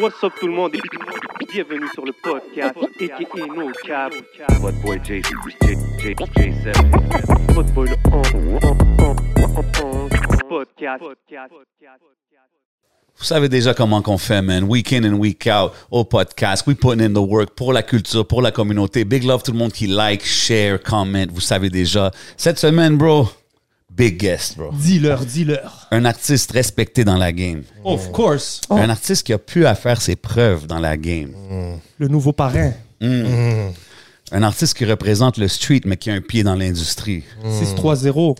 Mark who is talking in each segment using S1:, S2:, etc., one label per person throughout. S1: What's up tout le monde et bienvenue sur le podcast et No Cap.
S2: Votre boy J, J, J, J7.
S1: Votre boy le podcast.
S3: Vous savez déjà comment qu'on fait, man. Week in and week out, au podcast. We putting in the work pour la culture, pour la communauté. Big love tout le monde qui like, share, comment. Vous savez déjà. Cette semaine, bro, big guest, bro.
S4: Dis-leur, dis-leur.
S3: Un artiste respecté dans la game.
S4: Of course.
S3: Un artiste qui a pu à faire ses preuves dans la game.
S4: Le nouveau parrain.
S3: Un artiste qui représente le street, mais qui a un pied dans l'industrie.
S5: Hmm.
S4: 6-3-0.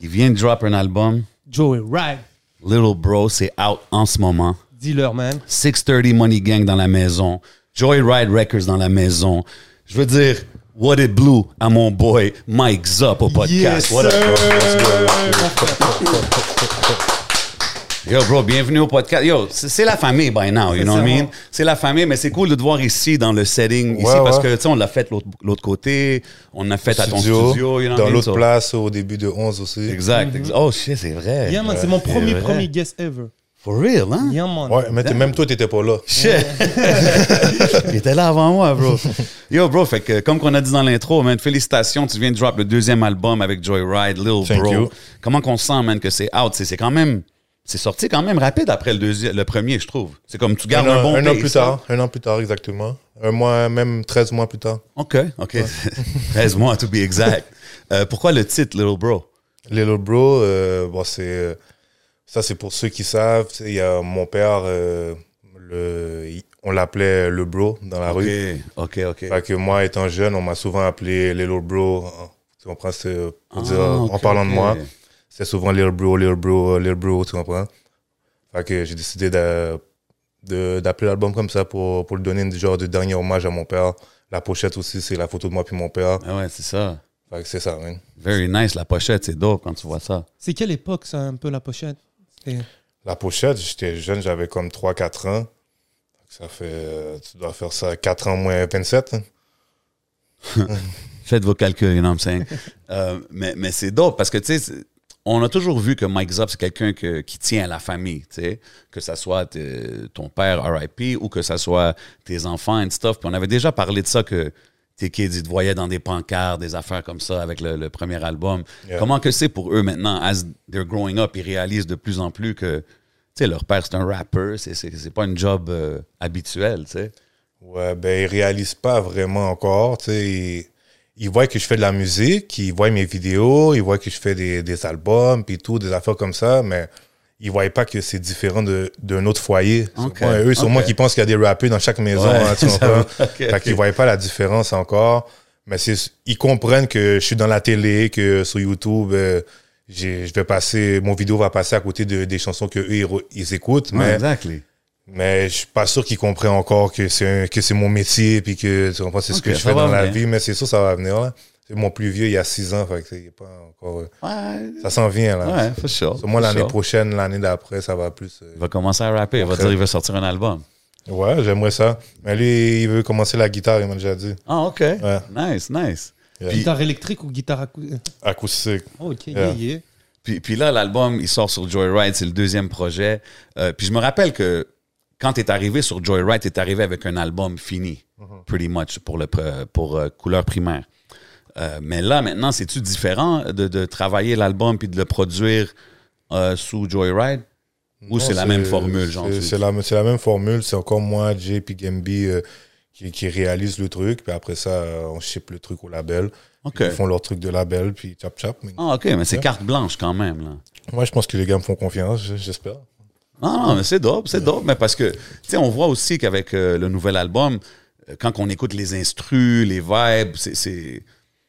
S3: Il vient de drop un album.
S4: Joey Wright.
S3: Little Bro, c'est out en ce moment.
S4: Dis-leur, man.
S3: 630 Money Gang dans la maison, Joyride Records dans la maison. Je veux dire, What It Blue à mon boy Mike Zop au podcast.
S4: Yes,
S3: What up, bro?
S4: sir.
S3: What's
S6: Euh,
S3: going on? Yo, bro, bienvenue au podcast. Yo, c'est c'est la famille by now, you know what I mean? C'est la famille, mais c'est cool de te voir ici dans le setting, ici,
S6: Ouais,
S3: parce
S6: ouais.
S3: que, tu sais, on l'a fait l'autre l'autre côté, on a fait à ton
S6: studio,
S3: studio, you know what I
S6: dans
S3: mean?
S6: l'autre
S3: So-
S6: place Mm-hmm. au début de 11 aussi.
S3: Exact, exact. Oh, shit, c'est vrai.
S4: Yeah, man, c'est mon
S3: C'est
S4: premier,
S3: vrai.
S4: premier guest ever.
S3: For real, hein?
S4: Yeah, man.
S6: Ouais, mais t'es- même toi, t'étais pas là.
S3: Shit. Il était là avant moi, bro. Yo, bro, fait que comme qu'on a dit dans l'intro, man, félicitations, tu viens de drop le deuxième album avec Joyride, Lil
S6: Thank
S3: Bro.
S6: you.
S3: Comment qu'on sent, man, que c'est out? C'est c'est quand même, c'est sorti quand même rapide après le deuxième, le premier, je trouve. C'est comme tu gardes
S6: Un,
S3: un,
S6: an,
S3: bon hein.
S6: un an
S3: pace,
S6: plus
S3: là.
S6: tard, un an plus tard, exactement. Un mois, même 13 mois plus tard.
S3: Ok, ok. 13 mois, to be exact. Euh, pourquoi le titre, Little Bro?
S6: Little Bro, euh, bon, c'est. euh, Ça, c'est pour ceux qui savent. tu sais, Il y a mon père, euh, le, il- on l'appelait le Bro dans la
S3: Ok,
S6: rue.
S3: ok, ok.
S6: Ah Fait que moi, étant jeune, on m'a souvent appelé Little Bro. Tu comprends? c'est Pour
S3: Ah,
S6: dire, en
S3: ok,
S6: parlant
S3: ok.
S6: de moi, c'est souvent Little Bro, Little Bro, Little Bro, tu comprends? Fait que j'ai décidé de- de- d'appeler l'album comme ça pour, pour lui donner une genre de dernier hommage à mon père. La pochette aussi, c'est la photo de moi puis mon père.
S3: Ah ouais, c'est ça.
S6: Fait que c'est ça, hein. man.
S3: Very nice, la pochette, c'est dope quand tu vois ça.
S4: C'est quelle époque, ça, un peu, la pochette? C'était-
S6: La pochette, j'étais jeune, j'avais comme 3-4 ans. Ça fait, euh, tu dois faire ça 4 ans moins 27. hein.
S3: Faites vos calculs, you know what I'm saying? Euh, mais mais c'est dope parce que, tu sais, c'est- on a toujours vu que Mike Zop, c'est quelqu'un que- qui tient à la famille, tu sais, que ça soit euh, ton père, RIP, ou que ça soit tes enfants and stuff. Puis on avait déjà parlé de ça que tes kids, ils te voyaient dans des pancartes, des affaires comme ça avec le, le premier album.
S6: Yeah.
S3: Comment que c'est pour eux maintenant, as they're growing up, ils réalisent de plus en plus que, tu sais, leur père, c'est un rapper, c'est- c'est c'est pas une job euh, habituelle, tu sais.
S6: Ouais, ben, ils réalisent pas vraiment encore. tu sais. Ils, ils voient que je fais de la musique, ils voient mes vidéos, ils voient que je fais des, des albums, puis tout, des affaires comme ça, mais ils voient pas que c'est différent de- d'un autre foyer.
S3: Ok,
S6: Sûrement, eux, sûrement
S3: ok.
S6: qu'ils pensent qu'il y a des rappeurs dans chaque maison.
S3: Ouais,
S6: hein, tu
S3: ça
S6: comprends?
S3: va, ok,
S6: Fait
S3: ok.
S6: qu'ils voient pas la différence encore. Mais c'est- ils comprennent que je suis dans la télé, que sur YouTube, euh, j'ai- je vais passer, mon vidéo va passer à côté de, des chansons que eux, ils, re- ils écoutent.
S3: Ouais,
S6: mais
S3: exactly.
S6: mais je suis pas sûr qu'ils comprennent encore que c'est un- que c'est mon métier puis que tu comprends c'est ce
S3: Ok,
S6: que je
S3: ça
S6: fais
S3: va
S6: dans la
S3: venir.
S6: vie mais c'est sûr ça va venir là. C'est mon plus vieux il y a six ans fait que c'est pas encore euh,
S3: Ouais,
S6: ça s'en vient là.
S3: ouais, for sure.
S6: Sur moi
S3: for
S6: l'année
S3: sure.
S6: prochaine, l'année d'après ça va plus. euh,
S3: Il va commencer à rapper. Il va
S6: Après.
S3: dire qu'il veut sortir un album.
S6: Ouais, j'aimerais ça. Mais lui il veut commencer la guitare il m'a déjà dit.
S3: Ah, OK.
S6: Ouais.
S3: Nice, nice.
S6: Yeah.
S3: Puis,
S4: Guitare électrique ou guitare acoustique?
S6: Acoustique.
S4: Oh, OK, yeah,
S6: Yeah.
S4: yeah.
S3: puis, puis là, l'album, il sort sur Joyride. C'est le deuxième projet. Euh, puis je me rappelle que quand tu es arrivé sur Joyride, tu es arrivé avec un album fini,
S6: Mhm.
S3: pretty much, pour, le, pre- pour euh, couleur primaire. Euh, mais là, maintenant, c'est-tu différent de, de travailler l'album puis de le produire euh, sous Joyride? Ou
S6: Non,
S3: c'est la même formule, genre?
S6: c'est-
S3: tu-
S6: C'est la, c'est la même formule. C'est encore moi, Jay puis Gambi euh, qui, qui réalisent le truc. Puis après ça, euh, on ship le truc au label.
S3: OK.
S6: Ils font leur truc de label, puis chap chap. mais-
S3: Ah, OK, mais c'est carte blanche quand même, là.
S6: Moi, je pense que les gars me font confiance, j- j'espère.
S3: Non, non, mais c'est dope, c'est dope. Mais parce que, tu sais, on voit aussi qu'avec euh, le nouvel album, euh, quand on écoute les instrus, les vibes, c'est, c'est-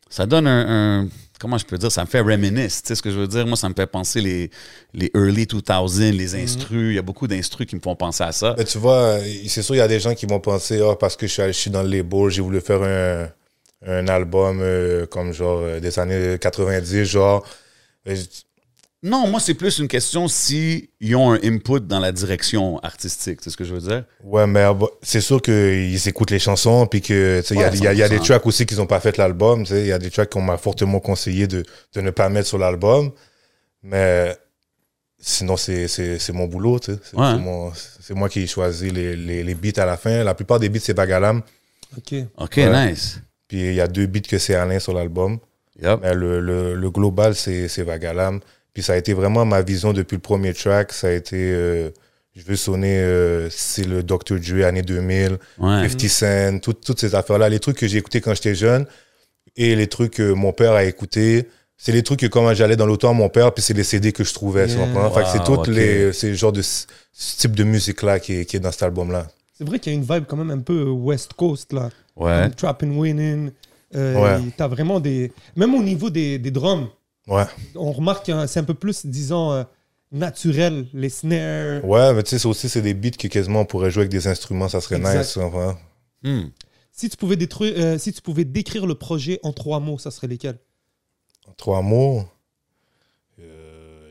S3: ça donne un, un- comment je peux dire, ça me fait reminisce. Tu sais ce que je veux dire? Moi, ça me fait penser les, les early 2000, les instrus. Il y a beaucoup d'instrus qui me font penser à ça.
S6: Mais tu vois, il- c'est sûr, il y a des gens qui vont penser, ah, parce que je suis, allé- je suis dans le label, j'ai voulu faire un, un album euh, comme genre euh, des années 90, genre. Euh,
S3: Non, moi, c'est plus une question si ils ont un input dans la direction artistique. C'est ce que je veux dire?
S6: Ouais, mais ah, bah, c'est sûr qu'ils écoutent les chansons, puis que, tu sais, il y a-
S3: Ouais,
S6: il y, a- il y a des
S3: 100%.
S6: tracks aussi qu'ils n'ont pas fait l'album, tu sais, il y a des tracks qu'on m'a fortement conseillé de, de ne pas mettre sur l'album, mais sinon, c'est c'est- c'est mon boulot, tu sais. C'est
S3: Ouais.
S6: c'est mon- c'est moi qui ai choisi les, les, les beats à la fin. La plupart des beats, c'est Bagalam,
S4: Ok.
S3: OK,
S6: Ouais.
S3: nice.
S6: puis il y a deux beats que c'est Alain sur l'album.
S3: Yup.
S6: Mais le, le, le global, c'est c'est Vagalam. Puis ça a été vraiment ma vision depuis le premier track. Ça a été, euh, je veux sonner, euh, c'est le Dr. Dre, année 2000,
S3: Ouais.
S6: 50 Cent, tout- toutes ces affaires-là. Les trucs que j'ai écoutés quand j'étais jeune et les trucs que mon père a écoutés. C'est les trucs que quand j'allais dans l'auto à mon père, puis c'est les CD que je trouvais, tu
S4: Yeah.
S6: comprends? Fait que c'est
S3: Wow,
S6: tout
S3: ok.
S6: les, c'est le genre de ce ce type de musique-là qui est, qui est dans cet album-là.
S4: C'est vrai qu'il y a une vibe quand même un peu euh, West Coast là.
S3: Ouais.
S4: Comme Trap and Winning. Euh,
S6: Ouais.
S4: il- T'as vraiment des. Même au niveau des, des drums,
S6: Ouais.
S4: on remarque que c'est un peu plus, disons, euh, naturel, les snares.
S6: Ouais, mais tu sais, c'est aussi, c'est des beats que quasiment on pourrait jouer avec des instruments, ça serait
S4: Exact.
S6: nice, tu comprends?
S3: Hmm.
S4: Si tu pouvais détruire, euh, si tu pouvais décrire le projet en trois mots, ça serait lesquels
S6: trois mots. Euh,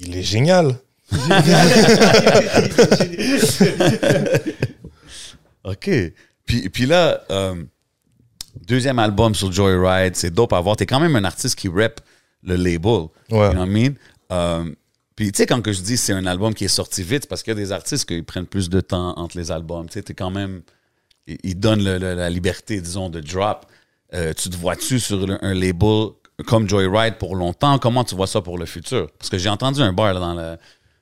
S6: il est génial.
S3: OK. Puis, puis là, euh, deuxième album sur Joyride, c'est dope à voir. T'es quand même un artiste qui rep le label.
S6: Ouais.
S3: You know what I mean? Euh, puis tu sais, quand que je dis c'est un album qui est sorti vite, c'est parce qu'il y a des artistes qui prennent plus de temps entre les albums. Tu sais, t'es quand même... ils- Ils donnent le- le- la liberté, disons, de drop. Euh, tu te vois-tu sur le- un label comme Joyride pour longtemps? Comment tu vois ça pour le futur? Parce que j'ai entendu un bar là, dans le-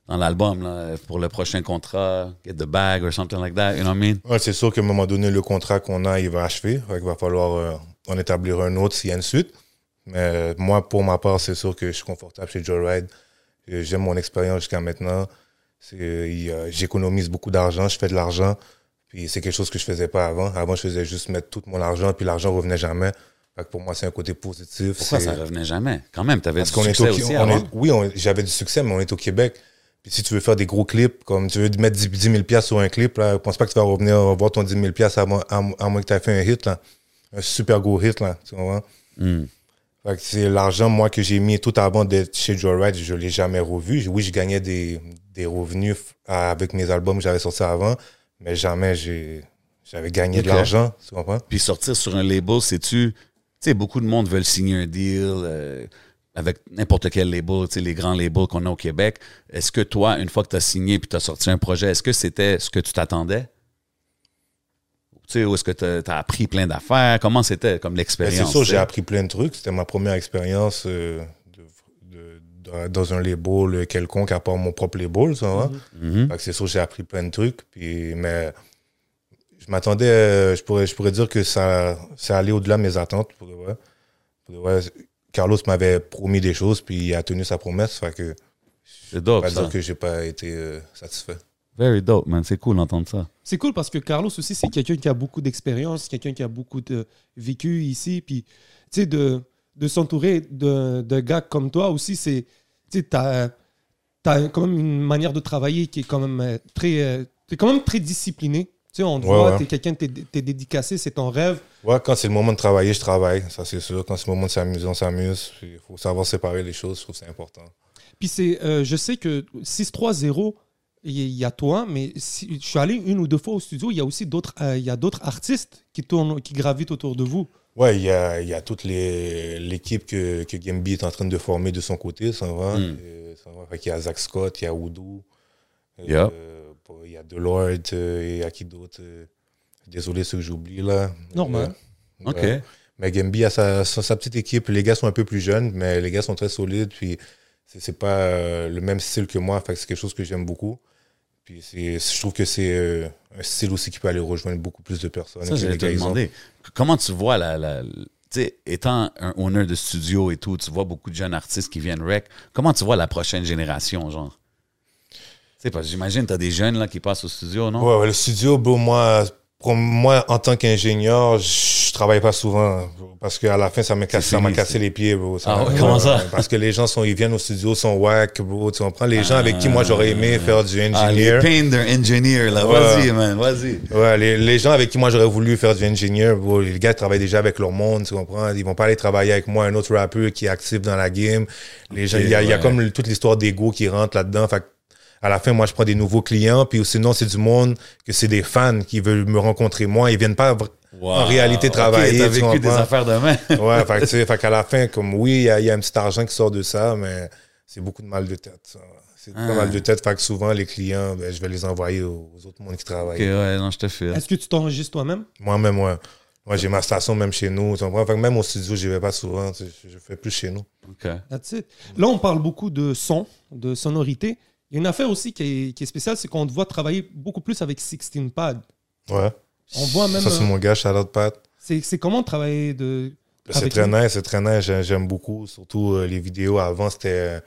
S3: dans l'album là, pour le prochain contrat, Get the Bag or something like that, you know what I mean?
S6: Ouais, c'est sûr qu'à un moment donné, le contrat qu'on a, il va achever. Il va falloir euh, en établir un autre s'il y a une suite. Mais euh, moi, pour ma part, c'est sûr que je suis confortable chez Joyride. Euh, J'aime mon expérience jusqu'à maintenant. C'est, euh, il, euh, J'économise beaucoup d'argent, je fais de l'argent. Puis c'est quelque chose que je faisais pas avant. Avant, je faisais juste mettre tout mon argent, puis l'argent revenait jamais. Fait que pour moi, c'est un côté positif.
S3: Pourquoi
S6: C'est-
S3: ça revenait jamais? Quand même, t'avais du
S6: Parce qu'on est
S3: succès
S6: au,
S3: aussi hein.
S6: on
S3: avant.
S6: est- oui, on- j'avais du succès, mais on est au Québec. Puis si tu veux faire des gros clips, comme tu veux mettre 10, 10 000 piastres sur un clip, là, je pense pas que tu vas revenir voir ton 10 000 piastres à, moins- à, à moins que tu aies fait un hit, là. Un super gros hit, là. Tu comprends?
S3: Hmm.
S6: Fait que c'est l'argent, moi, que j'ai mis tout avant d'être chez Joyride, je l'ai jamais revu. Oui, je gagnais des, des revenus f- à- avec mes albums que j'avais sortis avant, mais jamais j'ai, j'avais gagné de
S3: Ok.
S6: l'argent, tu comprends?
S3: Puis sortir sur un label, c'est-tu. Tu sais, beaucoup de monde veulent signer un deal euh, avec n'importe quel label, tu sais, les grands labels qu'on a au Québec. Est-ce que toi, une fois que tu as signé puis tu as sorti un projet, est-ce que c'était ce que tu t'attendais? Tu sais, ou est-ce que tu as appris plein d'affaires? Comment c'était comme
S6: Ben,
S3: l'expérience?
S6: c'est sûr,
S3: tu sais?
S6: j'ai appris plein de trucs. C'était ma première expérience euh, de- de- dans un label quelconque, à part mon propre label. Ça, hein.
S3: Mhm.
S6: Fait que c'est sûr, j'ai appris plein de trucs. Puis, mais je m'attendais, euh, je, pourrais, je pourrais dire que ça, ça allait au-delà de mes attentes. Pour de vrai. Pour de vrai, Carlos m'avait promis des choses, puis il a tenu sa promesse. Fait que
S3: C'est
S6: je peux
S3: dope,
S6: pas
S3: ça.
S6: dire que j'ai pas été euh, satisfait.
S3: Very dope, man. C'est cool d'entendre ça.
S4: C'est cool parce que Carlos aussi, c'est quelqu'un qui a beaucoup d'expérience, quelqu'un qui a beaucoup de vécu ici. Puis, tu sais, de, de s'entourer de, de gars comme toi aussi, c'est. Tu sais, t'as, t'as quand même une manière de travailler qui est quand même euh, très. euh, T'es quand même très discipliné. Tu sais, on te
S6: Ouais,
S4: voit,
S6: ouais.
S4: t'es quelqu'un, t'es, t'es dédicacé, c'est ton rêve.
S6: Ouais, quand c'est le moment de travailler, je travaille. Ça, c'est sûr. Quand c'est le moment de s'amuser, on s'amuse. Il faut savoir séparer les choses. Je trouve que c'est important.
S4: Puis c'est, euh, je sais que 6-3-0, il y- il y a toi, mais si, je suis allé une ou deux fois au studio, il y a aussi d'autres, euh, il y a d'autres artistes qui tournent, qui gravitent autour de vous.
S6: Ouais, il y a, il y a toute les- l'équipe que, que Gamby est en train de former de son côté, ça va.
S3: Mm.
S6: Euh, ça va. Fait qu'il y a Zach Scott, il y a Oudou, euh,
S3: Yeah.
S6: bon, il y a Delord, euh, il y a qui d'autre euh, Désolé ceux que j'oublie là.
S4: Normal.
S6: Ouais.
S3: OK.
S6: Ouais. Mais Gamby a sa, sa, sa petite équipe. Les gars sont un peu plus jeunes, mais les gars sont très solides. Puis c'est c'est pas euh, le même style que moi. Fait que c'est quelque chose que j'aime beaucoup. Puis c'est- je trouve que c'est euh, un style aussi qui peut aller rejoindre beaucoup plus de personnes.
S3: Ça,
S6: que
S3: j'allais
S6: les
S3: te
S6: gars, ils ont.
S3: demander. Qu- Comment tu vois la. la- la- tu sais, étant un owner de studio et tout, tu vois beaucoup de jeunes artistes qui viennent rec. Comment tu vois la prochaine génération, genre? Tu sais, parce que j'imagine, tu as des jeunes là, qui passent au studio, non?
S6: Ouais, ouais, le studio, bro, moi, pour moi, en tant qu'ingénieur, je travaille pas souvent bro, parce qu'à la fin, ça m'a cassé, ça m'a
S3: fini,
S6: cassé
S3: c'est-
S6: les pieds, bro. Ça
S3: Ah
S6: m'a-
S3: ouais, comment ça?
S6: Parce que les gens sont, ils viennent au studio, sont whack, bro. Tu comprends? Les gens avec qui moi j'aurais aimé faire du
S3: Ah,
S6: engineer.
S3: les painter engineer, là.
S6: Ouais.
S3: Vas-y, man, vas-y.
S6: Ouais, les, les gens avec qui moi j'aurais voulu faire du engineer, bro, les gars travaillent déjà avec leur monde, tu comprends? Ils vont pas aller travailler avec moi, un autre rappeur qui est actif dans la game. Les gens, il y, a- il y a
S3: ouais.
S6: comme le- toute l'histoire d'ego qui rentre là-dedans. Fait que à la fin, moi, je prends des nouveaux clients, puis sinon, c'est du monde que c'est des fans qui veulent me rencontrer moi. Ils viennent pas vr- en réalité
S3: Ok,
S6: travailler.
S3: T'as
S6: tu
S3: vécu des
S6: comprends?
S3: affaires de main.
S6: Ouais, fait que, tu sais, fait qu'à la fin, comme oui, il y, a- il y a un petit argent qui sort de ça, mais c'est beaucoup de mal de tête. ça. C'est
S3: Ah.
S6: beaucoup de mal de tête. Fait que souvent, les clients, ben, je vais les envoyer aux, aux autres mondes qui travaillent.
S3: Ok, ouais, non, je te file.
S4: Est-ce que tu t'enregistres toi-même
S6: Moi-même, ouais. Moi, j'ai ma station même chez nous. Tu comprends? Fait que même au studio, je vais pas souvent. tu sais, Je, je fais plus chez nous.
S3: Ok.
S4: That's it. Là, on parle beaucoup de son, de sonorité. Il y a une affaire aussi qui est, qui est spéciale, c'est qu'on te voit travailler beaucoup plus avec 16 pads.
S6: Ouais.
S4: On voit même.
S6: Ça, c'est
S4: euh,
S6: mon gars, Charlotte Pat.
S4: c'est c'est comment travailler de.
S6: C'est
S4: avec
S6: très
S4: lui?
S6: nice, c'est très nice. J'ai- J'aime beaucoup. Surtout euh, les vidéos avant, c'était.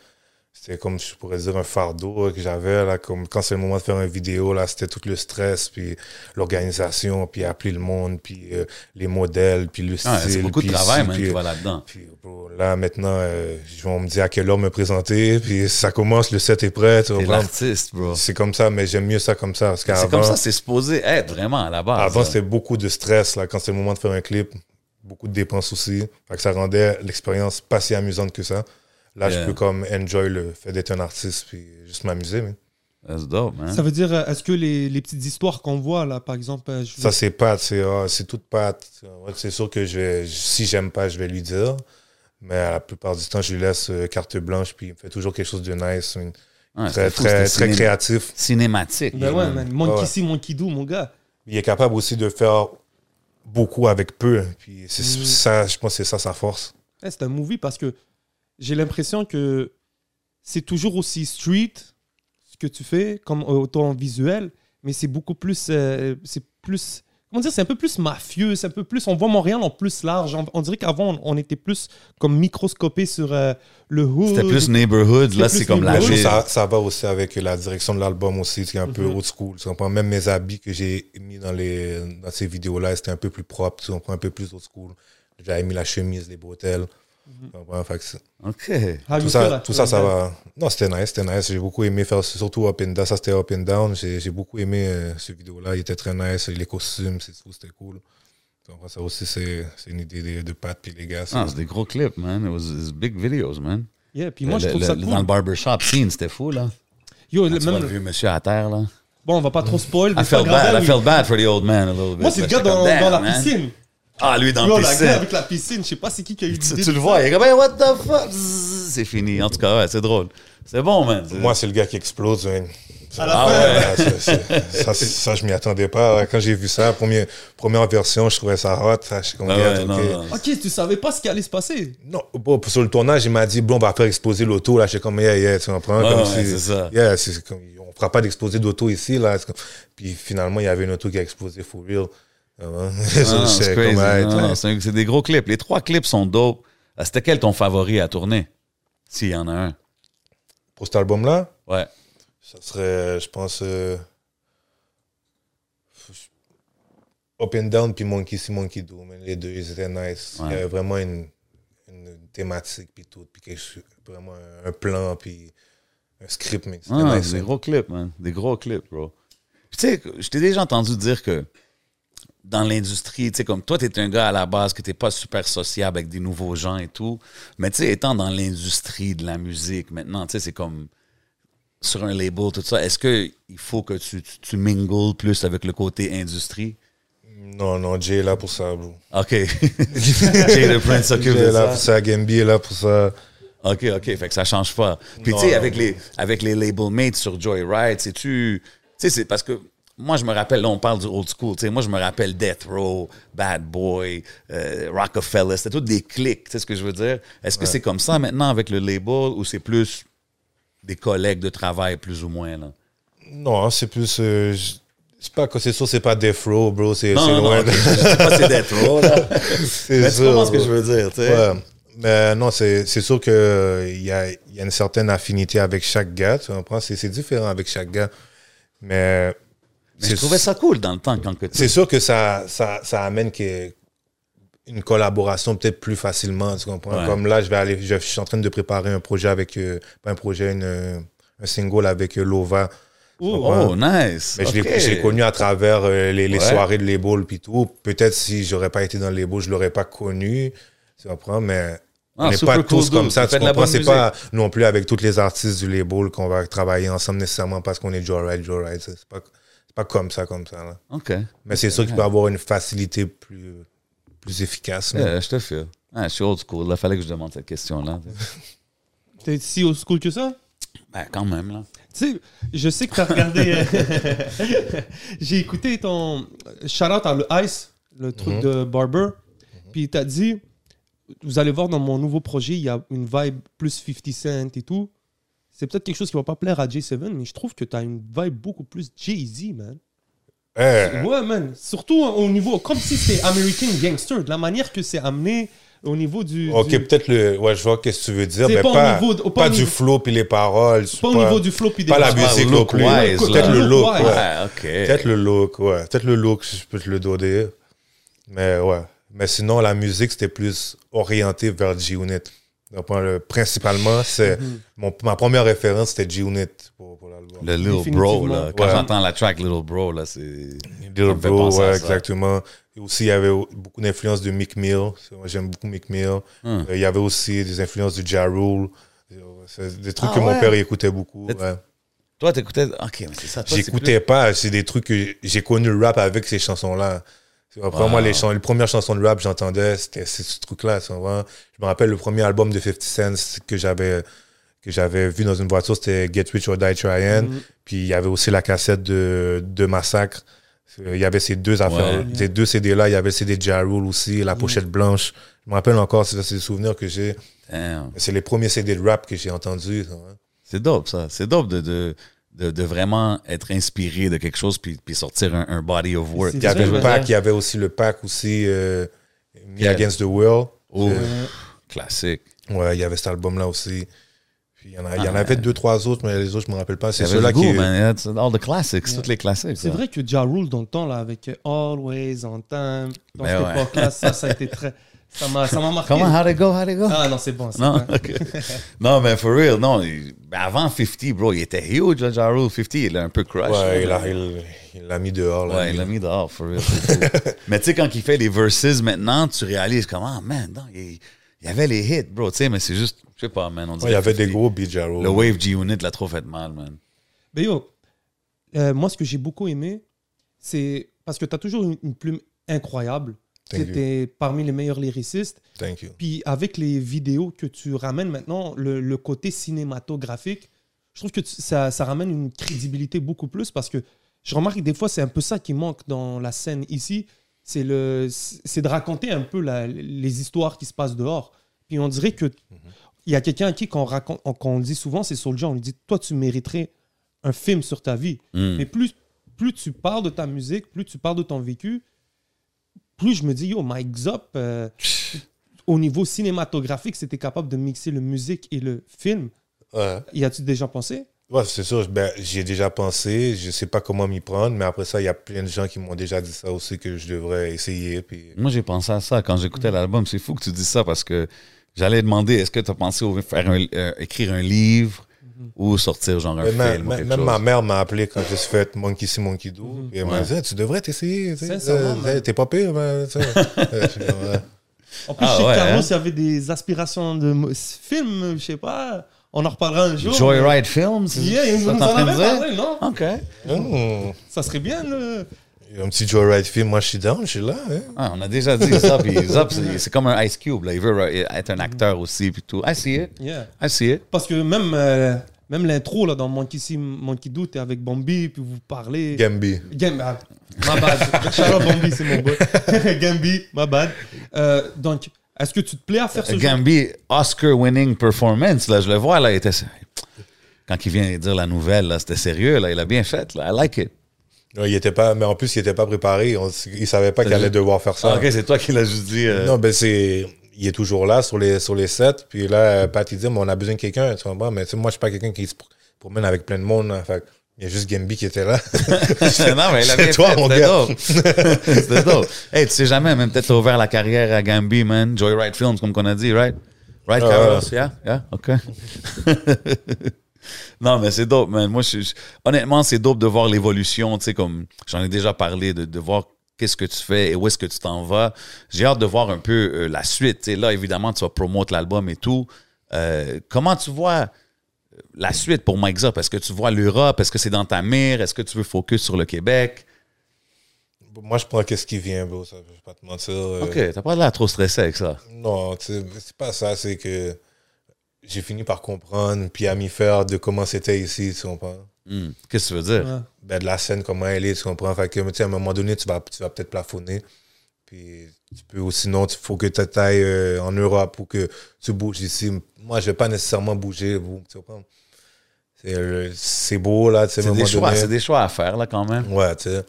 S6: C'était comme, je pourrais dire, un fardeau euh, que j'avais, là, comme quand c'est le moment de faire une vidéo, là, c'était tout le stress, puis l'organisation, puis appeler le monde, puis euh, les modèles, puis le style.
S3: Ah, c'est beaucoup de
S6: puis
S3: travail,
S6: ci,
S3: man,
S6: puis,
S3: qui
S6: euh,
S3: va là-dedans.
S6: Puis bro, là, maintenant, euh, on me dit à quelle heure me présenter, puis ça commence, le set est prêt, tu
S3: T'es
S6: comprends?
S3: l'artiste, bro.
S6: C'est comme ça, mais j'aime mieux ça comme ça. Parce
S3: C'est comme
S6: qu'avant,
S3: ça, c'est supposé être vraiment à la base.
S6: avant,
S3: là.
S6: c'était beaucoup de stress là, quand c'est le moment de faire un clip. Beaucoup de dépenses aussi. Fait que ça rendait l'expérience pas si amusante que ça. Là,
S3: Yeah.
S6: je peux comme enjoy le fait d'être un artiste puis juste m'amuser. mais
S3: Mm. That's dope, man.
S4: Ça veut dire, euh, est-ce que les, les petites histoires qu'on voit, là, par exemple. euh, je-
S6: Ça, c'est pâte. C'est ah, c'est toute pâte. Ouais, c'est sûr que je vais, si j'aime pas, je vais lui dire. Mais à la plupart du temps, je lui laisse euh, carte blanche puis il me fait toujours quelque chose de nice. une-
S3: Ouais, c'est
S6: très,
S3: fou,
S6: très,
S3: c'était
S6: très
S3: ciné-
S6: créatif.
S3: Cinématique.
S4: Ben ouais, man.
S6: Ouais.
S4: Monkey ci, monkey do, mon gars.
S6: il est capable aussi de faire beaucoup avec peu. Puis c'est
S4: Mm.
S6: ça, je pense que c'est ça sa force.
S4: Ouais, Eh, c'est un movie parce que j'ai l'impression que c'est toujours aussi street ce que tu fais comme euh, autant visuel, mais c'est beaucoup plus, euh, c'est plus, comment dire, c'est un peu plus mafieux, c'est un peu plus, on voit Montréal en plus large. On, on dirait qu'avant on, on était plus comme microscopé sur euh, le hood.
S3: C'était plus neighborhood,
S4: C'était
S3: là,
S4: plus
S3: c'est comme la
S4: neighborhood.
S3: ville.
S6: Ça, ça va aussi avec la direction de l'album aussi, qui est un peu
S4: Mhm.
S6: old school. Tu comprends? Même mes habits que j'ai mis dans, les, dans ces vidéos-là, c'était un peu plus propre. Tu comprends? Un peu plus old school. J'avais mis la chemise, les bretelles. Tu comprends? Fait que c'est-
S3: Ok.
S4: How you
S6: tout
S4: feel, là,
S6: ça, tout ça, ça
S4: là.
S6: va. Non, c'était nice, c'était nice. J'ai beaucoup aimé faire, surtout Up and Down. Ça, c'était Up and Down. J'ai j'ai beaucoup aimé euh, ce vidéo-là. Il était très nice. Les costumes, c'est tout, c'était cool. Donc, ça aussi, c'est c'est une idée de, de Pat puis les gars. c'est-
S3: Ah, c'est des gros clips, man. It was, it's big videos, man.
S4: Yeah, puis moi je
S3: Le-
S4: trouve
S3: le-
S4: ça
S3: le-
S4: cool.
S3: Dans le barbershop scene, c'était fou, là.
S4: Yo,
S3: Quand
S4: le-
S3: tu
S4: même
S3: vois le
S4: le-
S3: vieux monsieur à terre, là.
S4: bon, on va pas trop spoil. mais
S3: I
S4: c'est pas
S3: felt
S4: grave,
S3: bad.
S4: là,
S3: I
S4: oui.
S3: felt bad for the old man a little bit.
S4: Moi c'est le
S3: J'étais
S4: gars dans,
S3: comme, damn,
S4: dans la
S3: man.
S4: piscine.
S3: Ah, lui, dans
S4: Yo,
S3: la
S4: la gueule
S3: piscine.
S4: avec la piscine, je sais pas c'est qui qui a eu
S3: Tu,
S4: l'idée
S3: tu
S4: de
S3: le vois, il est comme, hey, what the fuck? Zzz, C'est fini. En tout cas, ouais, c'est drôle. C'est bon, man. C'est-
S6: Moi, c'est le gars qui explose. hein.
S4: ça à la
S3: Ah
S4: fin.
S3: ouais.
S6: Ah, c'est- c'est- ça, c'est- ça, je m'y attendais pas. Ouais, Quand j'ai vu ça, première, première version, je trouvais ça hot. Ça, je suis comme,
S3: Ah
S6: yeah,
S3: ouais, non,
S6: ok.
S3: non.
S4: Ok, tu savais pas ce qui allait se passer.
S6: Non, bon, sur le tournage, il m'a dit, bon, on va faire exploser l'auto, là, je suis comme, yeah, yeah, tu comprends?
S3: Ouais,
S6: comme
S3: ouais,
S6: si-
S3: c'est ça.
S6: Yeah, c'est comme, on fera pas d'exploser d'auto ici, là. C'est comme- Puis finalement, il y avait une auto qui a explosé for real. Euh,
S3: Ah non,
S6: j'étais
S3: c'est
S6: comme,
S3: crazy.
S6: hey,
S3: Non,
S6: t'as-
S3: non, C'est c'est des gros clips. Les trois clips sont dope. Ah, C'était quel ton favori à tourner? S'il y en a un.
S6: Pour cet album-là,
S3: Ouais.
S6: ça serait, je pense, euh, Up and Down, puis Monkey See, Monkey Do. mais les deux, ils étaient nice.
S3: Ouais.
S6: Il y avait vraiment une, une thématique, puis tout, puis quelque chose- vraiment un plan, puis un script, mais c'était
S3: Ah,
S6: nice.
S3: des gros clips, man. Des gros clips, bro. Puis, tu sais, je t'ai déjà entendu dire que dans l'industrie, tu sais, comme toi, t'es un gars à la base que t'es pas super sociable avec des nouveaux gens et tout. Mais, tu sais, étant dans l'industrie de la musique maintenant, tu sais, c'est comme sur un label, tout ça. Est-ce que il faut que tu, tu, tu mingles plus avec le côté industrie?
S6: Non, non, Jay est là pour ça, bro.
S3: OK. Jay le Prince s'occupe
S6: Jay
S3: de
S6: est là
S3: ça.
S6: pour ça, Gambi est là pour ça.
S3: OK, OK. Fait que ça change pas. Puis,
S6: Non,
S3: tu sais,
S6: non,
S3: avec
S6: non.
S3: les, avec les label mates sur Joyride, sais-tu. Tu sais, c'est parce que. Moi, je me rappelle, là, on parle du old school. tu sais, moi, je me rappelle Death Row, Bad Boy, euh, Rockefeller. C'était tous des clics. Tu sais ce que je veux dire? Est-ce que c'est comme ça maintenant avec le label ou c'est plus des collègues de travail, plus ou moins? Là?
S6: Non, c'est plus. euh, je je sais pas, que c'est sûr, c'est pas Death Row, bro. C'est
S3: Non,
S6: c'est
S3: non, non.
S6: loin.
S3: ok, je sais pas si c'est Death Row. Là.
S6: C'est
S3: Mais tu comprends ce
S6: sûr,
S3: que
S6: bro.
S3: je veux dire. tu sais.
S6: Ouais. Mais non, c'est c'est sûr qu'il y a, il y a une certaine affinité avec chaque gars. Tu comprends? C'est c'est différent avec chaque gars. Mais
S3: Mais je trouvais ça cool dans le temps quand que tu-
S6: C'est sûr que ça, ça, ça amène que- une collaboration peut-être plus facilement, tu comprends?
S3: Ouais.
S6: Comme là, je vais aller, je, suis en train de préparer un projet avec, euh, pas un projet, une, euh, un single avec euh, Lova.
S3: Oh, nice.
S6: Mais je
S3: Ok.
S6: l'ai- je l'ai connu à travers euh, les, les
S3: Ouais.
S6: soirées de Label puis tout. Peut-être si j'aurais pas été dans les Label, je l'aurais pas connu, tu comprends? Mais
S3: Ah,
S6: on n'est
S3: super
S6: pas
S3: cool
S6: tous
S3: dude.
S6: comme ça,
S3: Tu fais
S6: tu
S3: de la
S6: comprends?
S3: bonne
S6: C'est pas non plus avec tous les artistes du Label qu'on va travailler ensemble nécessairement parce qu'on est Joyride, Joyride. C'est pas, c'est pas comme ça, comme ça, là.
S3: OK.
S6: Mais c'est sûr qu'il peut avoir une facilité plus, plus efficace. là.
S3: Euh, je te file. Ah, je suis old school. Il fallait que je demande cette question-là.
S4: T'es si old school que ça?
S3: ben, quand même, là.
S4: Tu sais, je sais que t'as regardé. euh, J'ai écouté ton shout out à le Ice, le truc de Barber. Puis t'as dit, vous allez voir dans mon nouveau projet, il y a une vibe plus 50 Cent et tout. C'est peut-être quelque chose qui va pas plaire à J7, mais je trouve que t'as une vibe beaucoup plus Jay-Z, man.
S6: Eh,
S4: Ouais, man. Surtout au niveau, comme si c'était American Gangster, de la manière que c'est amené au niveau du.
S6: ok,
S4: du-
S6: peut-être le. Ouais, je vois qu'est-ce que tu veux dire.
S4: C'est
S6: mais
S4: pas
S6: pas,
S4: au niveau de- pas au
S6: pas du
S4: niveau-
S6: flow puis les paroles. c'est
S4: pas au niveau du flow puis des
S6: Pas la
S4: paroles.
S6: musique
S3: Ah,
S6: non plus.
S3: look-wise,
S6: Peut-être
S3: là.
S6: le look,
S4: Look-wise.
S6: ouais.
S3: Ah, OK.
S6: Peut-être le look, ouais. Peut-être le look, si je peux te le donner. Mais ouais. Mais sinon, la musique, c'était plus orienté vers G-Unit. Donc, euh, Principalement, c'est mon- ma première référence, c'était G-Unit pour, pour l'album.
S3: Le Little Bro, là. Quand
S6: Ouais.
S3: j'entends la track Little Bro, là, c'est. Ça
S6: Little
S3: me fait
S6: Bro,
S3: penser à
S6: ouais,
S3: ça.
S6: exactement. Et aussi, il y avait beaucoup d'influences de Mick Mill. Moi, j'aime beaucoup Mick Mill.
S3: Hmm.
S6: Euh, Il y avait aussi des influences de Ja Rule. Euh, C'est des trucs
S3: Ah
S6: que
S3: ouais?
S6: mon père écoutait beaucoup.
S3: Peut-être-
S6: ouais.
S3: Toi, t'écoutais. OK, mais c'est ça. toi, c'est
S6: J'écoutais pas. C'est des trucs que j'ai connu le rap avec ces chansons-là. Tu comprends?
S3: Wow.
S6: Moi, les, chans- les premières chansons de rap que j'entendais, c'était c'est ce truc-là. tu comprends? Je me rappelle le premier album de 50 Cent que j'avais que j'avais vu dans une voiture, c'était Get Rich or Die Trying.
S3: Mm-hmm.
S6: Puis il y avait aussi la cassette de, de Massacre. Euh, Il y avait ces deux affaires,
S3: Ouais. Mm.
S6: ces deux CD-là. Il y avait le CD de Ja Rule aussi, la pochette blanche. Je me rappelle encore, c'est c'est des souvenirs que j'ai.
S3: plus- Damn.
S6: C'est les premiers CD de rap que j'ai entendus. tu comprends?
S3: C'est dope, ça. C'est dope de, de, de, de vraiment être inspiré de quelque chose puis, puis sortir un, un body of work.
S4: C'est
S6: Il y
S4: ça,
S6: avait
S4: je
S6: le
S4: veux
S6: pack,
S4: dire.
S6: il y avait aussi le pack aussi euh, Me
S3: Yeah.
S6: Against the World.
S3: Oh,
S6: Euh,
S3: classique.
S6: ouais, il y avait cet album-là aussi. Puis il y en, a, il y en
S3: Ah.
S6: avait deux, trois autres, mais les autres, je me rappelle pas. C'est
S3: C'est ceux-là
S6: ceux-là
S3: qui.
S6: qui.
S3: man. That's all the classics.
S4: Yeah.
S3: Toutes les classiques.
S4: C'est
S3: ça.
S4: vrai que Ja Rule, dans le temps, là, avec euh, Always on Time, dans
S3: Ben
S4: cette
S3: ouais.
S4: époque-là, ça, ça a été très. Ça m'a ça m'a marqué.
S3: Comment, how to go, how to go?
S4: Ah non, c'est bon. c'est
S3: Non,
S4: bon.
S3: ok. non, mais for real, non. il- ben, Avant 50, bro, il était huge, là, Ja Rule. 50, il a un peu crush.
S6: Ouais, il
S3: là,
S6: a- il- il l'a mis dehors. là.
S3: Ouais, il l'a mis dehors, for real. c'est fou. mais tu sais, quand il fait les verses maintenant, tu réalises comment, man, non, il, il y avait les hits, bro, tu sais, mais c'est juste, je sais pas, man. On
S6: Ouais, il y avait des
S3: que
S6: gros beats, Ja Rule.
S3: Le Wave G-Unit l'a trop fait mal, man.
S4: Mais yo, euh, moi, ce que j'ai beaucoup aimé, c'est parce que tu as toujours une, une plume incroyable.
S6: Thank you.
S4: C'était parmi les meilleurs lyricistes.
S6: Thank you.
S4: Puis avec les vidéos que tu ramènes maintenant, le, le côté cinématographique, je trouve que tu- ça, ça ramène une crédibilité beaucoup plus parce que je remarque que des fois, c'est un peu ça qui manque dans la scène ici. C'est le- c'est de raconter un peu la- les histoires qui se passent dehors. Puis on dirait que il y a quelqu'un à qui qu'on raconte, on- qu'on dit souvent, c'est Soulja, on lui dit Toi, tu mériterais un film sur ta vie.
S3: Hmm.
S4: Mais plus, plus tu parles de ta musique, plus tu parles de ton vécu, plus je me dis, yo, Mike Zop, euh, au niveau cinématographique, c'était capable de mixer le musique et le film.
S6: Ouais.
S4: Y as-tu déjà pensé
S6: Ouais, c'est sûr. ben, j'ai déjà pensé. Je sais pas comment m'y prendre, mais après ça, il y a plein de gens qui m'ont déjà dit ça aussi que je devrais essayer. Puis...
S3: Moi, j'ai pensé à ça quand
S6: Hmm.
S3: j'écoutais l'album. C'est fou que tu dis ça parce que j'allais demander est-ce que tu as pensé au- faire un- euh, écrire un livre ou sortir genre un
S6: Hmm. Mais même
S3: film ou
S6: même-
S3: quelque
S6: même
S3: chose. Mhm.
S6: ma mère m'a appelé quand je suis fait Monkey See Monkey Do. Et elle m'a
S3: Ouais.
S6: dit, Ah, tu devrais t'essayer. tu sais,
S4: Sincèrement,
S6: euh,
S4: man.
S6: T'es pas pire, mais, tu sais. Euh, je dis, Ouais.
S4: En plus,
S3: Ah,
S4: chez
S3: ouais,
S4: Carlos,
S3: hein?
S4: il y avait des aspirations de mo- film, je sais pas. On en reparlera un jour.
S3: Joyride Films, c'est
S4: Yeah,
S3: ça
S4: il
S3: que
S4: nous en
S3: t'es en train de
S4: avait
S3: dire? Hein?
S4: parlé, non
S3: OK.
S6: Mmh.
S4: Ça serait bien, là.
S6: Et Un petit Joyride film, moi je suis down, je suis là. hein.
S3: Ah, on a déjà dit ça, puis Zop, c'est c'est comme un Ice Cube, là. il veut euh, être un acteur aussi, puis tout. I see it,
S4: Yeah.
S3: I see it.
S4: Parce que même, euh, même l'intro, là, dans Monkey See, Monkey Do, t'es avec Bambi, puis vous parlez.
S6: Gambi.
S4: Gambi. My ah, bad. Charles Bambi, c'est mon boy. Gambi, my bad. Euh, donc, est-ce que tu te plais à faire ce
S6: Euh,
S4: genre-
S3: Gambi, Oscar-winning performance, là, je le vois, là, il était... sérieux. Quand il vient dire la nouvelle, là, c'était sérieux, là, il a bien fait, là, I like it.
S6: Ouais, il était pas, mais en plus, il était pas préparé. On s- il savait pas qu'il allait
S3: juste-
S6: devoir faire ça.
S3: Ah, OK, c'est toi qui l'as juste dit... euh,
S6: Non, ben c'est. Il est toujours là sur les, sur les sets. Puis là, euh, Pat, il dit, mais on a besoin de quelqu'un, tu comprends? Mais tu sais, moi, je suis pas quelqu'un qui se pr- promène avec plein de monde. là. Fait que Il y a juste Gambi qui était là.
S3: non, mais il l'avait
S6: C'est toi,
S3: fait,
S6: mon
S3: c'était
S6: gars.
S3: dope. C'était dope. Hey, tu sais jamais, même peut-être t'as ouvert la carrière à Gambi, man. Joyride Films, comme qu'on a dit, right? Right,
S6: Ah,
S3: Carlos?
S6: ouais.
S3: Yeah? Yeah? OK. non, mais c'est dope, man. Moi, je, suis- je- honnêtement, c'est dope de voir l'évolution, tu sais, comme j'en ai déjà parlé, de, de voir qu'est-ce que tu fais et où est-ce que tu t'en vas. J'ai hâte de voir un peu euh, la suite. tu sais. Là, évidemment, tu vas promouvoir l'album et tout. Euh, comment tu vois euh, la suite pour Mike Zop? Est-ce que tu vois l'Europe? Est-ce que c'est dans ta mire? Est-ce que tu veux focus sur le Québec?
S6: Moi, je prends qu'est-ce qui vient, bro. Ça, je vais pas te mentir. euh,
S3: OK, t'as pas l'air trop stressé avec ça.
S6: Non, tu sais, c'est pas ça, c'est que j'ai fini par comprendre, puis à m'y faire de comment c'était ici, tu comprends?
S3: Hmm, Qu'est-ce que tu veux dire?
S4: Ouais.
S6: Ben, de la scène, comment elle est, tu comprends? Fait que, tu sais, à un moment donné, tu vas, tu vas peut-être plafonner. Puis, tu peux, ou sinon, il faut que tu ailles euh, en Europe ou que tu bouges ici. Moi, je vais pas nécessairement bouger, vous, tu comprends? C'est le- C'est beau, là, tu sais, à
S3: C'est
S6: un
S3: des
S6: moment
S3: choix,
S6: donné.
S3: c'est des choix à faire, là, quand même.
S6: Ouais, tu sais.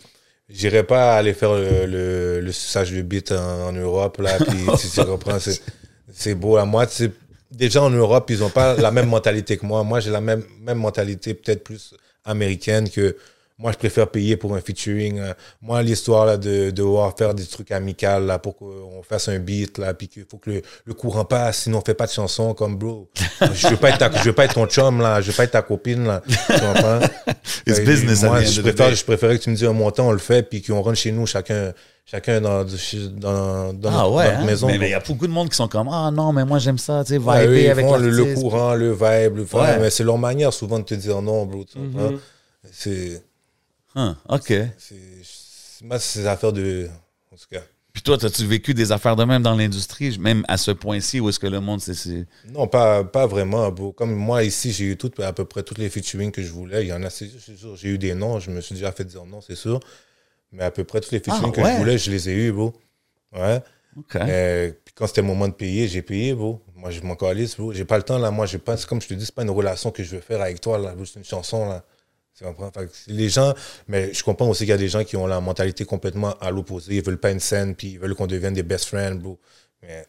S6: J'irai pas aller faire le, le, le suçage de bite en, en Europe, là, puis tu, tu comprends, c'est, c'est beau. À moi, tu sais, déjà en Europe, ils ont pas la même mentalité que moi. Moi, j'ai la même, même mentalité, peut-être plus américaine, que moi, je préfère payer pour un featuring. euh. Moi, l'histoire là, de, de devoir faire des trucs amicaux, là, pour qu'on fasse un beat, là, puis qu'il faut que le, le courant passe, sinon on fait pas de chanson, comme bro. Je veux pas être, ta- je veux pas être ton chum, là, je veux pas être ta copine, là. Tu comprends?
S3: It's
S6: Fait,
S3: business, at
S6: Moi,
S3: the end
S6: je
S3: of the
S6: préfère,
S3: day.
S6: je préférais que tu me dises un montant, on le fait, puis qu'on rentre chez nous, chacun, chacun dans, dans, dans
S3: Ah
S6: notre-
S3: ouais,
S6: notre
S3: hein?
S6: maison.
S3: mais
S6: Bon.
S3: mais il y a beaucoup de monde qui sont comme Ah non, mais moi j'aime ça, tu sais,
S6: Ouais, eux,
S3: viber
S6: ils
S3: avec
S6: font le, le
S3: l'artiste.
S6: courant, le vibe, le
S3: Ouais. Mm-hmm.
S6: mais c'est leur manière souvent de te dire non, bro. tu comprends? C'est
S3: Hein, OK.
S6: c'est- c'est- moi, c'est des affaires de. En tout cas.
S3: Puis toi, as-tu vécu des affaires de même dans l'industrie, même à ce point-ci, où est-ce que le monde, c'est. c'est-
S6: Non, pas, pas vraiment. bro. Comme moi, ici, j'ai eu tout, à peu près toutes les featuring que je voulais. Il y en a, c'est sûr, c'est sûr, j'ai eu des noms. Je me suis déjà fait dire non, c'est sûr. Mais à peu près toutes les featuring que
S3: Ah, ouais.
S6: je voulais, je les ai eu, bro. Ouais.
S3: OK.
S6: Euh, puis quand c'était le moment de payer, j'ai payé, bro. Moi, je m'en calisse, bro. J'ai pas le temps, là. Moi, j'ai pas, c'est comme je te dis, c'est pas une relation que je veux faire avec toi, là. bro. C'est une chanson, là. Tu comprends? Fait que les gens, mais je comprends aussi qu'il y a des gens qui ont la mentalité complètement à l'opposé. Ils veulent pas une scène, puis ils veulent qu'on devienne des best friends, bro. Mais,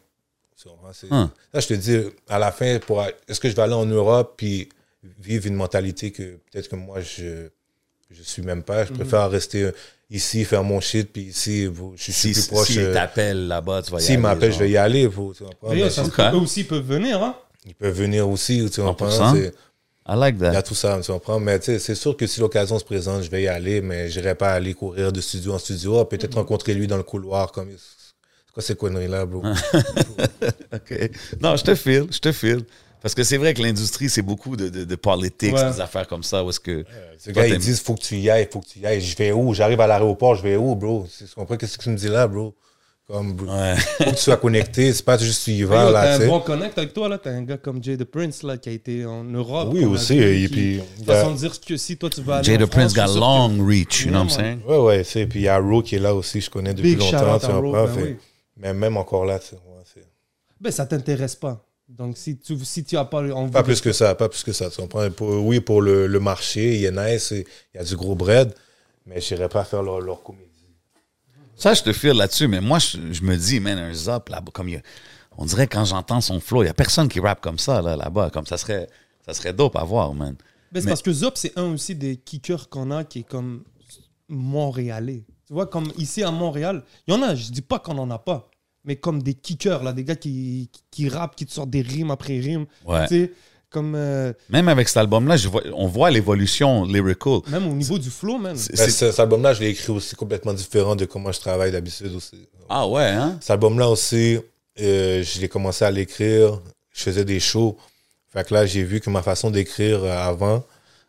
S6: tu comprends? C'est-
S3: Hum.
S6: Là, je te dis, à la fin, pour, est-ce que je vais aller en Europe, puis vivre une mentalité que peut-être que moi, je, je suis même pas.
S3: Mhm.
S6: Je préfère rester ici, faire mon shit, puis ici, bro, je suis
S3: Si,
S6: plus
S3: si,
S6: proche. euh,
S3: t'appelle là-bas, tu vas y
S6: S'ils
S3: aller,
S6: m'appellent,
S3: genre.
S6: je vais y aller. faut- tu comprends,
S4: D'ailleurs,
S6: mais
S4: ça se
S3: ok.
S4: peut, eux aussi ils peuvent venir, hein?
S6: Ils peuvent venir aussi. Tu comprends,
S3: 100%.
S6: c'est-
S3: I like
S6: Il y
S3: that.
S6: a tout ça, tu comprends. Mais tu sais, c'est sûr que si l'occasion se présente, je vais y aller, mais je n'irai pas aller courir de studio en studio. Ah,
S4: Mm-hmm.
S6: Peut-être rencontrer lui dans le couloir. comme C'est quoi ces conneries-là, bro?
S3: OK. Non, je te file, je te file. Parce que c'est vrai que l'industrie, c'est beaucoup de, de, de politics,
S4: Ouais.
S3: des affaires comme ça, où est-ce que.
S6: Ces gars, ils
S3: t'aimes-
S6: disent, faut que tu y ailles, faut que tu y ailles. Je vais où? J'arrive à l'aéroport, je vais où, bro? Tu comprends? Qu'est-ce que tu me dis là, bro? Comme, bro,
S3: Ouais.
S6: faut que tu sois connecté. C'est pas juste tu y vas,
S4: D'ailleurs,
S6: là,
S4: T'as
S6: tu
S4: un
S6: sais.
S4: bon connect avec toi, là. T'as un gars comme Jay the Prince, là, qui a été en Europe.
S6: Oui,
S4: qu'on a
S6: aussi,
S4: vu,
S6: et
S4: qui-
S6: puis,
S4: De toute
S6: yeah.
S4: façon, de dire que si toi tu vas aller.
S3: Jada
S4: en
S3: Prince
S4: France,
S3: got
S4: je suis sûr que-
S3: long reach, you know what I'm
S4: Ouais,
S3: saying?
S6: Ouais, ouais, c'est. Puis il y a Ro qui est là aussi, je connais depuis
S4: Big
S6: longtemps,
S4: shout-out
S6: tu
S4: à Ro,
S6: comprends?
S4: ben
S6: Fait-
S4: oui.
S6: Mais même encore là, tu sais, ouais, c'est-
S4: Ben, ça t'intéresse pas. Donc, si tu si tu as pas envie.
S6: Pas plus que ça, pas plus que ça. Tu comprends? Pour- oui, pour le, le marché, il est nice, il y a du gros bread, mais j'irai pas faire leur, leur comédie.
S3: Ça, je te file là-dessus, mais moi, je, je me dis, man, un zop là-bas, comme il y a- On dirait quand j'entends son flow, il n'y a personne qui rappe comme ça là, là-bas. Comme ça serait, ça serait dope à voir, man.
S4: Ben, c'est
S3: Mais-
S4: parce que Zop, c'est un aussi des kickers qu'on a qui est comme montréalais. Tu vois, comme ici à Montréal, il y en a, je dis pas qu'on en a pas, mais comme des kickers, là, des gars qui, qui, qui rappent, qui te sortent des rimes après rimes.
S3: Ouais.
S4: Tu sais, comme. euh,
S3: Même avec cet album-là, je vois- on voit l'évolution lyrical.
S4: même au niveau du flow, man.
S3: C'est-
S6: Ben,
S3: c'est-
S6: cet album-là, je l'ai écrit aussi complètement différent de comment je travaille d'habitude aussi.
S3: Ah ouais, hein?
S6: Cet album-là aussi, euh, je l'ai commencé à l'écrire, je faisais des shows. Fait que là, j'ai vu que ma façon d'écrire euh, avant,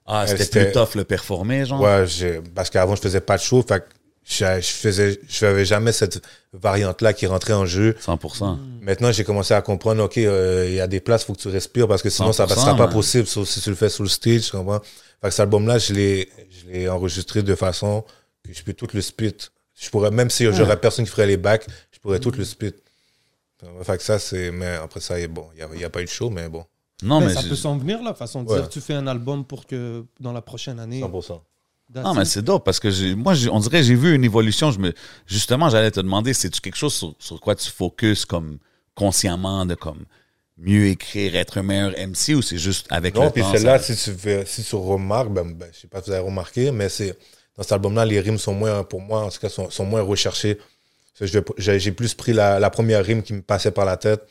S3: Ah,
S6: Euh,
S3: c'était
S6: c'était-
S3: plus tough le performer, genre.
S6: ouais, je- parce qu'avant, je faisais pas de show, fait que je, je faisais, je n'avais jamais cette variante-là qui rentrait en jeu.
S3: 100%.
S6: Mm. Maintenant, j'ai commencé à comprendre, OK, euh, il y a des places, faut que tu respires parce que sinon, ça ne
S3: 100%,
S6: sera pas
S3: man.
S6: possible sur- si tu le fais sur le stage. tu comprends? Fait que cet album-là, je l'ai je l'ai enregistré de façon que je peux tout le spit. Je pourrais, même si j'aurais personne qui ferait les bacs, je pourrais tout le spit. Tu comprends? Fait que ça, c'est. Mais après ça, il est bon. Il n'y a, il y a pas eu de show, mais bon,
S3: Non,
S4: Ben,
S3: mais,
S4: ça
S3: c'est-
S4: peut s'en venir, là, façon de
S6: Ouais.
S4: dire, tu fais un album pour que dans la prochaine année.
S6: 100%.
S4: that's
S3: non, mais
S4: it.
S3: c'est dope parce que j'ai- moi, j'ai- on dirait que j'ai vu une évolution. Je me, justement, j'allais te demander, c'est-tu quelque chose sur, sur quoi tu focuses comme consciemment de comme mieux écrire, être un meilleur MC ou c'est juste avec
S6: Non,
S3: le
S6: puis
S3: temps,
S6: celle-là,
S3: ça-
S6: si tu, fais- si tu remarques, ben, ben, je sais pas si vous avez remarqué, mais c'est dans cet album-là, les rimes sont moins, pour moi, en tout cas, sont, sont moins recherchées. Parce que je vais- J'ai j'ai plus pris la, la première rime qui me passait par la tête.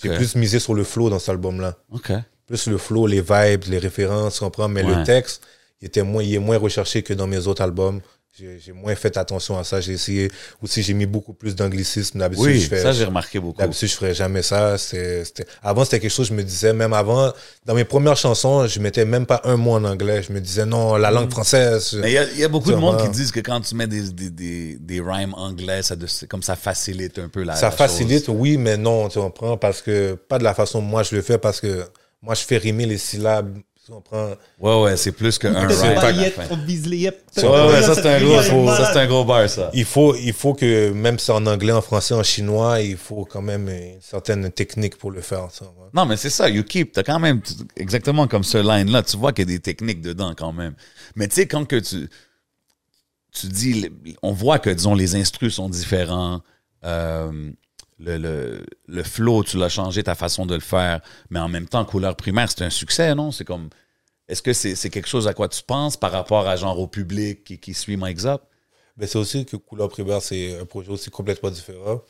S6: J'ai
S3: Ok.
S6: plus misé sur le flow dans cet album-là.
S3: OK.
S6: Plus le flow, les vibes, les références, tu comprends? Mais
S3: Ouais.
S6: le texte, il, était moins, il est moins recherché que dans mes autres albums. J'ai j'ai moins fait attention à ça. J'ai essayé. Aussi, j'ai mis beaucoup plus d'anglicisme. D'habitude,
S3: Oui,
S6: je fais-
S3: ça, j'ai remarqué beaucoup.
S6: D'habitude, je ferais jamais ça. C'est- c'était- Avant, c'était quelque chose, je me disais, même avant, dans mes premières chansons, je mettais même pas un mot en anglais. Je me disais, non, la langue française.
S3: Mm. Mais il y a- il y, a beaucoup de monde qui
S6: Sûrement.
S3: disent que quand tu mets des, des, des, des rhymes anglais, ça, de- c'est comme ça facilite un peu la
S6: ça
S3: la
S6: facilite,
S3: chose.
S6: oui, mais non, tu comprends, parce que, pas de la façon dont moi je le fais, parce que moi, je fais rimer les syllabes. Tu comprends?
S3: Ouais, ouais, c'est plus qu'un
S4: Peut-être
S3: rhyme.
S4: pas
S3: à la
S4: yet,
S3: fin.
S4: on vise les yep.
S3: Ouais, ouais, ça, c'est un gros,
S4: Yep,
S3: ça, c'est un gros bar, ça.
S6: Il faut, il faut que, même si c'est en anglais, en français, en chinois, il faut quand même une certaine technique pour le faire. tu comprends?
S3: Non, mais c'est ça, You Keep, t'as quand même, tu- exactement comme ce line-là, tu vois qu'il y a des techniques dedans quand même. Mais tu sais, quand que tu, tu dis, le- on voit que, disons, les instrus sont différents, euh, le, le, le flow, tu l'as changé, ta façon de le faire, mais en même temps, couleur primaire, c'est un succès, non? C'est comme, est-ce que c'est c'est quelque chose à quoi tu penses par rapport à genre au public qui, qui suit Mike's Up?
S6: Mais c'est aussi que Couleur Primaire, c'est un projet aussi complètement différent.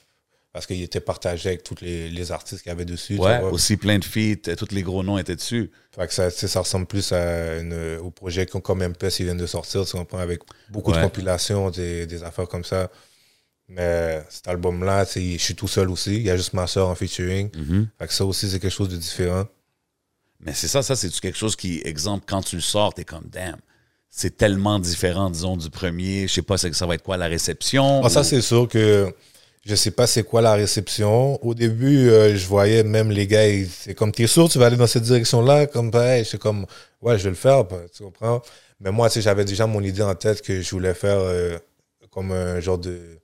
S6: Parce qu'il était partagé avec tous les, les artistes qu'il y avait dessus. tu
S3: Ouais,
S6: vois.
S3: aussi plein de feats, euh, tous les gros noms étaient dessus.
S6: Fait que ça, tu sais, ça ressemble plus à une- au projet qu'on- comme MPS ils viennent de sortir, tu comprends, avec beaucoup
S3: Ouais.
S6: de compilations, des, des affaires comme ça. Mais cet album-là, tu sais, je suis tout seul aussi. Il y a juste ma soeur en featuring. Fait que ça aussi, c'est quelque chose de différent.
S3: Mais c'est ça, ça, c'est quelque chose qui, exemple, quand tu le sors, t'es comme, damn, c'est tellement différent, disons, du premier. Je sais pas, c'est- ça va être quoi la réception.
S6: Ah, ça,
S3: ou-
S6: c'est sûr que je sais pas c'est quoi la réception. Au début, euh, je voyais même les gars, ils- c'est comme, t'es sûr, tu vas aller dans cette direction-là? Comme, pareil, c'est comme, ouais, je vais le faire, bah, tu comprends? Mais moi, tu sais, j'avais déjà mon idée en tête que je voulais faire euh, comme un genre de,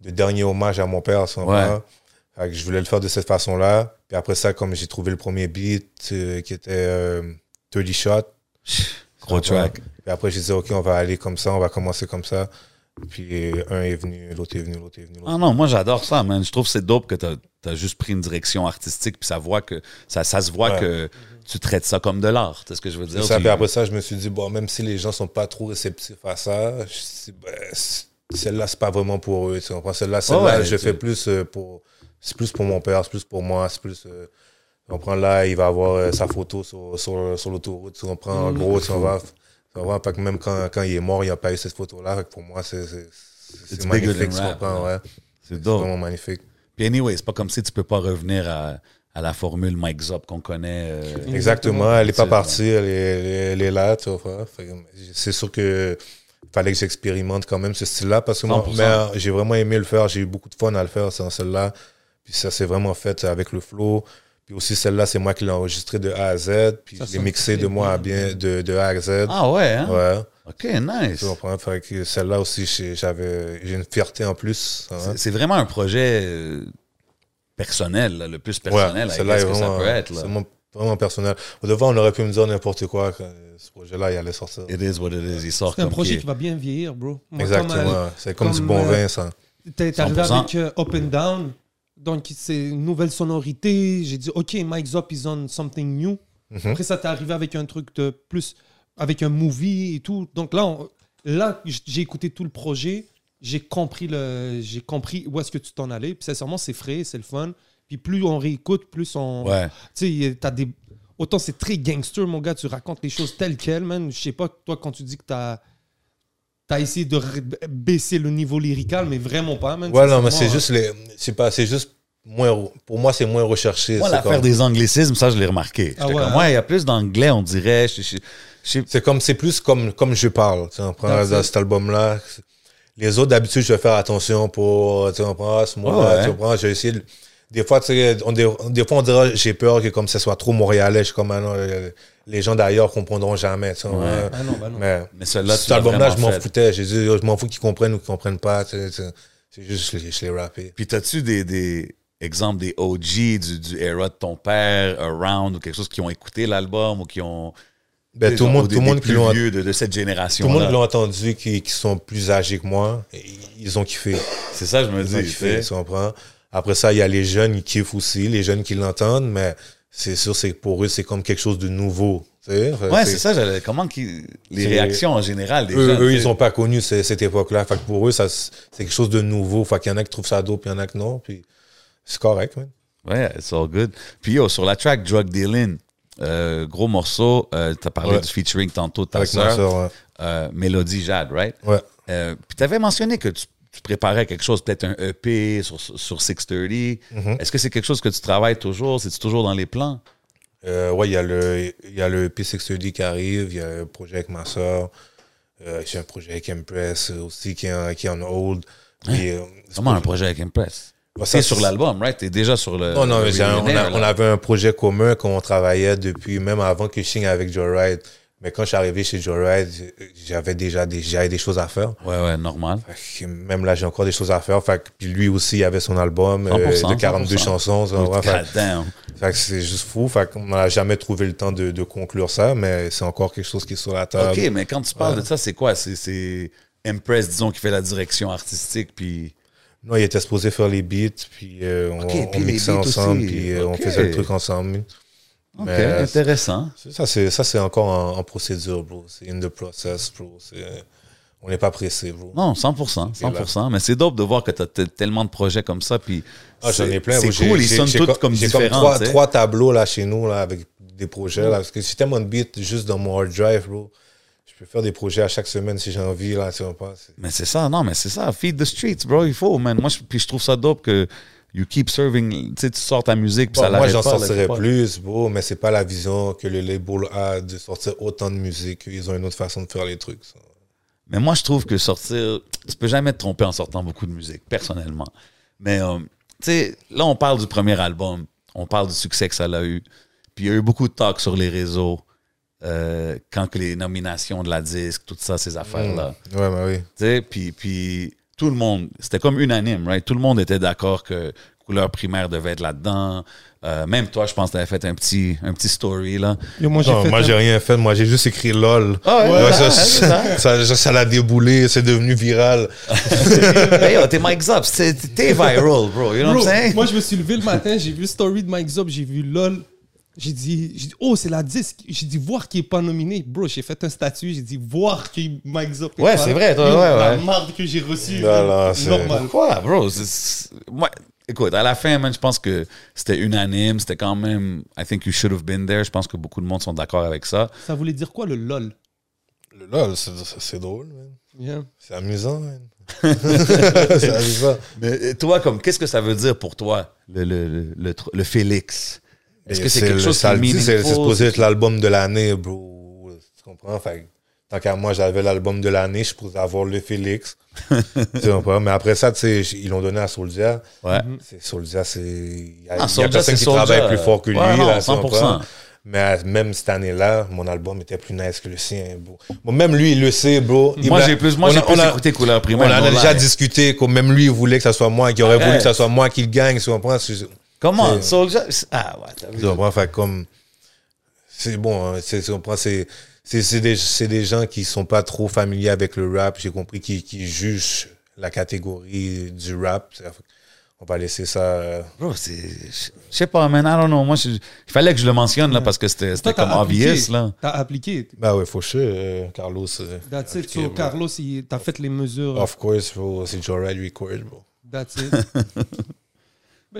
S6: de dernier hommage à mon père, tu comprends?
S3: Ouais.
S6: Fait que je voulais le faire de cette façon-là. Puis après ça, comme j'ai trouvé le premier beat euh, qui était euh, 30 Shot,
S3: Gros track.
S6: puis après, j'ai dit, OK, on va aller comme ça, on va commencer comme ça. Puis euh, un est venu, l'autre est venu, l'autre est venu. l'autre
S3: Ah non, moi, j'adore ça, man. Je trouve que c'est dope que t'as as juste pris une direction artistique, puis ça, voit que, ça, ça se voit
S6: Ouais.
S3: que tu traites ça comme de l'art. C'est ce que je veux dire.
S6: C'est ça,
S3: Tu-
S6: puis après ça, je me suis dit, bon, même si les gens sont pas trop réceptifs à ça, je- c'est- ben, c'est- celle-là, c'est pas vraiment pour eux. Tu comprends? Celle-là, celle-là,
S3: ouais,
S6: je
S3: tu-
S6: fais plus euh, pour. C'est plus pour mon père, c'est plus pour moi, c'est plus. euh, tu comprends? Là, il va avoir euh, sa photo sur, sur, sur l'autoroute, tu comprends? En
S3: Mm.
S6: gros, tu comprends? Tu comprends? Fait que même quand, quand il est mort, il n'y a pas eu cette photo-là. Fait que Pour moi, c'est- c'est-
S3: It's
S6: c'est
S3: bigger
S6: magnifique,
S3: than
S6: tu
S3: rap, ouais.
S6: comprends?
S3: Oh.
S6: Ouais.
S3: C'est
S6: C'est
S3: dope.
S6: vraiment magnifique.
S3: Puis anyway, c'est pas comme si tu peux pas revenir à, à la formule Mike Zop qu'on connaît. euh,
S6: Exactement, elle n'est pas
S3: C'est-
S6: partie, elle est, elle est- elle est là, tu vois. Fait que C'est sûr que fallait que j'expérimente quand même ce style-là parce que moi,
S3: 100%.
S6: mais, euh, j'ai vraiment aimé le faire, j'ai eu beaucoup de fun à le faire, c'est dans celle-là. Puis ça s'est vraiment fait avec le flow. Puis aussi celle-là, c'est moi qui l'ai enregistrée de A à Z, puis
S4: Ça
S6: je l'ai
S4: sonne
S6: mixée de
S4: très
S6: moi à bien,
S4: bien.
S6: de, de A à Z.
S3: Ah ouais, hein?
S6: Ouais,
S3: OK, nice.
S6: tu comprends. Fait que celle-là aussi, j'ai- j'avais, j'ai une fierté en plus. hein.
S3: C'est- C'est vraiment un projet euh, personnel, là, le plus personnel.
S6: Ouais,
S3: avec
S6: celle-là
S3: ce
S6: est
S3: que ça
S6: vraiment,
S3: peut être. Là.
S6: c'est vraiment, vraiment personnel. Au devant, on aurait pu me dire n'importe quoi quand ce projet-là, il allait sortir.
S3: It is what it is. Il sort
S4: C'est un
S3: comme
S4: projet
S3: qu'il
S4: qui va bien vieillir, bro. Moi, comme, euh,
S6: Exactement. C'est comme, du
S4: comme,
S6: bon
S4: euh,
S6: vin, ça.
S4: T'es t'es arrivé
S3: 100%.
S4: avec euh, Up and Down, donc c'est une nouvelle sonorité. J'ai dit, OK, Mike's Up, ils ont something new.
S6: Mhm.
S4: Après ça, t'es arrivé avec un truc de plus, avec un movie et tout. Donc là, on- là j- j'ai écouté tout le projet, j'ai compris, le, j'ai compris où est-ce que tu t'en allais. Puis sincèrement, c'est frais, c'est le fun. Puis plus on réécoute, plus on.
S3: Ouais.
S4: Tu sais, t'as des. Autant c'est très gangster, mon gars, tu racontes les choses telles quelles, man. Je sais pas, toi, quand tu dis que t'as. T'as essayé de ré- baisser le niveau lyrical, mais vraiment pas, man.
S6: Ouais, non, mais c'est
S4: Sincèrement,
S6: juste les. C'est pas. C'est juste moins. Pour moi, c'est moins recherché.
S3: Moi,
S6: c'est
S3: l'affaire
S6: comme-
S3: des anglicismes, ça, je l'ai remarqué. J'étais
S4: Ah ouais,
S3: comme,
S4: hein?
S3: ouais, il y a plus d'anglais, on dirait. Je- je- je-
S6: C'est comme. C'est plus comme, comme je parle. Tu comprends,
S4: That's
S6: dans
S4: it.
S6: cet album-là. Les autres, d'habitude, je vais faire attention pour. euh, Tu comprends, ce mois-là.
S3: Ouais, ouais.
S6: Tu comprends, je vais essayer de- Des fois, tu sais, on, des, des fois, on dira, j'ai peur que comme ce soit trop montréalais, je suis comme, ah non, euh, les gens d'ailleurs comprendront jamais, tu comprends.
S3: Ouais.
S4: Ah non, bah non.
S6: Mais,
S3: Mais celui-là, tu
S6: cet
S3: l'as
S6: album-là,
S3: vraiment
S6: je m'en
S3: fait.
S6: foutais. J'ai dit, oh, je m'en fous qu'ils comprennent ou qu'ils comprennent pas, tu sais, tu sais. C'est juste, je l'ai- je l'ai rappé.
S3: Puis, t'as-tu des, des exemples des OG du, du era de ton père, Around, ou quelque chose qui ont écouté l'album ou qui ont.
S6: Ben,
S3: des
S6: tout le
S3: gens- ou
S6: monde,
S3: des-
S6: tout le
S3: des
S6: monde qui
S3: plus
S6: l'ont
S3: vieux de, de cette
S6: Tout le monde qui
S3: génération-là.
S6: l'a entendu, qui, qui sont plus âgés que moi, et ils ont kiffé.
S3: C'est ça, je me
S6: Ils ont
S3: dis. tu
S6: kiffé,
S3: sais.
S6: tu comprends? Après ça, il y a les jeunes, ils kiffent aussi, les jeunes qui l'entendent, mais c'est sûr, c'est pour eux, c'est comme quelque chose de nouveau. tu sais. Fait que
S3: Ouais,
S6: c'est-
S3: c'est ça. j'allais- Comment qu'ils- les
S6: c'est-
S3: réactions en général des
S6: Eux,
S3: gens.
S6: eux,
S3: tu sais.
S6: ils n'ont pas connu ce- cette époque-là. Fait que pour eux, ça, c'est quelque chose de nouveau. Fait qu'il y en a qui trouvent ça dope, il y en a qui non. Puis c'est correct, man.
S3: Ouais, it's all good. Puis yo, sur la track Drug Dealing, euh, gros morceau, euh, t'as parlé
S6: Ouais.
S3: du featuring tantôt de ta
S6: Avec ma
S3: sœur,
S6: soeur, ouais.
S3: euh, Mélodie Jade, right?
S6: Ouais.
S3: Euh, puis t'avais mentionné que tu, tu préparais quelque chose, peut-être un EP sur, sur 630.
S6: Mm-hmm.
S3: Est-ce que c'est quelque chose que tu travailles toujours? C'est-tu toujours dans les plans?
S6: Euh, ouais, il y a le, il y a le P6D qui arrive, il y a un projet avec ma soeur, euh, j'ai un projet avec Empress euh, aussi qui est en, qui est en hold. Puis, euh,
S3: Comment un projet avec Impress?
S6: bah, ça,
S3: C'est Hein? sur l'album, right? T'es déjà sur le.
S6: Non, non,
S3: le
S6: mais j'ai un- on, a-
S3: Millionaire,
S6: on
S3: là.
S6: avait un projet commun qu'on travaillait depuis, même avant que je signe avec Joyride. Mais quand je suis arrivé chez Joyride, j'avais déjà des, j'avais des choses à faire.
S3: Ouais, ouais, normal.
S6: Fait que Même là, j'ai encore des choses à faire. Fait que, puis lui aussi, il avait son album euh,
S3: 100%,
S6: de 42
S3: 100%.
S6: chansons. ça, ouais, fait-
S3: God damn.
S6: fait que c'est juste fou. Fait qu'on n'a jamais trouvé le temps de, de conclure ça, mais c'est encore quelque chose qui est sur la table.
S3: OK, mais quand tu parles de ça, c'est quoi? C'est- C'est Impress, disons, qui fait la direction artistique, puis.
S6: Non, il était supposé faire les beats, puis euh, on,
S3: Ok,
S6: on
S3: puis les
S6: mixait
S3: beats
S6: ensemble,
S3: aussi.
S6: puis euh, on
S3: Ok.
S6: faisait le truc ensemble.
S3: OK,
S6: Mais, euh,
S3: intéressant.
S6: C'est- Ça, c'est, ça, c'est encore en, en procédure, bro. C'est in the process, bro. C'est- on n'est pas pressé, bro.
S3: Non, 100%, 100%. Mais c'est dope de voir que tu as tellement de projets comme ça. Puis
S6: Ah, j'en ai plein.
S3: C'est
S6: bro. J'ai-
S3: cool, ils
S6: j'ai-
S3: sonnent
S6: j'ai
S3: tous
S6: co-
S3: comme
S6: J'ai comme
S3: différents.
S6: trois,
S3: tu sais. Mm.
S6: trois tableaux là chez nous, là, avec des projets, là. Parce que j'ai tellement de beats juste dans mon hard drive, bro. Je peux faire des projets à chaque semaine si j'ai envie, là, tu vois pas. c'est-
S3: Mais c'est ça, non, mais c'est ça. Feed the streets, bro. Il faut, man. Moi, je, puis je trouve ça dope que you keep serving. Tu sais, tu sors ta musique, puis
S6: Bon,
S3: ça
S6: moi,
S3: l'arrête
S6: j'en
S3: pas, l'arrête
S6: sortirais
S3: pas.
S6: plus, bro, mais c'est pas la vision que le label a de sortir autant de musique. Ils ont une autre façon de faire les trucs. ça.
S3: Mais moi, je trouve que sortir, tu peux jamais te tromper en sortant beaucoup de musique, personnellement. Mais, euh, tu sais, là, on parle du premier album, on parle du succès que ça l'a eu. Puis il y a eu beaucoup de talk sur les réseaux, euh, quand que les nominations de la disque, tout ça, ces affaires-là.
S6: Ouais, mais oui.
S3: Tu sais, puis, puis tout le monde, c'était comme unanime, right? Tout le monde était d'accord que couleur primaire devait être là-dedans. Euh, même toi, je pense que t'avais fait un petit, un petit story, là.
S4: Yo, moi, j'ai
S6: Non,
S4: fait
S6: moi,
S4: un-
S6: j'ai rien fait. Moi, j'ai juste écrit LOL.
S3: Ah ouais,
S6: Ouais,
S3: c'est
S6: ça,
S3: ça, c'est
S6: ça, ça- ça l'a déboulé, c'est devenu viral.
S3: hey, yo, t'es Mike Zop, t'es t'es viral, bro. You know what
S4: Bro, hein?
S3: I'm saying?
S4: moi, je me suis levé le matin, j'ai vu Story de Mike Zop, j'ai vu LOL. J'ai dit, j'ai dit, oh, c'est la disque. J'ai dit, voir qu'il n'est pas nominé. Bro, j'ai fait un statut, j'ai dit, voir que Mike Zop. est
S3: Ouais,
S4: pas
S3: c'est
S4: là.
S3: vrai, toi,
S4: Yo,
S3: ouais,
S4: La
S3: ouais.
S4: marde que j'ai reçue.
S6: Non, non, c'est-
S4: normal.
S3: Pourquoi, bro? C'est- c'est- Moi, écoute, à la fin, man, je pense que c'était unanime. C'était quand même, I think you should have been there. Je pense que beaucoup de monde sont d'accord avec ça.
S4: Ça voulait dire quoi le LOL
S6: Le LOL, c'est- c'est c'est drôle, man.
S4: Yeah.
S6: C'est amusant, man. c'est amusant.
S3: Mais euh, toi, comme, qu'est-ce que ça veut dire pour toi, le, le, le, le tr- le Félix? Est-ce que c'est quelque
S6: le-
S3: chose qui
S6: ça
S3: est
S6: le dit, C'est c'est
S3: meaningful?
S6: supposé être l'album de l'année, bro. Tu comprends? Fait que, tant qu'à moi, j'avais l'album de l'année, je pourrais avoir le Félix. tu comprends? Mais après ça, tu sais, j- ils l'ont donné à Soldier.
S3: Ouais.
S6: C'est Soldier, c'est. Il y
S3: Ah,
S6: a, il y a
S3: Soulja,
S6: personne
S3: c'est
S6: qui
S3: Soulja.
S6: travaille plus fort que lui,
S3: Ouais, non,
S6: là, tu
S3: 100%.
S6: comprends? Mais à- même cette année-là, mon album était plus nice que le sien, bro. Bon, même lui, il le sait, bro. Il
S3: Moi,
S6: m'a-
S3: j'ai plus, moi,
S6: on
S3: j'ai
S6: a-
S3: plus
S6: on a-
S3: écouté couleur
S6: on en
S3: primaire.
S6: a
S3: non,
S6: déjà
S3: live.
S6: discuté, que même lui, il voulait que ça soit moi, qu'il aurait voulu
S3: Arrête.
S6: que ça soit moi qui le gagne, tu comprends? C'est-
S3: Comment?
S6: C'est-
S3: Soldier? Ah, ouais, t'as vu.
S6: Tu comprends? Fait que comme. C'est bon, hein, c'est- tu comprends? C'est. C'est c'est des, c'est des gens qui sont pas trop familiers avec le rap, j'ai compris, qui, qui jugent la catégorie du rap. On va laisser ça. euh,
S3: Bro, c'est. Je je sais pas, man. I don't know. Moi, je- il fallait que je le mentionne, là, parce que c'était c'était
S4: Toi, t'as
S3: comme
S4: appliqué,
S3: obvious, là.
S4: T'as appliqué.
S6: Bah ouais, faut chier, euh, Carlos. euh,
S4: That's it.
S6: appliqué,
S4: So,
S6: bro.
S4: Carlos, il- t'as fait les mesures.
S6: Of course, bro, c'est Jorel Record, bro.
S4: That's it.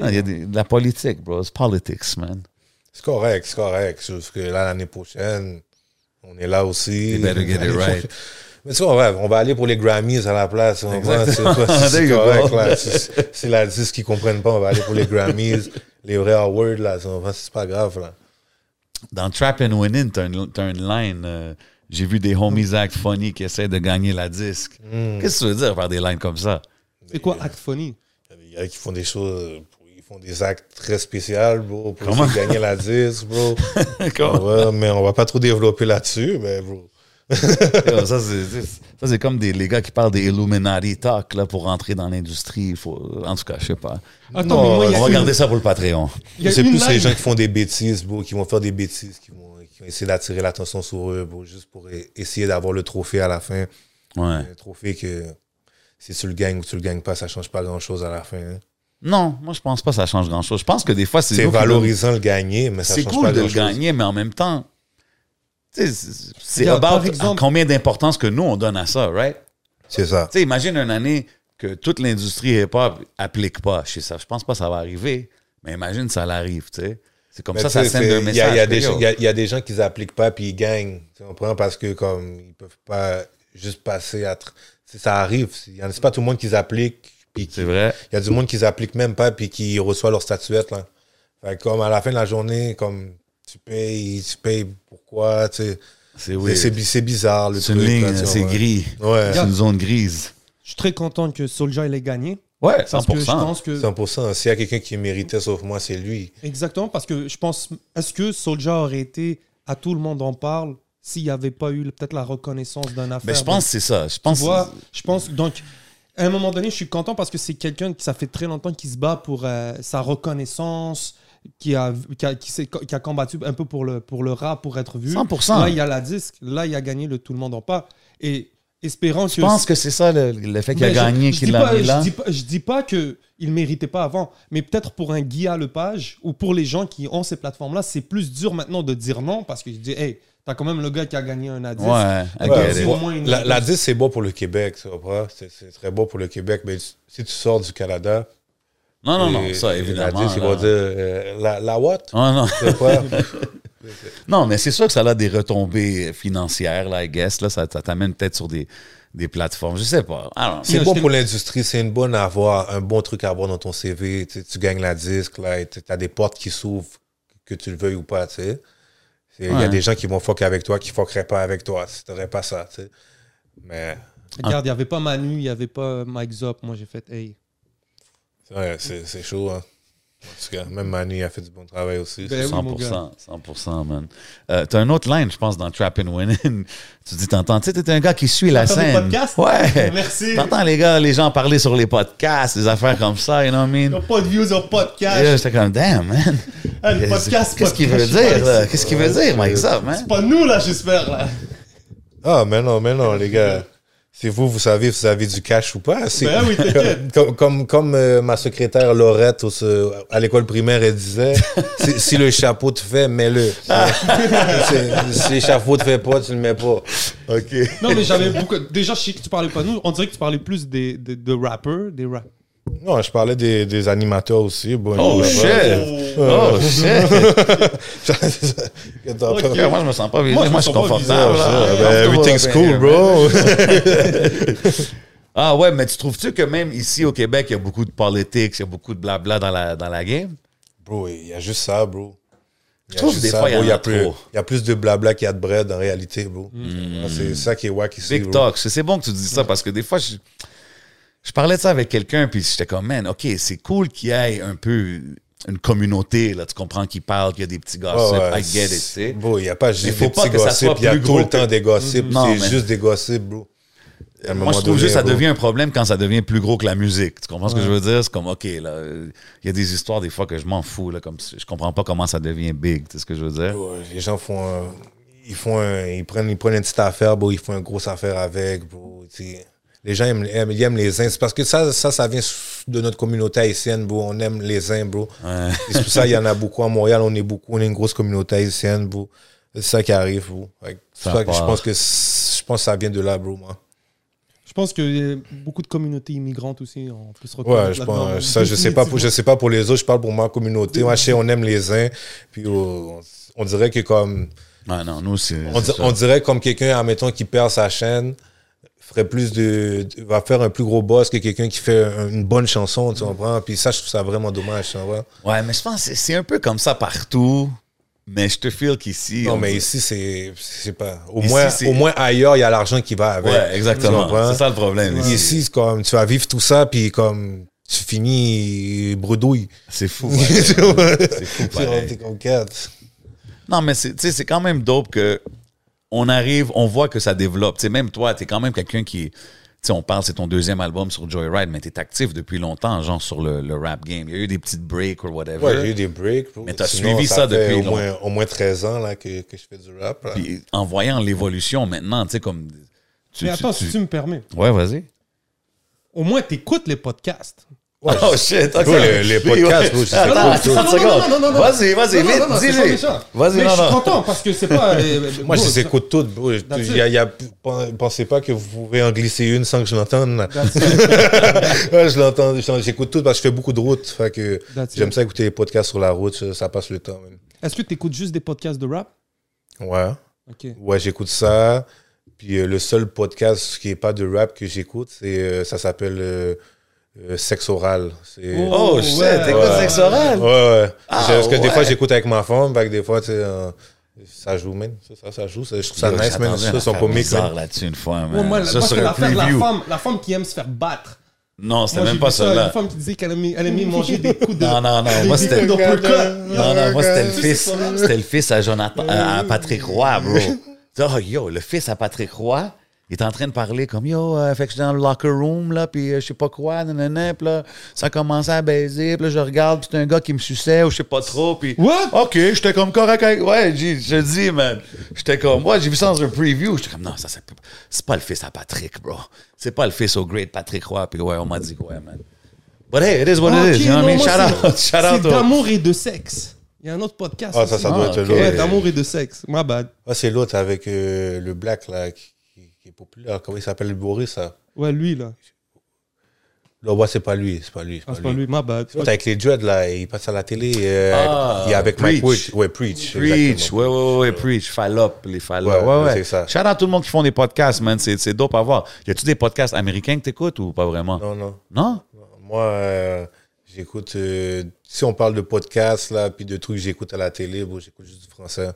S3: Ah, Il y a des- de la politique, bro. It's politics, man.
S6: C'est correct, c'est correct. Sauf que là, l'année prochaine, on est là aussi.
S3: You better get it
S6: L'année
S3: right.
S6: prochaine- Mais tu vois, bref, on va aller pour les Grammys à la place. on va- C'est c'est-
S3: There
S6: c'est
S3: you go.
S6: correct, là. C'est c'est la disque qu'ils comprennent pas. On va aller pour les Grammys, les vrais awards, là. on va- C'est pas grave, là.
S3: Dans Trap and Winning, t'as une, t'as une line. euh, J'ai vu des homies act funny qui essaient de gagner la disque. Qu'est-ce que tu veux dire par des lines comme ça?
S4: C'est quoi Act Funny
S6: Il y en a qui font des choses, ils font des actes très spéciaux, bro, pour
S3: Comment?
S6: essayer de gagner la disque, bro.
S3: Comment?
S6: Ouais, mais on va pas trop développer là-dessus, mais bro.
S3: Yo, Ah ça, c'est- c'est- ça, c'est comme des, les gars qui parlent des Illuminati talk là, pour rentrer dans l'industrie. Il faut- En tout cas, je sais pas.
S4: Ah, Attends, mais moi, il y
S3: On
S4: a
S3: va
S4: une-
S3: garder ça pour le Patreon.
S4: il y a
S6: C'est
S4: une
S6: plus les
S4: line-
S6: gens qui font des bêtises, bro, qui vont faire des bêtises, qui vont, qui vont essayer d'attirer l'attention sur eux, bro, juste pour e- essayer d'avoir le trophée à la fin.
S3: Ouais.
S6: Un trophée que si tu le gagnes ou tu le gagnes pas, ça change pas grand-chose à la fin. hein.
S3: Non, moi, je pense pas que ça change grand-chose. Je pense que des fois, c'est...
S6: C'est
S3: nous qui
S6: valorisant le gagner, mais
S3: donnons-
S6: ça
S3: C'est
S6: change
S3: cool
S6: pas
S3: de le
S6: grand-chose.
S3: gagner, mais en même temps, tu sais, c'est c'est
S4: Regarde,
S3: about
S4: par exemple-
S3: combien d'importance que nous, on donne à ça, right?
S6: C'est ça.
S3: Tu sais, imagine une année que toute l'industrie hip-hop applique pas chez ça. Je pense pas que ça va arriver, mais imagine ça l'arrive, tu sais. C'est comme
S6: Mais
S3: ça,
S6: tu sais,
S3: ça sème
S6: c'est-
S3: un
S6: Il y a-
S3: message.
S6: il y a des
S3: que, yo,
S6: gens- il y a- il y a des gens qui n'appliquent pas puis ils gagnent. Tu comprends? Parce que comme ils peuvent pas juste passer à. tr- si ça arrive. Il y en a- c'est pas tout le monde qui applique. Puis qui-
S3: C'est vrai.
S6: il y a du monde qui appliquent même pas puis qui reçoit leur statuette. Là. Fait que comme à la fin de la journée, comme tu payes, tu payes pourquoi? tu sais.
S3: C'est
S6: C'est-
S3: oui.
S6: C'est bi- c'est bizarre le
S3: C'est
S6: truc.
S3: une
S6: là,
S3: ligne,
S6: tu
S3: c'est
S6: vois.
S3: gris.
S6: Ouais,
S3: C'est une zone grise.
S4: Je suis très content que Soldier ait gagné.
S3: Ouais,
S4: Parce que je
S3: 100%.
S4: pense que.
S6: 100%. S'il y a quelqu'un qui méritait sauf moi, c'est lui.
S4: Exactement, parce que je pense. Est-ce que Soldier aurait été. À tout le monde en parle s'il n'y avait pas eu le- peut-être la reconnaissance d'un affaire.
S3: Mais Ben, je pense que c'est ça. Je pense
S4: Tu vois, je pense donc à un moment donné, je suis content parce que c'est quelqu'un qui ça fait très longtemps qu'il se bat pour euh, sa reconnaissance, qui a qui a, qui s'est- qui a combattu un peu pour le pour le rap pour être vu.
S3: 100%.
S4: Là, il y a la disque, là il a gagné le tout le monde en parle et espérant que
S3: Je pense que c'est ça le, le fait qu'il a
S4: Mais je-
S3: gagné,
S4: je
S3: qu'il
S4: dis
S3: l'a
S4: pas-
S3: mis là.
S4: Je dis pas, je dis pas que il méritait pas avant, mais peut-être pour un Guy à Lepage ou pour les gens qui ont ces plateformes là, c'est plus dur maintenant de dire non parce que je dis hey, t'as quand même le gars qui a gagné un indice.
S3: Ouais, I
S6: Ouais,
S3: get
S4: c'est
S3: it.
S6: ouais.
S4: au moins une-
S6: la, la 10, c'est bon pour le Québec, tu comprends? C'est- C'est très bon pour le Québec, mais tu- si tu sors du Canada...
S3: Non, non, non,
S6: et-
S3: ça,
S6: et
S3: évidemment.
S6: La 10, ils
S3: là.
S6: vont dire, euh, la, la what?
S3: Oh, non.
S6: Tu comprends?
S3: Non, mais c'est sûr que ça a des retombées financières, là, I guess. Là, ça, ça t'amène peut-être sur des, des plateformes. Je sais pas. Alors,
S6: c'est
S4: Non,
S6: bon
S4: je
S6: pour l'industrie, c'est une bonne à avoir, un bon truc à avoir dans ton CV. Tu, sais, tu gagnes la disque, là, tu as des portes qui s'ouvrent, que tu le veuilles ou pas, tu sais. C'est- Il y
S3: Ouais.
S6: a des gens qui vont fuck avec toi, qui fuckeraient pas avec toi, si t'aurais pas ça, tu sais. Mais...
S3: Ah.
S4: Regarde, il n'y avait pas Manu, il n'y avait pas Mike Zop. Moi, j'ai fait, hey.
S6: Ouais, c'est c'est chaud, hein. En tout cas, même Manu a fait du bon travail aussi.
S4: Ben oui, mon gars.
S3: 100%, 100%, man. Euh, t'as un autre line, je pense, dans Trap and Winning. tu dis, t'entends, tu sais, t'es un gars qui suit la
S4: T'entends des
S3: scène.
S4: podcasts?
S3: Ouais.
S4: Merci.
S3: T'entends les gars, les gens parler sur les podcasts, des affaires comme ça, you know what I mean?
S4: pas de views, au
S3: Et là,
S4: podcast.
S3: J'étais comme, damn, man.
S4: Ah, le podcast,
S3: Qu'est-ce qu'il veut
S4: podcast, je
S3: dire,
S4: pense.
S3: là? Qu'est-ce qu'il veut dire, Mike Zop, man?
S4: pas nous, là, j'espère. là.
S6: Ah, mais non, mais non, les gars. Si vous, vous savez si vous avez du cash ou pas. c'est-
S4: Ben oui, t'inquiète.
S6: Comme, comme, comme, euh, ma secrétaire Laurette au se- à l'école primaire, elle disait, si, si le chapeau te fait, mets-le. C'est- si le chapeau te fait pas, tu le mets pas. OK.
S4: Non, mais j'avais beaucoup. Déjà, je sais que tu parlais pas de nous. On dirait que tu parlais plus des, des, de rappers, des rap.
S6: Non, je parlais des, des animateurs aussi. Bon,
S3: Oh,
S6: ouais,
S3: shit!
S6: Euh,
S3: Oh, shit!
S6: que t'en
S4: Ok.
S6: parles.
S3: Yo, moi, je me sens pas
S4: Moi, je
S3: visé.
S4: me
S3: Moi, je suis
S4: sens pas
S3: confortable.
S4: visé,
S3: là.
S6: Ah, ben, everything's cool, bro.
S3: Ah ouais, mais tu trouves-tu que même ici au Québec, il y a beaucoup de politics, il y a beaucoup de blabla dans la, dans la game?
S6: Bro, il y a juste ça, bro. Il y a
S3: trouve
S6: juste
S3: des
S6: ça,
S3: fois, il y
S6: bro.
S3: en
S6: Il y,
S3: a
S6: a plus-
S3: trop. Mm.
S6: il y a plus de blabla qu'il y a de bread en réalité, bro. C'est ça qui est wack ici.
S3: Big
S6: bro.
S3: talk. C'est c'est bon que tu dis ça parce que des fois, je, je parlais de ça avec quelqu'un puis j'étais comme, man, OK, c'est cool qu'il y ait un peu une communauté, là, tu comprends, qui parle, qu'il y a des petits gossips.
S6: Ouais, ouais,
S3: I get it, tu
S6: c'est-
S3: sais.
S6: Bro, il n'y a pas
S3: Mais
S6: juste
S3: faut
S6: des
S3: pas
S6: petits
S3: que ça
S6: gossips.
S3: soit
S6: Il y a
S3: plus
S6: tout
S3: gros
S6: le temps
S3: que-
S6: des gossips.
S3: Non,
S6: C'est
S3: mais-
S6: juste des gossips, bro. À un
S3: Moi,
S6: moment
S3: je trouve
S6: donné,
S3: juste que ça
S6: bro.
S3: devient un problème quand ça devient plus gros que la musique. Tu comprends ce que je veux dire? C'est comme, OK, là, euh, il y a des histoires des fois que je m'en fous, là, comme je comprends pas comment ça devient big, tu sais ce que je veux dire?
S6: Bro, Euh, Les gens font un- Ils, font un- ils, prennent, ils prennent une petite affaire, bro. Ils font une grosse affaire avec, bro. tu sais. Les gens aiment, aiment- ils aiment les uns. C'est parce que ça, ça, ça vient de notre communauté haïtienne, bro. On aime les uns, bro.
S3: Ouais.
S6: Et c'est pour ça, il y en a beaucoup. À Montréal, on est beaucoup. On est une grosse communauté haïtienne, bro. C'est ça qui arrive, bro. Fait que C'est
S3: Ça
S6: pour ça que je
S3: part.
S6: pense que, c'est- je pense que ça vient de là, bro, moi.
S4: Je pense que euh, beaucoup de communautés immigrantes aussi, on peut se reconnaître.
S6: Ouais, je
S4: là-dedans.
S6: pense, ça, je sais pas pour, je sais pas pour les autres, je parle pour ma communauté. Moi, je sais, on aime les uns. Puis, oh, on, on dirait que comme,
S3: Ah non, nous, c'est.
S6: on, di-
S3: c'est ça.
S6: on dirait comme quelqu'un, admettons, qui perd sa chaîne, ferait plus de, de- va faire un plus gros boss que quelqu'un qui fait un- une bonne chanson, tu comprends? Puis ça, je trouve ça vraiment dommage, tu vois.
S3: Ouais, mais je pense que c'est- c'est un peu comme ça partout. Mais je te feel qu'ici.
S6: Non,
S3: on-
S6: mais ici, c'est, c'est pas, au
S3: Ici,
S6: moins,
S3: c'est-
S6: au moins ailleurs, il y a l'argent qui va avec.
S3: Ouais,
S6: Tu
S3: exactement.
S6: comprends?
S3: C'est ça le problème.
S6: Puis Ici, c'est comme, tu vas vivre tout ça, puis comme, tu finis bredouille.
S3: C'est fou. ouais.
S6: Tu vois?
S3: c'est fou,
S6: Tu vois,
S3: pareil.
S6: t'es comme quatre.
S3: Non, mais c'est tu sais, c'est quand même dope que on arrive, on voit que ça développe. Tu sais, même toi, t'es quand même quelqu'un qui. Tu sais, on parle, c'est ton deuxième album sur Joyride, mais t'es actif depuis longtemps, genre sur le, le rap game. Il y a eu des petites breaks ou whatever.
S6: Ouais, j'ai eu des breaks. bro.
S3: Mais t'as
S6: Sinon,
S3: suivi ça
S6: fait
S3: depuis
S6: au moins, au moins 13 ans là, que, que je fais du rap. là.
S3: Puis en voyant l'évolution maintenant, tu sais, comme. tu-
S4: Mais
S3: tu-
S4: attends,
S3: tu-
S4: si tu me permets,
S3: Ouais, vas-y.
S4: au moins, t'écoutes les podcasts.
S3: Oh shit, ok.
S6: Bro, le- les podcasts, bro, c'est ça.
S3: Attends, attends,
S4: Non, non,
S3: une
S4: non,
S3: seconde.
S4: non, non, non.
S3: Vas-y, vas-y,
S4: Non, non, non, non,
S3: vite,
S4: c'est pas
S3: dis-le.
S4: méchant.
S3: Vas-y,
S4: Mais
S3: non,
S4: je suis
S3: non.
S4: content parce que c'est pas. euh,
S6: Moi, je
S4: bro,
S6: les
S4: ça-
S6: écoute toutes. bro. Je-
S4: That's
S6: il y a- il y a- Pensez pas que vous pouvez en glisser une sans que je l'entende. Ouais, je l'entends, je l'entends- j'écoute toutes parce que je fais beaucoup de route. Fait que
S4: That's it.
S6: j'aime ça écouter les podcasts sur la route, ça, ça passe le temps. man.
S4: Est-ce que tu écoutes juste des podcasts de rap
S6: Ouais.
S4: Ok.
S6: Ouais, j'écoute ça. Puis euh, le seul podcast qui est pas de rap que j'écoute, c'est euh, ça s'appelle euh, euh, Sexe Oral. C'est-
S3: Oh shit,
S4: Ouais.
S3: t'écoutes
S6: Ouais.
S3: sexe oral.
S6: Ouais, ouais.
S3: Ah,
S6: Parce que des
S3: ouais.
S6: fois, j'écoute avec ma femme, fait que des fois, tu sais, euh, ça joue, man. Ça, ça, ça joue. Ça, je trouve ça
S3: Yo,
S6: nice, man.
S3: j'attendais
S6: Ça,
S3: une
S6: sont
S3: affaire
S6: pas mix,
S3: bizarre
S6: man.
S3: là-dessus une fois,
S4: Moi,
S3: man.
S4: moi,
S3: Ça
S4: parce que
S3: serait un
S4: l'affaire de la
S3: preview.
S4: femme, la femme qui aime se faire battre.
S3: Non,
S4: Moi,
S3: c'était
S4: j'ai
S3: même
S4: vu
S3: pas
S4: ça,
S3: celle-là. Ah,
S4: Une femme qui disait qu'elle aimait, elle aimait manger des coups de.
S3: Non, non, non,
S4: des-
S3: moi,
S4: des
S3: c'était-
S4: coups d'uppercut.
S3: Non, non, moi, c'était le
S4: Tu sais,
S3: fils.
S4: c'est pas mal.
S3: C'était le fils à Jonathan, à, à Patrick Roy, bro. Tu sais, Oh, yo, le fils à Patrick Roy, il est en train de parler comme, yo, euh, fait que je suis dans le locker room, là, puis euh, je sais pas quoi, nanana, puis là, ça commençait à baiser, puis là, je regarde, puis c'est un gars qui me suçait, ou je sais pas trop, puis...
S4: What?
S3: OK, j'étais comme correct avec... Ouais, j'ai- je dis, man, j'étais comme... Moi, j'ai vu ça dans un preview, j'étais comme, non, ça, c'est pas- c'est pas le fils à Patrick, bro. C'est pas le fils au great Patrick Roy, puis ouais, on m'a dit, ouais, man. But hey, it is what it
S4: Ok,
S3: is, you know what I
S4: non,
S3: mean?
S4: moi,
S3: Shout out,
S4: c'est-
S3: shout out
S4: C'est
S3: au-
S4: d'amour et de sexe. Il y a un autre podcast.
S6: Ah, ça, ça
S4: aussi.
S6: doit
S3: Ah,
S6: être
S3: ok.
S4: Ouais,
S6: l'autre.
S4: d'amour et de sexe. My bad.
S6: Ah, c'est l'autre avec euh, le black, là, qui, qui- qui est populaire. Comment il s'appelle, Boris, ça?
S4: Ouais, lui, là.
S6: Là, ouais, c'est pas lui, c'est pas lui, c'est
S4: Ah,
S6: pas
S4: c'est pas
S6: lui.
S4: lui, my bad.
S6: L'autre avec les dreads, là, il passe à la télé. euh,
S3: Ah,
S6: il est avec Mike
S3: Preach.
S6: Witch. Ouais, Preach.
S3: Preach,
S6: exactement.
S3: ouais, ouais, ouais, preach, fallop, les fallop.
S6: Ouais,
S3: Ouais, ouais,
S6: c'est ça.
S3: Shout out tout le monde qui font des podcasts, man. C'est c'est dope à voir. Y a-tu des podcasts américains que t'écoutes ou pas vraiment?
S6: Non, non.
S3: Non?
S6: Moi, euh, j'écoute. euh, si on parle de podcast, là, puis de trucs que j'écoute à la télé, bon, j'écoute juste du français.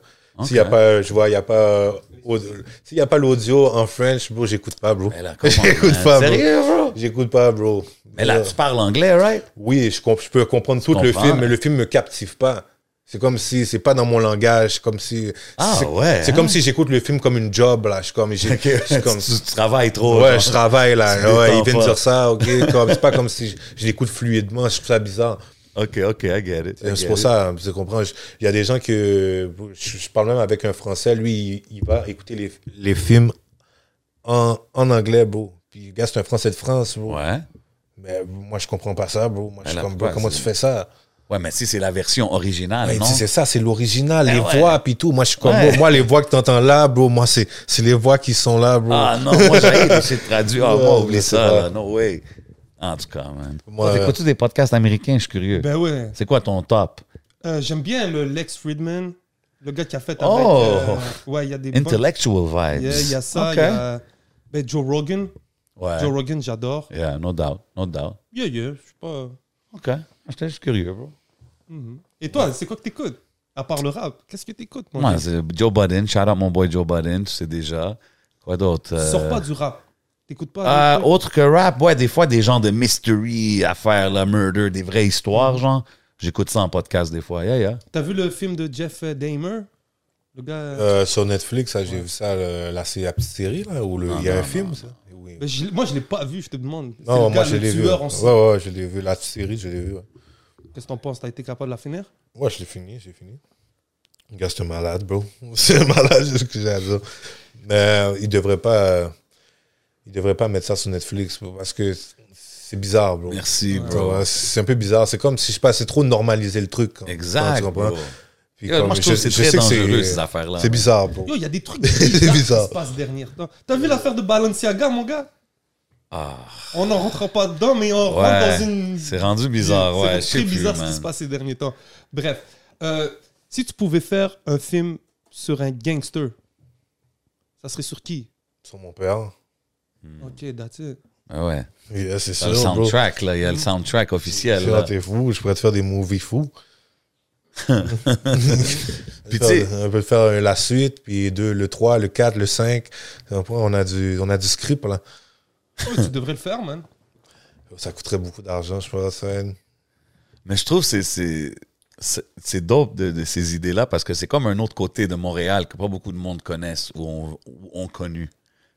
S6: S'il y a
S3: Ok.
S6: pas, euh, je vois, il n'y a pas. euh, audio- S'il n'y a pas l'audio en French, bro, j'écoute pas, bro.
S3: Mais là, comment,
S6: J'écoute
S3: man?
S6: pas, bro.
S3: Sérieux, bro?
S6: J'écoute pas, bro.
S3: Mais là,
S6: Ouais.
S3: tu parles anglais, right?
S6: Oui, je, comp- je peux comprendre tout
S3: Je
S6: le
S3: comprends.
S6: film, mais le film me captive pas. C'est comme si c'est pas dans mon langage, comme si
S3: Ah,
S6: c'est
S3: ouais,
S6: c'est
S3: hein?
S6: comme si j'écoute le film comme une job là, je suis comme j'ai- je suis comme
S3: tu, tu travailles trop.
S6: ouais,
S3: genre.
S6: je travaille
S3: Tu
S6: là,
S3: détends
S6: ouais, ils viennent
S3: pas.
S6: dire ça, OK, comme c'est pas comme si je, je l'écoute fluidement, je trouve ça bizarre.
S3: OK, OK, I get it. I
S6: Euh,
S3: get
S6: C'est pour
S3: it.
S6: ça, je comprends. je- Il y a des gens que je, je parle même avec un Français, lui, il, il va écouter les, les films en, en anglais, bro. Puis le gars, c'est un Français de France, bro.
S3: Ouais.
S6: Mais moi, je comprends pas ça, bro. Moi, je
S3: Mais
S6: suis
S3: là,
S6: comme, bro,
S3: pourquoi
S6: comment tu
S3: c'est-
S6: fais ça?
S3: Ouais, mais si c'est la version originale,
S6: Ouais,
S3: Ah non?
S6: tu sais, c'est ça, c'est l'original,
S3: Ben
S6: les
S3: ouais.
S6: voix puis tout. Moi, je suis comme,
S3: Ouais.
S6: moi, moi, les voix que t'entends là, bro, moi, c'est, c'est les voix qui sont là, bro.
S3: Ah non, moi j'ai essayé de traduire. Ah, moi,
S6: Ouais,
S3: oublie
S6: je sais
S3: ça,
S6: pas.
S3: là. No way. En tout cas, man.
S6: Moi,
S3: T'écoutes-tu des podcasts américains? Je suis curieux.
S4: Ben ouais.
S3: C'est quoi ton top?
S4: Euh, J'aime bien le Lex Friedman, le gars qui a fait avec.
S3: Oh.
S4: euh, ouais, il y a des. bonnes-
S3: Intellectual
S4: Il
S3: vibes.
S4: y a- il y a ça.
S3: OK.
S4: il y a, ben, Joe Rogan.
S3: Ouais.
S4: Joe Rogan, j'adore.
S3: Yeah, no doubt. No doubt.
S4: Yeah, yeah, je sais pas.
S3: OK. J'étais juste curieux, bro.
S4: Mhm. Et toi, c'est quoi que t'écoutes À part le rap, qu'est-ce que t'écoutes mon
S3: Moi,
S4: gars?
S3: c'est Joe Budden. Shout out mon boy Joe Budden, tu sais déjà. Quoi d'autre? euh,
S4: Sors pas du rap. T'écoutes pas.
S3: euh,
S4: des trucs?
S3: autre que rap, ouais, des fois, des genres de mystery, affaires, la murder, des vraies histoires, genre. J'écoute ça en podcast des fois. Yeah, yeah.
S4: T'as vu le film de Jeff euh, Dahmer Le gars.
S6: euh, sur Netflix, ça, j'ai vu ça, le- là, c'est la petite série, là, où le-
S3: Ah,
S6: il y a un film, ça. Oui.
S4: Ben, je l'ai- moi, je l'ai pas vu, je te demande. C'est
S6: Non,
S4: le
S6: moi,
S4: gars,
S6: je
S4: le
S6: l'ai vu.
S4: tueur,
S3: hein.
S4: on sait.
S6: Ouais, ouais, je l'ai vu. La petite série, je l'ai vu. Ouais,
S4: Qu'est-ce que t'en penses T'as été capable de la finir
S6: Ouais, je l'ai fini, j'ai fini. Le gars, c'est un malade, bro. C'est un malade, c'est ce que j'ai à dire. Mais euh, il devrait pas, euh, il devrait pas mettre ça sur Netflix, bro, parce que c'est bizarre, bro.
S3: Merci,
S6: Tu
S3: bro.
S6: vois, C'est un peu bizarre. C'est comme si, je sais pas, c'est trop normaliser le truc. quand- quand
S3: Exact.
S6: tu comprends.
S3: bro.
S6: Puis
S3: Yeah,
S6: comme-
S3: moi, je trouve que c'est
S6: je
S3: très
S6: sais que
S3: dangereux,
S6: c'est-
S3: ces affaires-là.
S6: C'est bizarre, bro.
S4: Yo, il y a des trucs
S6: C'est
S4: bizarres
S6: bizarre.
S4: qui se passent dernière temps. T'as vu l'affaire de Balenciaga, mon gars On n'en rentre pas dedans, mais on rentre
S3: Ah. Ouais.
S4: dans une.
S3: C'est rendu bizarre, ouais. Je
S4: C'est
S3: sais
S4: très
S3: plus,
S4: bizarre ce
S3: man.
S4: qui se passe ces derniers temps. Bref, euh, si tu pouvais faire un film sur un gangster, ça serait sur qui
S6: Sur mon père.
S3: Hmm.
S4: Ok, that's it.
S3: Ah Ouais.
S6: Yeah, c'est
S3: Dans le
S6: sûr, bro.
S3: soundtrack, là. Il
S4: Mm.
S3: y a le soundtrack officiel.
S6: Genre,
S3: là.
S6: t'es fou, je pourrais te faire des movies fous.
S3: Puis, tu sais-
S6: on peut faire euh, la suite, puis deux, le 3, le 4, le 5. Après, on a du, on a du script, là.
S4: Oh, tu devrais le faire, man.
S6: Ça coûterait beaucoup d'argent, je pense. hein.
S3: Mais je trouve que c'est- c'est. c'est- C'est dope de, de ces idées-là parce que c'est comme un autre côté de Montréal que pas beaucoup de monde connaissent ou ont, ou ont connu.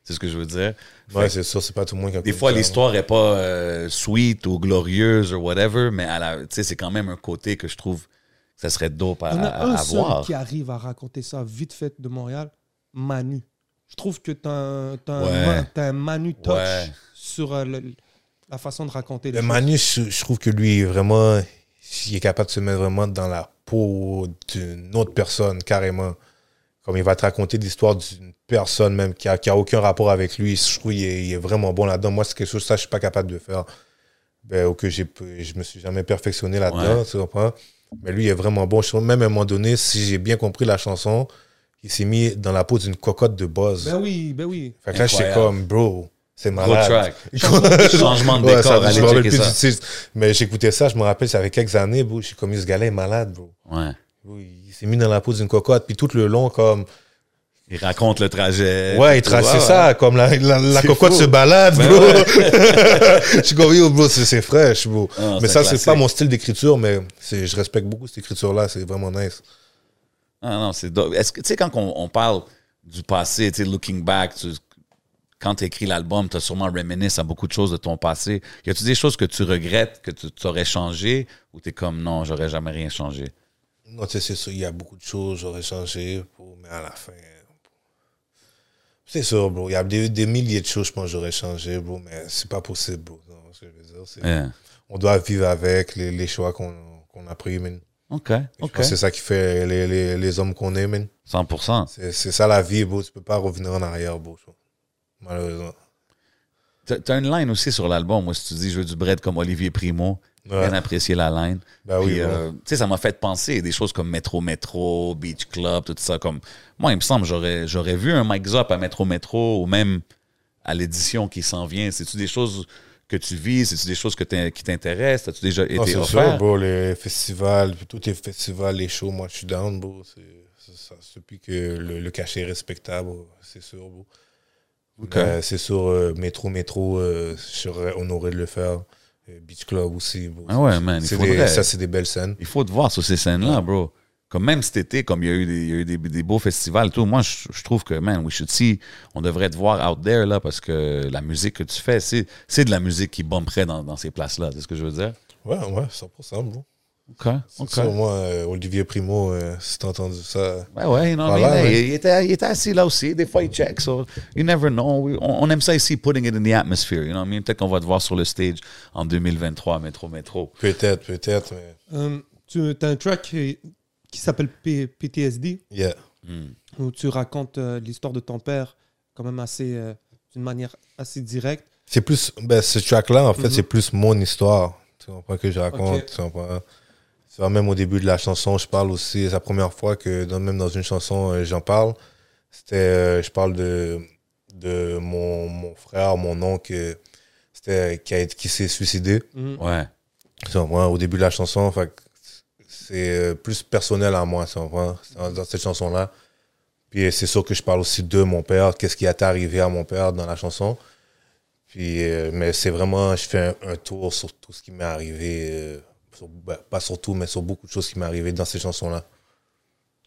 S3: C'est ce que je veux dire.
S6: Ouais, c'est sûr, c'est pas tout le monde qui a
S3: Des
S6: compris
S3: fois,
S6: ça, hein.
S3: l'histoire est pas euh, sweet ou glorieuse ou whatever, mais à la- tu sais, c'est quand même un côté que je trouve que ça serait dope à,
S4: Il y en
S3: à-
S4: a un
S3: à
S4: seul
S3: voir.
S4: qui arrive à raconter ça vite fait de Montréal, Manu. Je trouve que t'as un, t'as un
S3: Ouais.
S4: ma- t'as un Manu touch
S3: Ouais.
S4: sur euh, le- la façon de raconter les
S6: Le
S4: choses.
S6: Manu, je, je trouve que lui, est vraiment, il est capable de se mettre vraiment dans la peau d'une autre personne, carrément. Comme il va te raconter l'histoire d'une personne même qui a, qui a aucun rapport avec lui. Je trouve qu'il est, il est vraiment bon là-dedans. Moi, c'est quelque chose, ça, je suis pas capable de faire. Ben, ou que j'ai, peu- je me suis jamais perfectionné là-dedans, tu comprends? Mais lui, il est vraiment bon. Je trouve même à un moment donné, si j'ai bien compris la chanson, il s'est mis dans la peau d'une cocotte de buzz.
S4: Ben oui, ben oui.
S6: fait que là, j'étais
S3: Incroyable.
S6: comme, bro, c'est
S3: Gros
S6: malade.
S3: track.
S6: Je-
S3: Changement de
S6: Ouais,
S3: décor,
S6: ça, je
S3: allez
S6: me rappelle
S3: checker
S6: plus du
S3: ça.
S6: titre. Mais j'écoutais ça, je me rappelle, ça fait quelques années, bro. J'ai commis ce gars-là est malade, bro.
S3: Ouais.
S6: Bro, Il s'est mis dans la peau d'une cocotte, puis tout le long, comme.
S3: Il raconte le trajet.
S6: Ouais, il traçait
S3: Ouais,
S6: ça, comme la, la, la
S3: C'est
S6: cocotte
S3: fou.
S6: se balade,
S3: Ben
S6: bro.
S3: ouais.
S6: je suis comme, yo, bro, c'est c'est fraîche, bro.
S3: Ah, non,
S6: mais
S3: c'est
S6: ça,
S3: un
S6: c'est
S3: classique.
S6: pas mon style d'écriture, mais c'est- je respecte beaucoup cette écriture-là, c'est vraiment nice.
S3: Ah non, c'est dope. Est-ce que, tu sais, quand on, on parle du passé, tu sais, looking back, tu- quand tu écris l'album, tu as sûrement reminisce à beaucoup de choses de ton passé. Y a-tu des choses que tu regrettes, que tu aurais changé, ou t'es comme non, j'aurais jamais rien changé?
S6: Non, tu sais, c'est sûr, il y a beaucoup de choses, j'aurais changé, bro, mais à la fin. C'est sûr, bro. Il y a des, des milliers de choses, je pense, que j'aurais changé, bro, mais c'est pas possible, bro. Non, ce que je veux dire, c'est-
S3: Yeah.
S6: on doit vivre avec les, les choix qu'on qu'on a pris, man.
S3: OK,
S6: Je pense
S3: OK.
S6: que C'est ça qui fait les, les, les hommes qu'on est, man.
S3: 100
S6: C'est c'est ça la vie, bro. Tu peux pas revenir en arrière, bro. Malheureusement.
S3: T'as t'as une line aussi sur l'album, où si tu dis je veux du bread comme Olivier Primo.
S6: Ouais.
S3: Bien apprécié la line.
S6: Ben oui,
S3: Puis,
S6: ouais.
S3: euh, tu sais, ça m'a fait penser des choses comme Metro Metro, Beach Club, tout ça. Comme moi, il me semble j'aurais j'aurais vu un Mike Zop à Metro Metro ou même à l'édition qui s'en vient. C'est tu des choses que tu vis, c'est tu des choses que t'in- qui t'intéressent. As-tu déjà
S6: Non,
S3: été
S6: Ah, c'est
S3: offert
S6: sûr, bro. Les festivals, puis tous les festivals, les shows, moi, je suis down, bro. C'est c'est ça. Depuis que le, le cachet est respectable, c'est sûr, bro.
S3: Ok.
S6: Euh, c'est sûr, euh, métro, métro, euh, je serais honoré de le faire. Euh, Beach Club aussi, bro.
S3: Ah ouais, man, il
S6: C'est
S3: faudrait.
S6: des- ça, c'est des belles scènes.
S3: Il faut te voir sur ces scènes-là, bro. Comme même cet été, comme il y a eu des, il y a eu des, des beaux festivals, tout. Moi, je, je trouve que, man, we should see, on devrait te voir out there, là, parce que la musique que tu fais, c'est c'est de la musique qui bomberait dans, dans ces places-là. C'est ce que je veux dire?
S6: Ouais, ouais, 100%, bro.
S3: OK. OK.
S6: Sur moi, euh, Olivier Primo, euh, si t'as entendu ça.
S3: Ouais, ouais, non,
S6: Voilà,
S3: mais,
S6: ouais.
S3: Il, il était, il était assis là aussi. Des fois, il check. So, you never know. We- on, on aime ça ici, putting it in the atmosphere. You know what I mean? Peut-être qu'on va te voir sur le stage en 2023 à Métro Métro.
S6: Peut-être, peut-être, mais.
S4: Euh, tu as un track qui qui s'appelle P- PTSD,
S6: Yeah.
S4: où tu racontes euh, l'histoire de ton père, quand même assez, euh, d'une manière assez directe.
S6: C'est plus. Ben, ce track-là, en fait,
S4: Mhm.
S6: c'est plus mon histoire. Tu comprends que je raconte.
S4: Ok.
S6: Tu comprends? Tu vois, même au début de la chanson, je parle aussi. C'est la première fois que, dans- même dans une chanson, euh, j'en parle. C'était. euh, je parle de, de mon, mon frère, mon oncle, euh, c'était, qui, a- qui s'est suicidé.
S4: Mhm.
S3: Ouais.
S6: Tu comprends? Au début de la chanson, fait que c'est euh, plus personnel à moi, tu comprends? Dans, dans cette chanson-là. Puis euh, c'est sûr que je parle aussi de mon père, qu'est-ce qui est arrivé à mon père dans la chanson. Puis, euh, mais c'est vraiment, je fais un, un tour sur tout ce qui m'est arrivé, euh, sur- bah, pas sur tout, mais sur beaucoup de choses qui m'est arrivé dans ces chansons-là.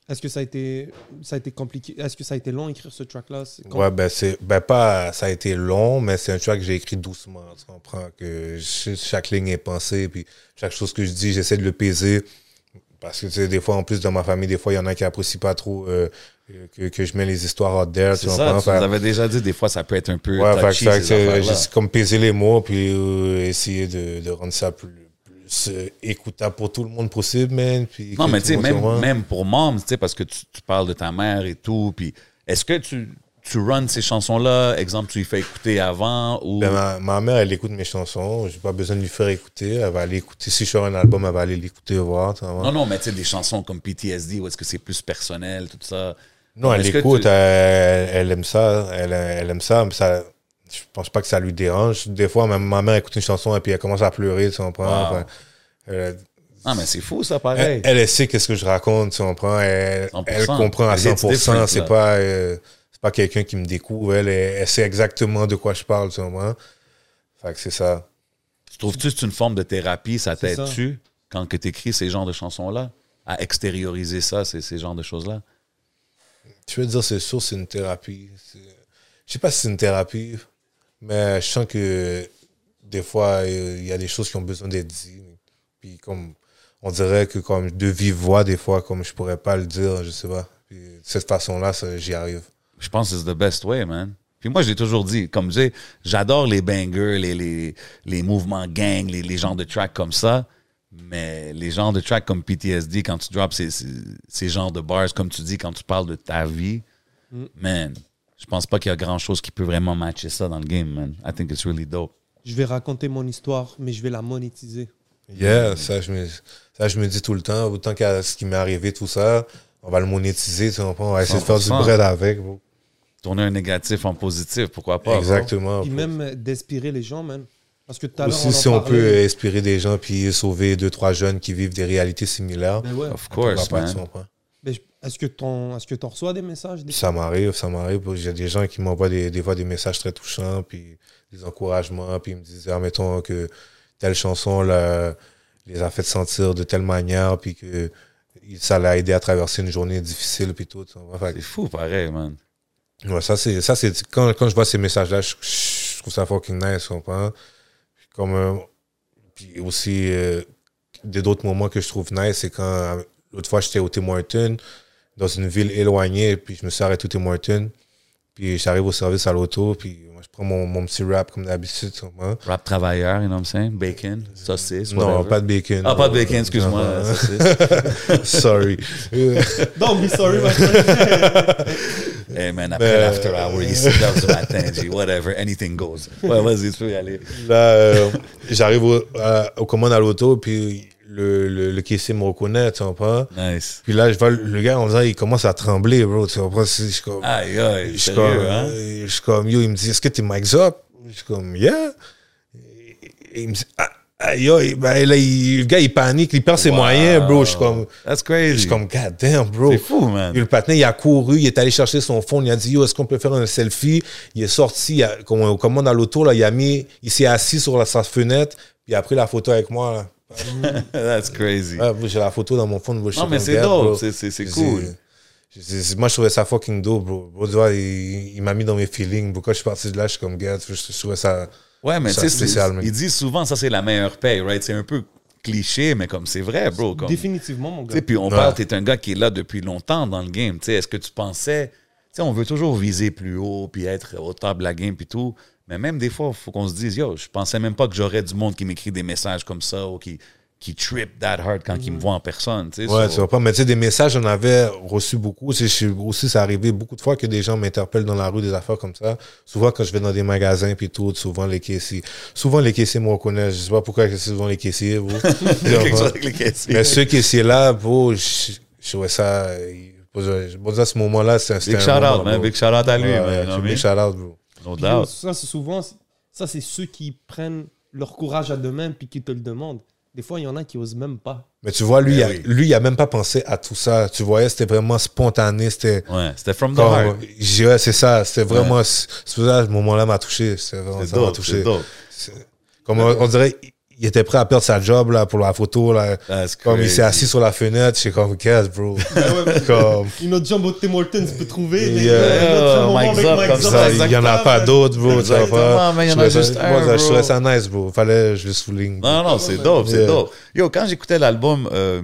S4: Est-ce que ça a été, ça a été compliqué Est-ce que ça a été long écrire ce track-là C'est com-
S6: Ouais, ben c'est ben pas ça a été long, mais c'est un track que j'ai écrit doucement. Tu comprends que ch- chaque ligne est pensée, puis chaque chose que je dis, j'essaie de le peser. Parce que tu sais, des fois, en plus dans ma famille, des fois, il y en a qui apprécient pas trop euh, que, que je mets les histoires out there.
S3: C'est
S6: Tu
S3: ça.
S6: comprends?
S3: Tu nous avais déjà dit, des fois, ça peut être un peu.
S6: Ouais, fait que
S3: touchy,
S6: ça,
S3: ces
S6: c'est-
S3: affaires-là.
S6: juste comme peser les mots, puis euh, essayer de, de rendre ça plus, plus, euh, écoutable pour tout le monde possible, man. Puis
S3: Non,
S6: que
S3: mais
S6: tout
S3: tu sais,
S6: le monde se
S3: même,
S6: rende.
S3: même pour Mom, tu sais, parce que tu, tu parles de ta mère et tout, puis est-ce que tu, tu runs ces chansons-là, exemple, tu y fais écouter avant ou...
S6: Ben, ma, ma mère, elle écoute mes chansons. J'ai pas besoin de lui faire écouter. Elle va aller écouter. Si je sors un album, elle va aller l'écouter voir. tu vois.
S3: non, non, mais tu sais, des chansons comme PTSD, où est-ce que c'est plus personnel, tout ça?
S6: Non, elle
S3: Est-ce que
S6: écoute.
S3: tu-
S6: Elle, elle aime ça. Elle, elle aime ça. mais ça. Je pense pas que ça lui dérange. Des fois, même ma mère écoute une chanson et puis elle commence à pleurer, tu comprends?
S3: Wow.
S6: Enfin, elle,
S3: Ah, mais c'est fou, ça,
S6: elle,
S3: pareil.
S6: elle sait qu'est-ce que je raconte, tu comprends? Elle,
S3: 100%.
S6: elle comprend à
S3: Elle est
S6: 100%.
S3: different, là.
S6: C'est pas, euh, c'est pas quelqu'un qui me découvre. Elle, elle, elle sait exactement de quoi je parle, tu comprends? Fait que c'est ça.
S3: Tu trouves-tu que c'est une forme de thérapie, ça
S4: C'est
S3: t'aide-tu, quand que tu écris ces genres de chansons-là, à extérioriser ça, ces, ces genres de choses-là?
S6: Je veux dire, c'est sûr, c'est une thérapie. C'est- Je sais pas si c'est une thérapie, mais je sens que des fois, euh, il y a des choses qui ont besoin d'être dites. Puis comme, on dirait que comme de vive voix, des fois, comme je pourrais pas le dire, je sais pas. Puis de cette façon-là, ça, j'y arrive.
S3: Je pense que c'est the best way, man. Puis moi, je l'ai toujours dit, comme je dis, j'adore les bangers, les, les, les mouvements gang, les, les genres de tracks comme ça, mais les genres de tracks comme PTSD, quand tu drops ces, ces, ces genres de bars, comme tu dis, quand tu parles de ta vie,
S6: Mm.
S3: man, je pense pas qu'il y a grand-chose qui peut vraiment matcher ça dans le game, man. I think it's really dope.
S4: Je vais raconter mon histoire, mais je vais la monétiser.
S6: Yeah, Euh, ça je, me, ça, je me dis tout le temps, autant qu'à ce qui m'est arrivé, tout ça, on va le monétiser, tu comprends? On va essayer de faire du
S3: 100%.
S6: bread avec. bro.
S3: Tourner un négatif en positif, pourquoi pas?
S6: Exactement.
S4: Puis
S6: bro.
S4: même euh, d'inspirer les gens, man. Parce que tout à l'heure,
S6: Aussi,
S4: en
S6: si on
S4: parlait.
S6: peut euh, inspirer des gens puis sauver deux, trois jeunes qui vivent des réalités similaires,
S4: Ben ouais.
S3: Of
S6: on va
S3: course,
S6: pas, tu
S3: man.
S6: comprends?
S4: Ben, je- Est-ce que t'en est-ce que t'en reçois des messages des-
S6: Ça m'arrive, ça m'arrive. parce que J'ai des gens qui m'envoient des, des fois des messages très touchants, puis des encouragements, puis ils me disent, ah, mettons que telle chanson là, les a fait sentir de telle manière, puis que ça l'a aidé à traverser une journée difficile, puis tout. tu comprends? Fait que-
S3: C'est fou, pareil, man.
S6: Ouais, ça, c'est, ça, c'est, quand, quand je vois ces messages-là, je, je trouve ça fucking nice, tu comprends? Comme, euh, puis aussi, euh, des d'autres moments que je trouve nice, c'est quand, euh, l'autre fois, j'étais au Tim Hortons, dans une ville éloignée, puis je me suis arrêté au Tim Hortons, puis j'arrive au service à l'auto, puis moi, je prends mon, mon petit rap comme d'habitude, tu comprends?
S3: Rap travailleur, you know what I'm saying? Bacon, saucisse,
S6: Non,
S3: whatever.
S6: pas de bacon.
S3: Ah, pas de bacon, excuse-moi.
S6: Non,
S3: saucisse.
S6: non. Sorry.
S4: Don't be sorry, my friend.
S3: Hey man, après
S6: Euh,
S3: l'after hour, ici, là, du matin, j'ai whatever, anything goes. Ouais, vas-y, tu peux y aller.
S6: Là, euh, j'arrive au, à- aux commandes à l'auto, puis le, le, le caissier me reconnaît, tu comprends?
S3: Nice.
S6: Puis là, je vois le gars en disant, il commence à trembler, bro. Tu comprends? C'est- Je suis comme,
S3: Aïe, aïe,
S6: je suis comme,
S3: Ah, sérieux, hein?
S6: euh, je suis comme, yo, il me dit, est-ce que t'es Mike's up? Je suis comme, yeah. Et il me dit, ah, ah, yo, et ben là, il- le gars, il panique, il perd ses
S3: Wow.
S6: moyens, bro. Je suis comme,
S3: That's
S6: je
S3: crazy.
S6: suis comme, god damn, bro.
S3: C'est fou, man.
S6: Et le patin, il a couru, il est allé chercher son fond, il a dit, yo, est-ce qu'on peut faire un selfie? Il est sorti, il a, comme, comme on a l'auto, là, il a mis, il s'est assis sur la, sa fenêtre, puis il a pris la photo avec moi, là.
S3: That's crazy.
S6: Ah, j'ai la photo dans mon fond. Bro, je suis
S3: Non, mais
S6: comme,
S3: c'est
S6: Regarde, bro.
S3: dope, c'est- c'est c'est
S6: Je
S3: cool.
S6: dis- je dis- moi, je trouvais ça fucking dope, bro. Bro, tu vois, il, il m'a mis dans mes feelings. Pourquoi je suis parti de là, je suis comme, gars, je, je trouvais ça.
S3: Ouais, mais tu
S6: Ça,
S3: sais,
S6: c'est
S3: c'est-
S6: spécial, man.
S3: ils disent souvent, ça, c'est la meilleure paye, right? C'est un peu cliché, mais comme c'est vrai, bro. Comme,
S4: Définitivement, mon
S3: Tu sais,
S4: gars.
S3: puis on
S6: Ouais.
S3: parle, t'es un gars qui est là depuis longtemps dans le game. Tu sais, est-ce que tu pensais, tu sais, on veut toujours viser plus haut, puis être au top de la game, puis tout. Mais même des fois, il faut qu'on se dise, yo, je pensais même pas que j'aurais du monde qui m'écrit des messages comme ça ou qui, qui trip that hard quand ils me voient en personne. Tu sais,
S6: Ouais,
S3: so-
S6: tu vois pas. Mais tu sais, des messages, j'en avais reçu beaucoup. C'est- je suis- aussi, ça arrivait beaucoup de fois que des gens m'interpellent dans la rue, des affaires comme ça. Souvent, quand je vais dans des magasins, puis tout, souvent, les caissiers. Souvent, les caissiers me reconnaissent. Je sais pas pourquoi c'est souvent les caissiers, vous.
S3: quelque chose avec les caissiers.
S6: Mais ceux qui étaient là, bro, je je trouvais ça. je- Bon, à ce moment-là, c'était c'était
S3: Big
S6: un.
S3: shout
S6: moment,
S3: out, man.
S6: bro.
S3: Big shout out à lui,
S6: Ouais,
S3: man.
S6: ouais,
S3: you know
S6: big
S3: what I mean?
S6: shout out, bro.
S3: No
S4: Puis, euh,
S3: doubt.
S4: ça, c'est souvent, ça, c'est ceux qui prennent leur courage à deux mains puis qui te le demandent. Des fois, il y en a qui osent même pas.
S6: Mais tu vois, lui,
S3: Ben
S6: il a,
S3: oui.
S6: lui, il a même pas pensé à tout ça. Tu voyais, c'était vraiment spontané. C'était.
S3: Ouais, c'était from the heart.
S6: comme- j'ai- ouais, c'est ça. C'était vraiment. C'est pour ça, ce moment-là m'a touché. C'était vraiment.
S3: C'est
S6: Ça m'a
S3: dope,
S6: touché.
S3: c'est dope.
S6: Comme on, on dirait, il- il était prêt à perdre sa job là, pour la photo. Là.
S3: That's
S6: Comme il
S3: crazy.
S6: s'est assis sur la fenêtre. J'ai comme, casse, bro. comme.
S4: Une autre jambe au Tim Hortons peut trouver. euh,
S6: mais Euh, Yeah.
S3: un autre moment Mike avec Zop Mike comme Zop,
S6: Ça,
S3: ça,
S6: il y en a pas d'autres, bro. tu vois
S3: Exactement,
S6: pas.
S3: mais il y en
S6: Je
S3: a
S6: trouvais
S3: juste
S6: ça-
S3: un,
S6: moi, ça- Je
S3: bro.
S6: trouvais ça nice, bro. Fallait, je le souligne.
S3: Non, non, c'est dope, c'est
S6: Yeah.
S3: dope. Yo, quand j'écoutais l'album euh,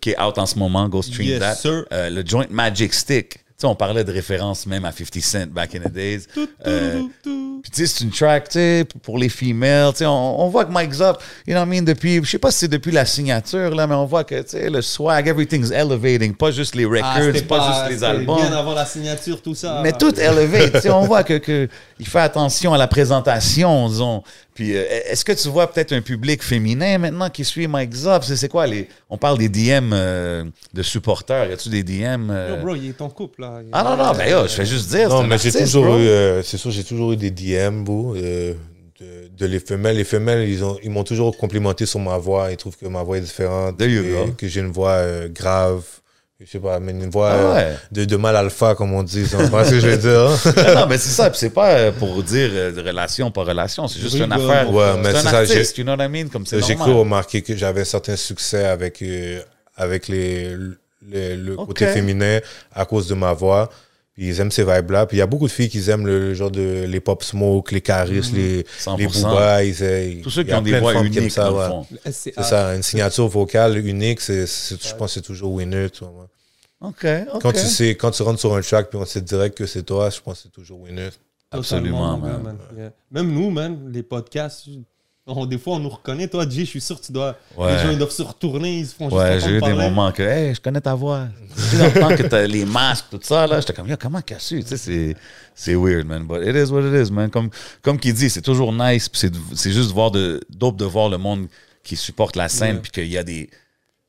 S3: qui est out en ce moment, Go Stream
S4: Yes,
S3: That,
S4: sir.
S3: euh, le joint Magic Stick, tu sais, on parlait de référence même à 50 Cent back in the days. Euh, puis tu sais, c'est une track, tu sais, pour les females, tu sais, on, on voit que Mike's up, you know what I mean, depuis, je sais pas si c'est depuis la signature, là, mais on voit que, tu sais, le swag, everything's elevating, pas juste
S4: Ah,
S3: les
S6: Ah,
S3: records, pas, juste les albums.
S4: Bien avant la signature, tout ça.
S3: Ah. Mais tout élevé, tu sais, on voit que, que il fait attention à la présentation, disons. Puis euh, est-ce que tu vois peut-être un public féminin maintenant qui suit Mike Zop C'est c'est quoi les On parle des DM euh, de supporters. Y a-tu des DM euh?
S4: Yo, bro, il est en couple, là. Euh,
S3: Ah non non, ben yo, je fais juste dire.
S6: Non,
S3: c'est un
S6: mais j'ai
S3: artiste,
S6: toujours
S3: bro.
S6: eu, euh, c'est sûr, j'ai toujours eu des DM, bro, euh, de, de les femelles. Les femelles, ils ont, ils m'ont toujours complimenté sur ma voix. Ils trouvent que ma voix est différente,
S3: There you
S6: que,
S3: go.
S6: que j'ai une voix euh, grave, je sais pas, mais une voix
S3: Ah
S6: euh,
S3: ouais.
S6: de, de mal alpha, comme on dit. Tu comprends ce que je veux dire? hein?
S3: Non, non, mais c'est ça. Puis c'est pas euh, pour dire euh, de relation par relation. C'est juste une
S4: Rigole.
S3: affaire.
S6: Ouais, mais
S3: c'est
S6: c'est
S3: un
S6: ça,
S3: artiste. You know what I mean Comme c'est
S6: J'ai cru
S3: normal.
S6: remarquer que j'avais un certain succès avec, euh, avec les, le- le
S3: Ok.
S6: côté féminin à cause de ma voix. Puis ils aiment ces vibes-là. Puis il y a beaucoup de filles qui aiment le, le genre de les Pop Smoke, les Caris,
S3: Mm.
S6: les,
S3: 100%.
S6: les Booba. Ils, aiment-
S3: Tous ceux
S6: il y
S3: qui
S6: a
S3: ont des
S6: plein de
S3: voix
S6: femmes qui aiment
S3: uniques
S6: ça,
S3: dans
S6: ouais.
S3: le fond.
S6: C'est ça, une signature vocale unique, c'est, c'est- je pense que c'est toujours winner. tu vois.
S3: Ok. ok.
S6: Quand, tu sais, quand tu rentres sur un track puis on sait direct que c'est toi, je pense que c'est toujours winner.
S3: Absolument,
S4: Totalement, mon gars,
S3: man.
S4: Yeah. Même nous, man, les podcasts, on- des fois, on nous reconnaît. Toi, Jay, je suis sûr que tu dois.
S3: Ouais.
S4: Les gens, ils doivent se retourner, ils se font
S3: Ouais,
S4: juste
S3: j'ai eu
S4: entendre
S3: des
S4: parler.
S3: moments que, hey, je connais ta voix. tu sais, dans le temps que t'as les masques, tout ça, là, j'étais comme, yo, comment qu'elle su? Tu sais, c'est, c'est weird, man. But it is what it is, man. Comme, comme qu'il dit, c'est toujours nice. puis c'est, de- c'est juste de voir de, dope de voir le monde qui supporte la scène.
S4: Ouais.
S3: Puis qu'il y a des.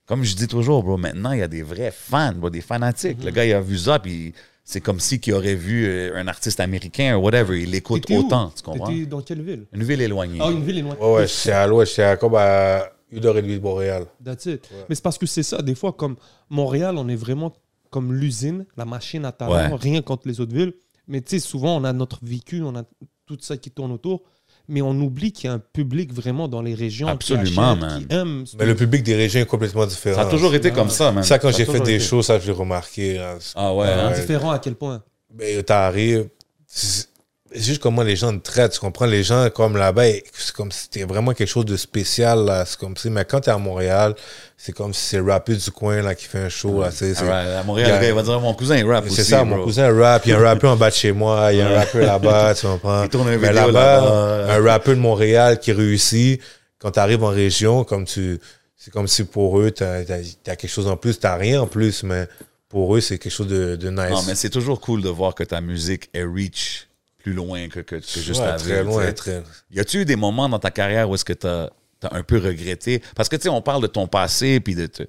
S3: Comme je dis toujours, bro, maintenant, il y a des vrais fans, bro, des fanatiques. Le gars, il a vu ça, puis c'est comme si qu'il aurait vu euh, un artiste américain ou whatever. Il l'écoute
S4: T'étais où?
S3: autant, tu comprends?
S4: T'étais dans quelle ville
S3: Oh, Une ville éloignée.
S4: Ah, une ville est loin.
S6: Ouais, ouais, c'est à l'ouest, c'est à comme à une heure et demie de Montréal.
S4: That's it. Mais c'est parce que c'est ça. Des fois, comme Montréal, on est vraiment comme l'usine, la machine à talent,
S3: Ouais.
S4: rien contre les autres villes. Mais tu sais, souvent, on a notre vécu, on a tout ça qui tourne autour. Mais on oublie qu'il y a un public vraiment dans les régions
S3: Absolument,
S4: qui, achète,
S3: man.
S4: qui aime. ce-
S6: Mais le public des régions est complètement différent.
S3: ça a toujours été comme ça, man.
S6: Ça, quand
S3: a
S6: j'ai fait
S3: toujours
S6: des
S3: été.
S6: shows, ça, je l'ai remarqué. hein.
S3: Ah ouais, hein?
S6: Ouais.
S4: Différent à quel point
S6: Mais t'arrives, c'est c'est juste comment les gens te traitent. Tu comprends, les gens, comme là-bas, c'est comme si c'était vraiment quelque chose de spécial. Là. C'est comme si, mais quand t'es à Montréal, c'est comme si c'est le rappeur du coin là, qui fait un show. Là. C'est, c'est-
S3: Alright, Ah, À Montréal,
S6: Yeah.
S3: le gars, il va dire mon cousin il rap
S6: c'est
S3: aussi.
S6: ça, mon
S3: bro.
S6: cousin rap, il y a un rappeur en bas de chez moi, il y a un rappeur là-bas, tu comprends.
S3: Il tourne un
S6: Mais
S3: vidéo
S6: là-bas,
S3: là-bas.
S6: un rappeur de Montréal qui réussit, quand tu arrives en région, comme tu, c'est comme si pour eux, t'as, t'as, t'as quelque chose en plus, t'as rien en plus, mais pour eux, c'est quelque chose de, de nice.
S3: Non, mais c'est toujours cool de voir que ta musique est reach plus loin que, que, que juste
S6: Ouais,
S3: avant.
S6: très
S3: tu
S6: loin,
S3: sais.
S6: très
S3: Y a-tu eu des moments dans ta carrière où est-ce que t'as as un peu regretté? Parce que, tu sais, on parle de ton passé puis de te-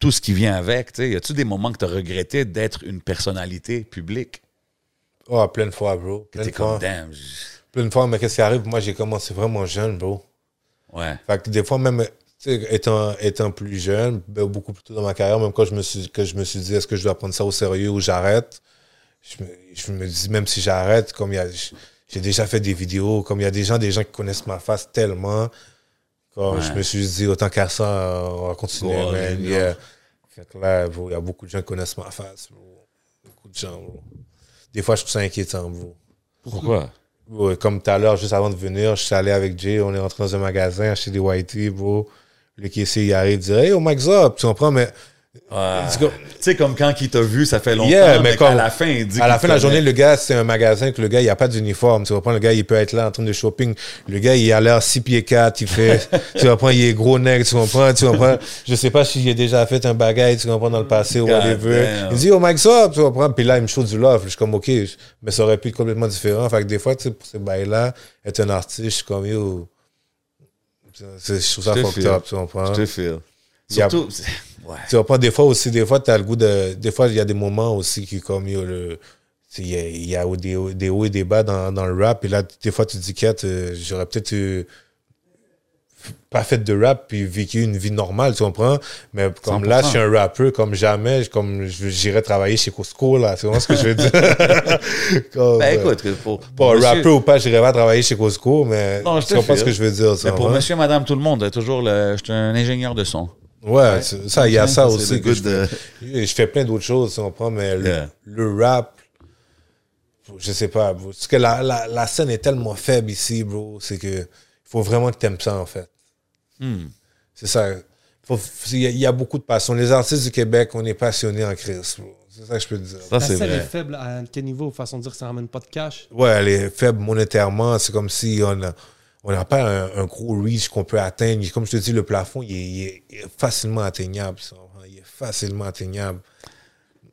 S3: tout ce qui vient avec. Tu sais, y a-tu des moments que t'as regretté d'être une personnalité publique?
S6: Oh, plein de fois, bro.
S3: Que
S6: Plein de
S3: t'es
S6: fois.
S3: comme, damn. je-
S6: Plein de fois, mais qu'est-ce qui arrive? Moi, j'ai commencé vraiment jeune, bro.
S3: Ouais.
S6: Fait que des fois, même, tu sais, étant, étant plus jeune, ben, beaucoup plus tôt dans ma carrière, même quand je me suis, que je me suis dit, est-ce que je dois prendre ça au sérieux ou j'arrête? Je me, je me dis, même si j'arrête, comme il y a, j'ai déjà fait des vidéos, comme il y a des gens, des gens qui connaissent ma face tellement, comme
S3: Ouais.
S6: je me suis dit, autant qu'à ça, euh, on va continuer,
S3: Go all
S6: man.
S3: in,
S6: Yeah. Fait que là, bro, il y a beaucoup de gens qui connaissent ma face, bro. Beaucoup de gens, bro. Des fois, je trouve ça inquiétant, bro.
S3: Pourquoi?
S6: Ouais, comme tout à l'heure, juste avant de venir, je suis allé avec Jay, on est rentré dans un magasin, acheter des Whitey, bro. Le caissier, il arrive, il dit Hey, oh, Max up, tu comprends, mais
S3: Ouais.
S6: Let's
S3: Tu
S6: go.
S3: sais, comme quand il t'a vu, ça fait longtemps,
S6: Yeah, mais
S3: mais,
S6: comme-
S3: à la fin, il dit
S6: à la
S3: qu'il
S6: fin de la
S3: te connaît.
S6: journée, le gars, c'est un magasin que le gars, il n'y a pas d'uniforme, tu comprends, le gars, il peut être là en train de shopping. Le gars, il a l'air 6 pieds 4, il fait, tu comprends, il est gros nègre, tu comprends, tu comprends. Je sais pas s'il a déjà fait un bagage, tu comprends, dans le passé ou
S3: God
S6: whatever.
S3: damn.
S6: Il dit Oh, Max up, tu comprends, puis là, il me show du love. Je suis comme, OK, je- mais ça aurait pu être complètement différent. Fait que des fois, tu sais, pour ces bails-là, être un artiste, je suis comme, yo. C'est- Je trouve ça
S3: Je te
S6: fucked
S3: feel.
S6: up, tu comprends?
S3: Je te feel.
S6: Yeah.
S3: Surtout, ouais.
S6: Tu comprends? Des fois aussi, des fois, t'as le goût de. Des fois, il y a des moments aussi qui, comme, yo, le. tu sais, Il y a, il y a des, hauts- des hauts et des bas dans, dans le rap. Et là, des fois, tu te dis, Kat, euh, j'aurais peut-être euh, pas fait de rap puis vécu une vie normale, tu comprends? Mais comme là, je suis un rappeur comme jamais, comme je- j'irais travailler chez Costco, là. C'est vraiment ce que je veux dire. Comme,
S3: Ben
S6: euh,
S3: écoute, pour,
S6: Pas
S3: pour monsieur-
S6: rappeur ou pas, j'irais pas travailler chez Costco, mais
S3: Non, je
S6: tu
S3: te
S6: comprends
S3: file.
S6: ce que je veux dire. tu
S3: Mais pour
S6: comprends?
S3: monsieur, madame, tout le monde, toujours le. Je suis un ingénieur de son.
S6: Ouais, c'est- ça, il y a
S3: C'est
S6: ça
S3: le
S6: aussi. que
S3: good
S6: je
S3: de-
S6: fais. Je fais plein d'autres choses, si on prend, mais le,
S3: Yeah.
S6: le rap, je sais pas, bro. Parce que la, la, la scène est tellement faible ici, bro, c'est que il faut vraiment que t'aimes ça, en fait.
S3: Hmm.
S6: C'est ça. Faut- Il y, a- il y a beaucoup de passion. Les artistes du Québec, on est passionnés en crise, bro. C'est ça que je peux te dire.
S3: Ça,
S4: La
S3: c'est
S4: scène est
S3: vrai.
S4: faible à quel niveau Façon de dire, ça ramène pas de cash.
S6: Ouais, elle est faible monétairement. C'est comme si on a- on n'a pas un, un gros reach qu'on peut atteindre. Comme je te dis, le plafond, il est, il est- il est facilement atteignable. ça. Il est facilement atteignable.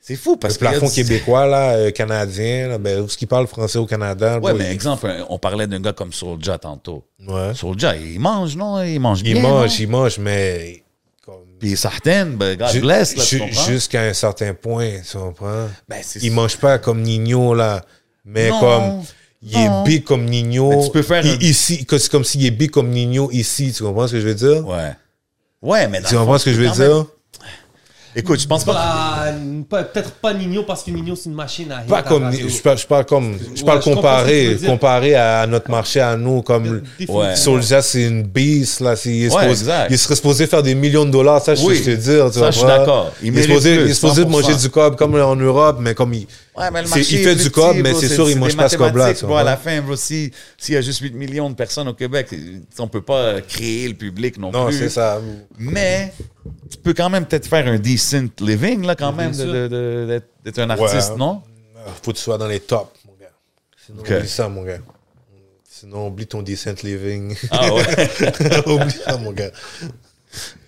S3: C'est fou parce
S6: le
S3: que.
S6: plafond québécois, là, euh, canadien, là, ben, ce qui parle français au Canada.
S3: Ouais,
S6: bon,
S3: mais
S6: il-
S3: exemple, un- on parlait d'un gars comme Soulja tantôt.
S6: Ouais.
S3: Soulja, il mange, non Il mange
S6: Il
S3: bien.
S6: mange,
S3: non?
S6: il mange, mais. comme-
S3: Puis certaines, ben, God
S6: Ju-
S3: bless, là, tu
S6: ju-
S3: comprends?
S6: Jusqu'à un certain point, tu comprends?
S3: Ben, c'est
S6: Il mange pas comme Nino, là. Mais
S3: Non,
S6: comme. Il
S3: non.
S6: est big comme Nino.
S3: Mais tu peux faire
S6: i-
S3: un-
S6: Ici, c'est comme s'il est big comme Nino ici. Tu comprends ce que je veux dire?
S3: Ouais. Ouais, mais dans
S6: Tu
S3: le
S6: comprends
S3: fond,
S6: ce que je veux
S3: quand même-
S6: dire?
S3: Écoute, je pense pas.
S4: Bah, pas- Peut-être pas Nino parce que Nino c'est une machine à hit
S6: Pas
S4: à
S6: comme,
S4: radio.
S6: je parle, je parle comme, je parle
S4: je comprends ce que tu veux
S6: comparé,
S4: dire.
S6: comparé à notre marché, à nous, comme,
S4: Définitivement.
S3: Ouais.
S6: Soulja, c'est une beast, là, c'est- il est
S3: Ouais,
S6: supposé-
S3: exact.
S6: il serait supposé faire des millions de dollars, ça, je
S3: Oui.
S6: je te dire, tu
S3: Ça, je suis
S6: comprends?
S3: d'accord. Il
S6: est
S3: mérite
S6: supposé,
S3: plus,
S6: il est supposé
S3: 100%.
S6: manger du cob, comme en Europe, mais comme il,
S3: Ouais, mais le
S6: c'est-
S3: marché
S6: il
S3: est
S6: fait
S3: plus
S6: du cob,
S3: petit,
S6: mais
S3: bro,
S6: c'est sûr, il
S3: des
S6: mange pas ce cob-là,
S3: mathématiques,
S6: tu
S3: bro, à la
S6: comprends?
S3: fin, bro, si- s'il y a juste 8 millions de personnes au Québec, on peut pas créer le public non,
S6: non,
S3: plus.
S6: c'est ça.
S3: Mais tu peux quand même peut-être faire un decent living, là, quand même, de-
S4: sûr.
S3: de- de- d'être d'être un artiste,
S6: Ouais.
S3: non?
S6: Faut que tu sois dans les tops, mon gars. Sinon,
S3: Ok.
S6: oublie ça, mon gars. Sinon, oublie ton decent living.
S3: Ah ouais.
S6: oublie ça, mon gars.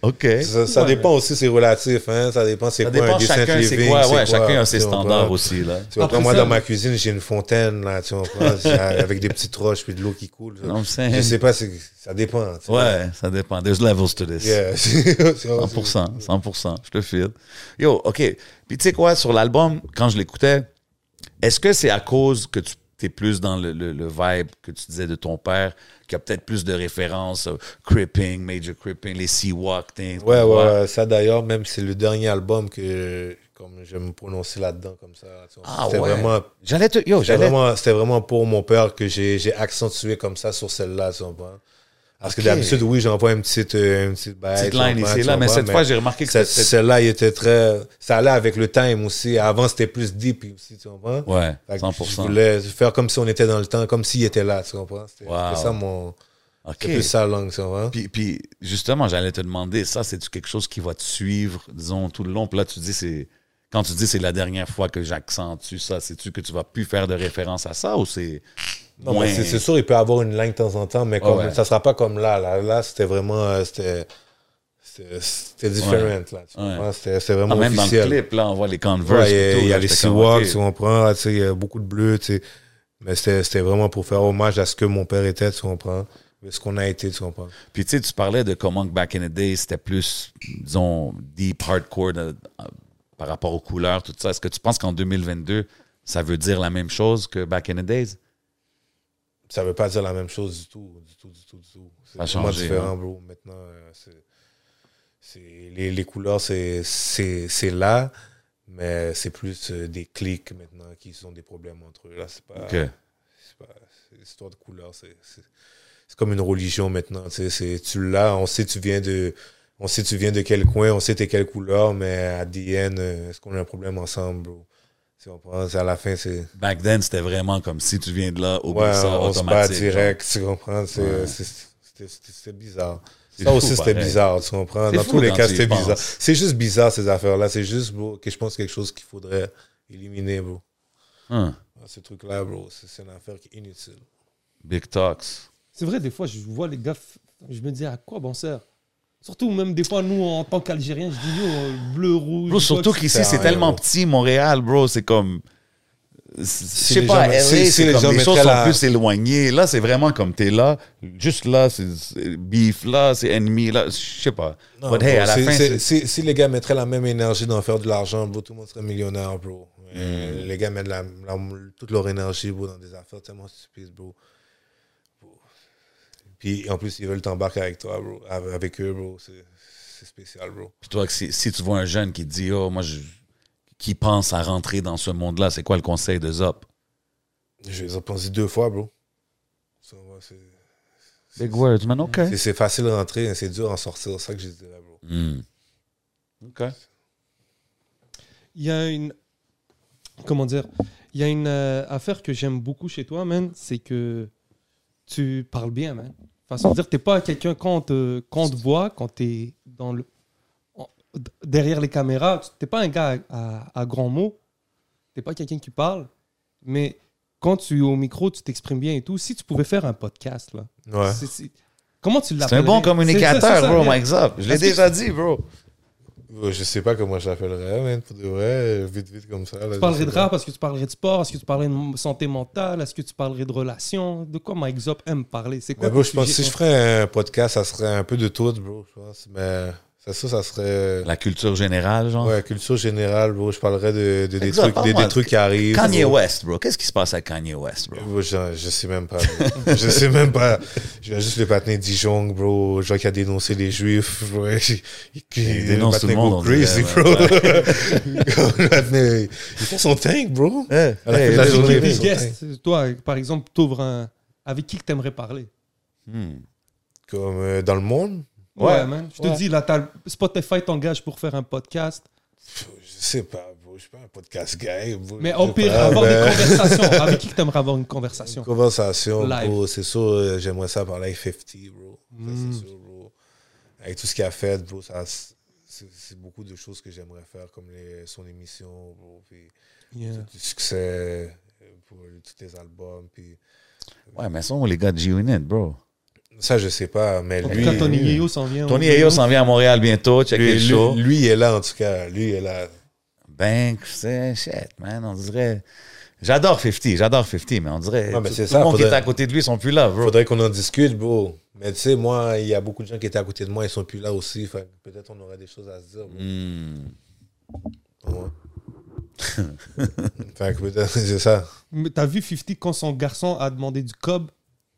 S3: OK.
S6: Ça, ça dépend aussi, c'est relatif. Hein? Ça dépend, c'est
S3: Ça
S6: quoi
S3: dépend
S6: un decent
S3: chacun,
S6: living.
S3: c'est quoi? Ouais, chacun a ses
S6: tu vois,
S3: standards
S6: bah,
S3: aussi, là.
S6: Tu vois,
S4: Après
S6: prends moi,
S4: ça-
S6: dans ma cuisine, j'ai une fontaine, là, tu comprends? J'ai- avec des petites roches puis de l'eau qui coule.
S3: Non, c'est-
S6: je sais pas, c'est- ça dépend. tu vois.
S3: Ouais, ça dépend. There's levels to this.
S6: Yeah. C'est-
S3: 100%, 100%, je te file. Yo, OK. Puis tu sais quoi, sur l'album, quand je l'écoutais, est-ce que c'est à cause que tu es plus dans le, le- le vibe que tu disais de ton père, qui a peut-être plus de références, euh, Cripping, Major Cripping, les Seawalk, things,
S6: Ouais, ouais,
S3: tu vois?
S6: ouais. ça d'ailleurs, même c'est le dernier album que comme je me prononçais là-dedans comme ça. tu vois.
S3: Ah
S6: c'était
S3: ouais.
S6: vraiment,
S3: J'allais te... Yo,
S6: c'était
S3: j'allais...
S6: vraiment, c'était vraiment pour mon père que j'ai j'ai accentué comme ça sur celle-là, tu comprends? Parce
S3: Ok.
S6: que d'habitude, oui, j'envoie une petite, euh, une petite baille,
S3: Petite
S6: tu comprends,
S3: line ici,
S6: tu
S3: là, mais
S6: comprends,
S3: cette fois, j'ai remarqué que
S6: cette-
S3: c'était-
S6: celle-là, il était très, ça allait avec le time aussi. Avant, c'était plus deep aussi, tu comprends?
S3: Ouais,
S6: Fait que
S3: 100%.
S6: Je voulais faire comme si on était dans le temps, comme s'il était là, tu comprends? C'était
S3: Wow.
S6: c'était ça mon,
S3: OK.
S6: c'était plus ça la langue, tu comprends?
S3: Puis, puis, justement, j'allais te demander, ça, c'est quelque chose qui va te suivre, disons, tout le long. Puis là, tu dis, c'est. Quand tu dis c'est la dernière fois que j'accentue ça, sais-tu que tu vas plus faire de référence à ça ou c'est.
S6: Non,
S3: moins-
S6: mais c'est- c'est sûr, il peut avoir une ligne de temps en temps, mais comme,
S3: Ah ouais.
S6: ça sera pas comme là. Là, là c'était vraiment. euh, C'était c'était- c'était différent.
S3: Ouais.
S6: Là, tu
S3: Ouais.
S6: comprends? C'était c'était vraiment
S3: Ah, même
S6: officiel.
S3: dans le clip, là, on voit les Converse.
S6: Ouais, il y a-
S3: et tout,
S6: il y a
S3: là,
S6: les
S3: j'étais comme,
S6: Seawalks,
S3: OK.
S6: tu comprends? là, tu sais, Il y a beaucoup de bleu. tu sais. Mais c'était c'était vraiment pour faire hommage à ce que mon père était, tu comprends? De ce qu'on a été, tu comprends?
S3: Puis tu sais, tu parlais de comment que back in the day, c'était plus, disons, deep, hardcore de- par rapport aux couleurs, tout ça. Est-ce que tu penses qu'en 2022, ça veut dire la même chose que back in the days?
S6: Ça veut pas dire la même chose du tout. Du tout, du tout, du tout. C'est
S3: Ça a
S6: vraiment
S3: changé,
S6: différent,
S3: hein.
S6: bro. Maintenant, euh, c'est- c'est- les, les couleurs, c'est- c'est c'est là, mais c'est plus euh, des clics maintenant qui ont des problèmes entre eux. Là, c'est pas.
S3: OK.
S6: c'est pas- c'est L'histoire de couleurs, c'est c'est- c'est comme une religion maintenant. Tu sais, c'est- tu l'as, on sait tu viens de. On sait tu viens de quel coin, on sait t'es quelle couleur, mais à DN, est-ce qu'on a un problème ensemble, bro? Si on pense à la fin, c'est.
S3: Back then, c'était vraiment comme si tu viens de là, oublie
S6: Ouais,
S3: ça,
S6: on se bat
S3: automatique.
S6: direct, tu comprends? C'est c'est- c'était- c'était- c'était bizarre.
S3: C'est
S6: Ça
S3: fou,
S6: aussi, c'était
S3: pareil.
S6: bizarre, tu comprends?
S3: C'est
S6: Dans
S3: fou
S6: tous les
S3: quand
S6: cas,
S3: tu y
S6: c'était
S3: penses.
S6: bizarre. C'est juste bizarre, ces affaires-là. C'est juste, bro, que je pense quelque chose qu'il faudrait éliminer, bro.
S3: genre. Hein,
S6: Ah, Ce truc-là, bro, c'est c'est une affaire qui est inutile.
S3: Big Talks.
S4: C'est vrai, des fois, je vois les gars, f- je me dis à quoi bon sert Surtout, même des fois, nous, en tant qu'Algériens, je dis, yo, bleu, rouge.
S3: Bro, surtout
S4: boxe.
S3: qu'ici, c'est
S6: rien,
S3: tellement
S6: bro.
S3: petit, Montréal, bro, c'est comme. Je sais
S6: les
S3: pas,
S6: gens-
S3: LA,
S6: si- si
S3: c'est
S6: les
S3: comme
S6: gens
S3: les choses
S6: mettraient
S3: sont
S6: la-
S3: plus éloignées. Là, c'est vraiment comme t'es là, juste là, c'est c'est beef là, c'est ennemi là, je sais pas.
S6: Non,
S3: But hey,
S6: bro,
S3: à la
S6: c'est-
S3: fin,
S6: c'est-
S3: c'est-
S6: si, si les gars mettraient la même énergie d'en faire de l'argent, bro, tout le monde serait millionnaire, bro. Euh, Les gars mettent la- la- toute leur énergie, bro, dans des affaires tellement stupides, bro. Bro. Puis en plus, ils veulent t'embarquer avec toi, bro. Avec avec eux, bro. C'est c'est spécial, bro.
S3: Puis toi, si, si tu vois un jeune qui dit, oh, moi, je, qui pense à rentrer dans ce monde-là, c'est quoi le conseil de Zop?
S6: Je les ai pensés deux fois, bro. Ça, ouais, c'est-
S3: Big words, man, OK.
S6: c'est- C'est facile de rentrer, mais c'est dur d'en sortir. C'est ça que je dirais, bro.
S3: Hmm. OK.
S4: Il y a une. Comment dire Il y a une euh, affaire que j'aime beaucoup chez toi, man. C'est que tu parles bien, man. Façon de dire, t'es pas quelqu'un quand on te, quand on te voit, quand t'es dans le. en- d- Derrière les caméras, tu- t'es pas un gars à, à- à grands mots. T'es pas quelqu'un qui parle. Mais quand tu es au micro, tu t'exprimes bien et tout. Si tu pouvais faire un podcast, là.
S6: Ouais.
S4: c'est- c'est- comment tu l'appelles
S3: C'est un bon communicateur, bro, Mike Zop. Je l'ai
S4: Est-ce que
S3: déjà dit, bro.
S6: Euh, Je sais pas comment je l'appellerais, man. Pour de vrai, euh, vite, vite comme ça. là, je
S4: Tu parlerais
S6: sais
S4: de
S6: pas.
S4: rap, est-ce que tu parlerais de sport, est-ce que tu parlerais de santé mentale, est-ce que tu parlerais de relations De quoi Mike Zop aime parler C'est quoi
S6: Mais bro,
S4: tes
S6: Bah, je pense que
S4: sujets,
S6: si je
S4: toi
S6: ferais un podcast, ça serait un peu de tout, bro, je pense. Mais ça, ça, ça serait.
S3: La culture générale, genre.
S6: Ouais, culture générale, bro. Je parlerais de, de- des,
S3: Exact,
S6: trucs, des,
S3: parle-moi.
S6: des trucs qui arrivent.
S3: Kanye
S6: bro.
S3: West, bro. Qu'est-ce qui se passe à Kanye West, bro?
S6: Bro, je, je sais même pas. bro. je sais même pas. Je viens juste le patiné Dijon, bro. Je vois qu'il a dénoncé les juifs. Bro. Il, il-
S3: Il
S6: le
S3: dénonce
S6: patiné
S3: tout le monde,
S6: go
S3: on
S6: crazy,
S3: dirait,
S6: bro.
S3: ouais.
S6: Le patiné, il fait son tank, bro.
S3: Eh,
S6: À la
S3: eh,
S6: fin de la
S3: les-
S6: journée,
S3: les-
S6: il fait
S4: Des
S6: son tank.
S4: guests, toi, par exemple, t'ouvres un. Avec qui que t'aimerais parler
S3: Hmm.
S6: Comme euh, dans le monde.
S4: Ouais,
S3: Ouais,
S4: man. Je te
S3: ouais.
S4: dis, là, t'as- Spotify t'engage pour faire un podcast.
S6: Pff, Je sais pas, bro. Je suis pas un podcast guy. bro.
S4: Mais
S6: Je
S4: au
S6: sais
S4: pire,
S6: pas,
S4: avoir
S6: mais-
S4: des conversations. Avec qui que t'aimerais avoir une
S6: Une
S4: conversation
S6: conversation,
S4: Live.
S6: bro. C'est sûr, euh, j'aimerais ça parler avec 50, bro. Ça,
S4: Mm.
S6: C'est sûr, bro. Avec tout ce qu'il a fait, bro, ça, c'est- c'est c'est beaucoup de choses que j'aimerais faire, comme les- son émission, bro. Puis
S4: Yeah.
S6: du succès, euh, pour tous tes albums. Puis...
S3: Ouais, mais sont les gars de G-Unit, bro.
S6: Ça, je sais pas, mais
S4: En
S6: lui.
S4: tout cas, Tony Yeo s'en vient.
S3: Tony
S4: on-
S3: Ayo s'en vient à Montréal bientôt, check
S6: lui,
S3: le show.
S6: lui- lui est là, en tout cas. Lui est là.
S3: Ben, c'est shit, man, on dirait... J'adore 50, j'adore 50, mais on dirait...
S6: Ouais, mais
S3: tout
S6: c'est
S3: tout
S6: ça,
S3: le monde qui
S6: faudrait-
S3: est à côté de lui, ils sont plus là, bro.
S6: Faudrait qu'on en discute, bro. Mais tu sais, moi, il y a beaucoup de gens qui étaient à côté de moi, ils sont plus là aussi. Fait que Peut-être on aurait des choses à se dire. bro.
S3: Hmm.
S6: Ouais. fait que peut-être, c'est ça.
S4: Mais T'as vu 50 quand son garçon a demandé du cob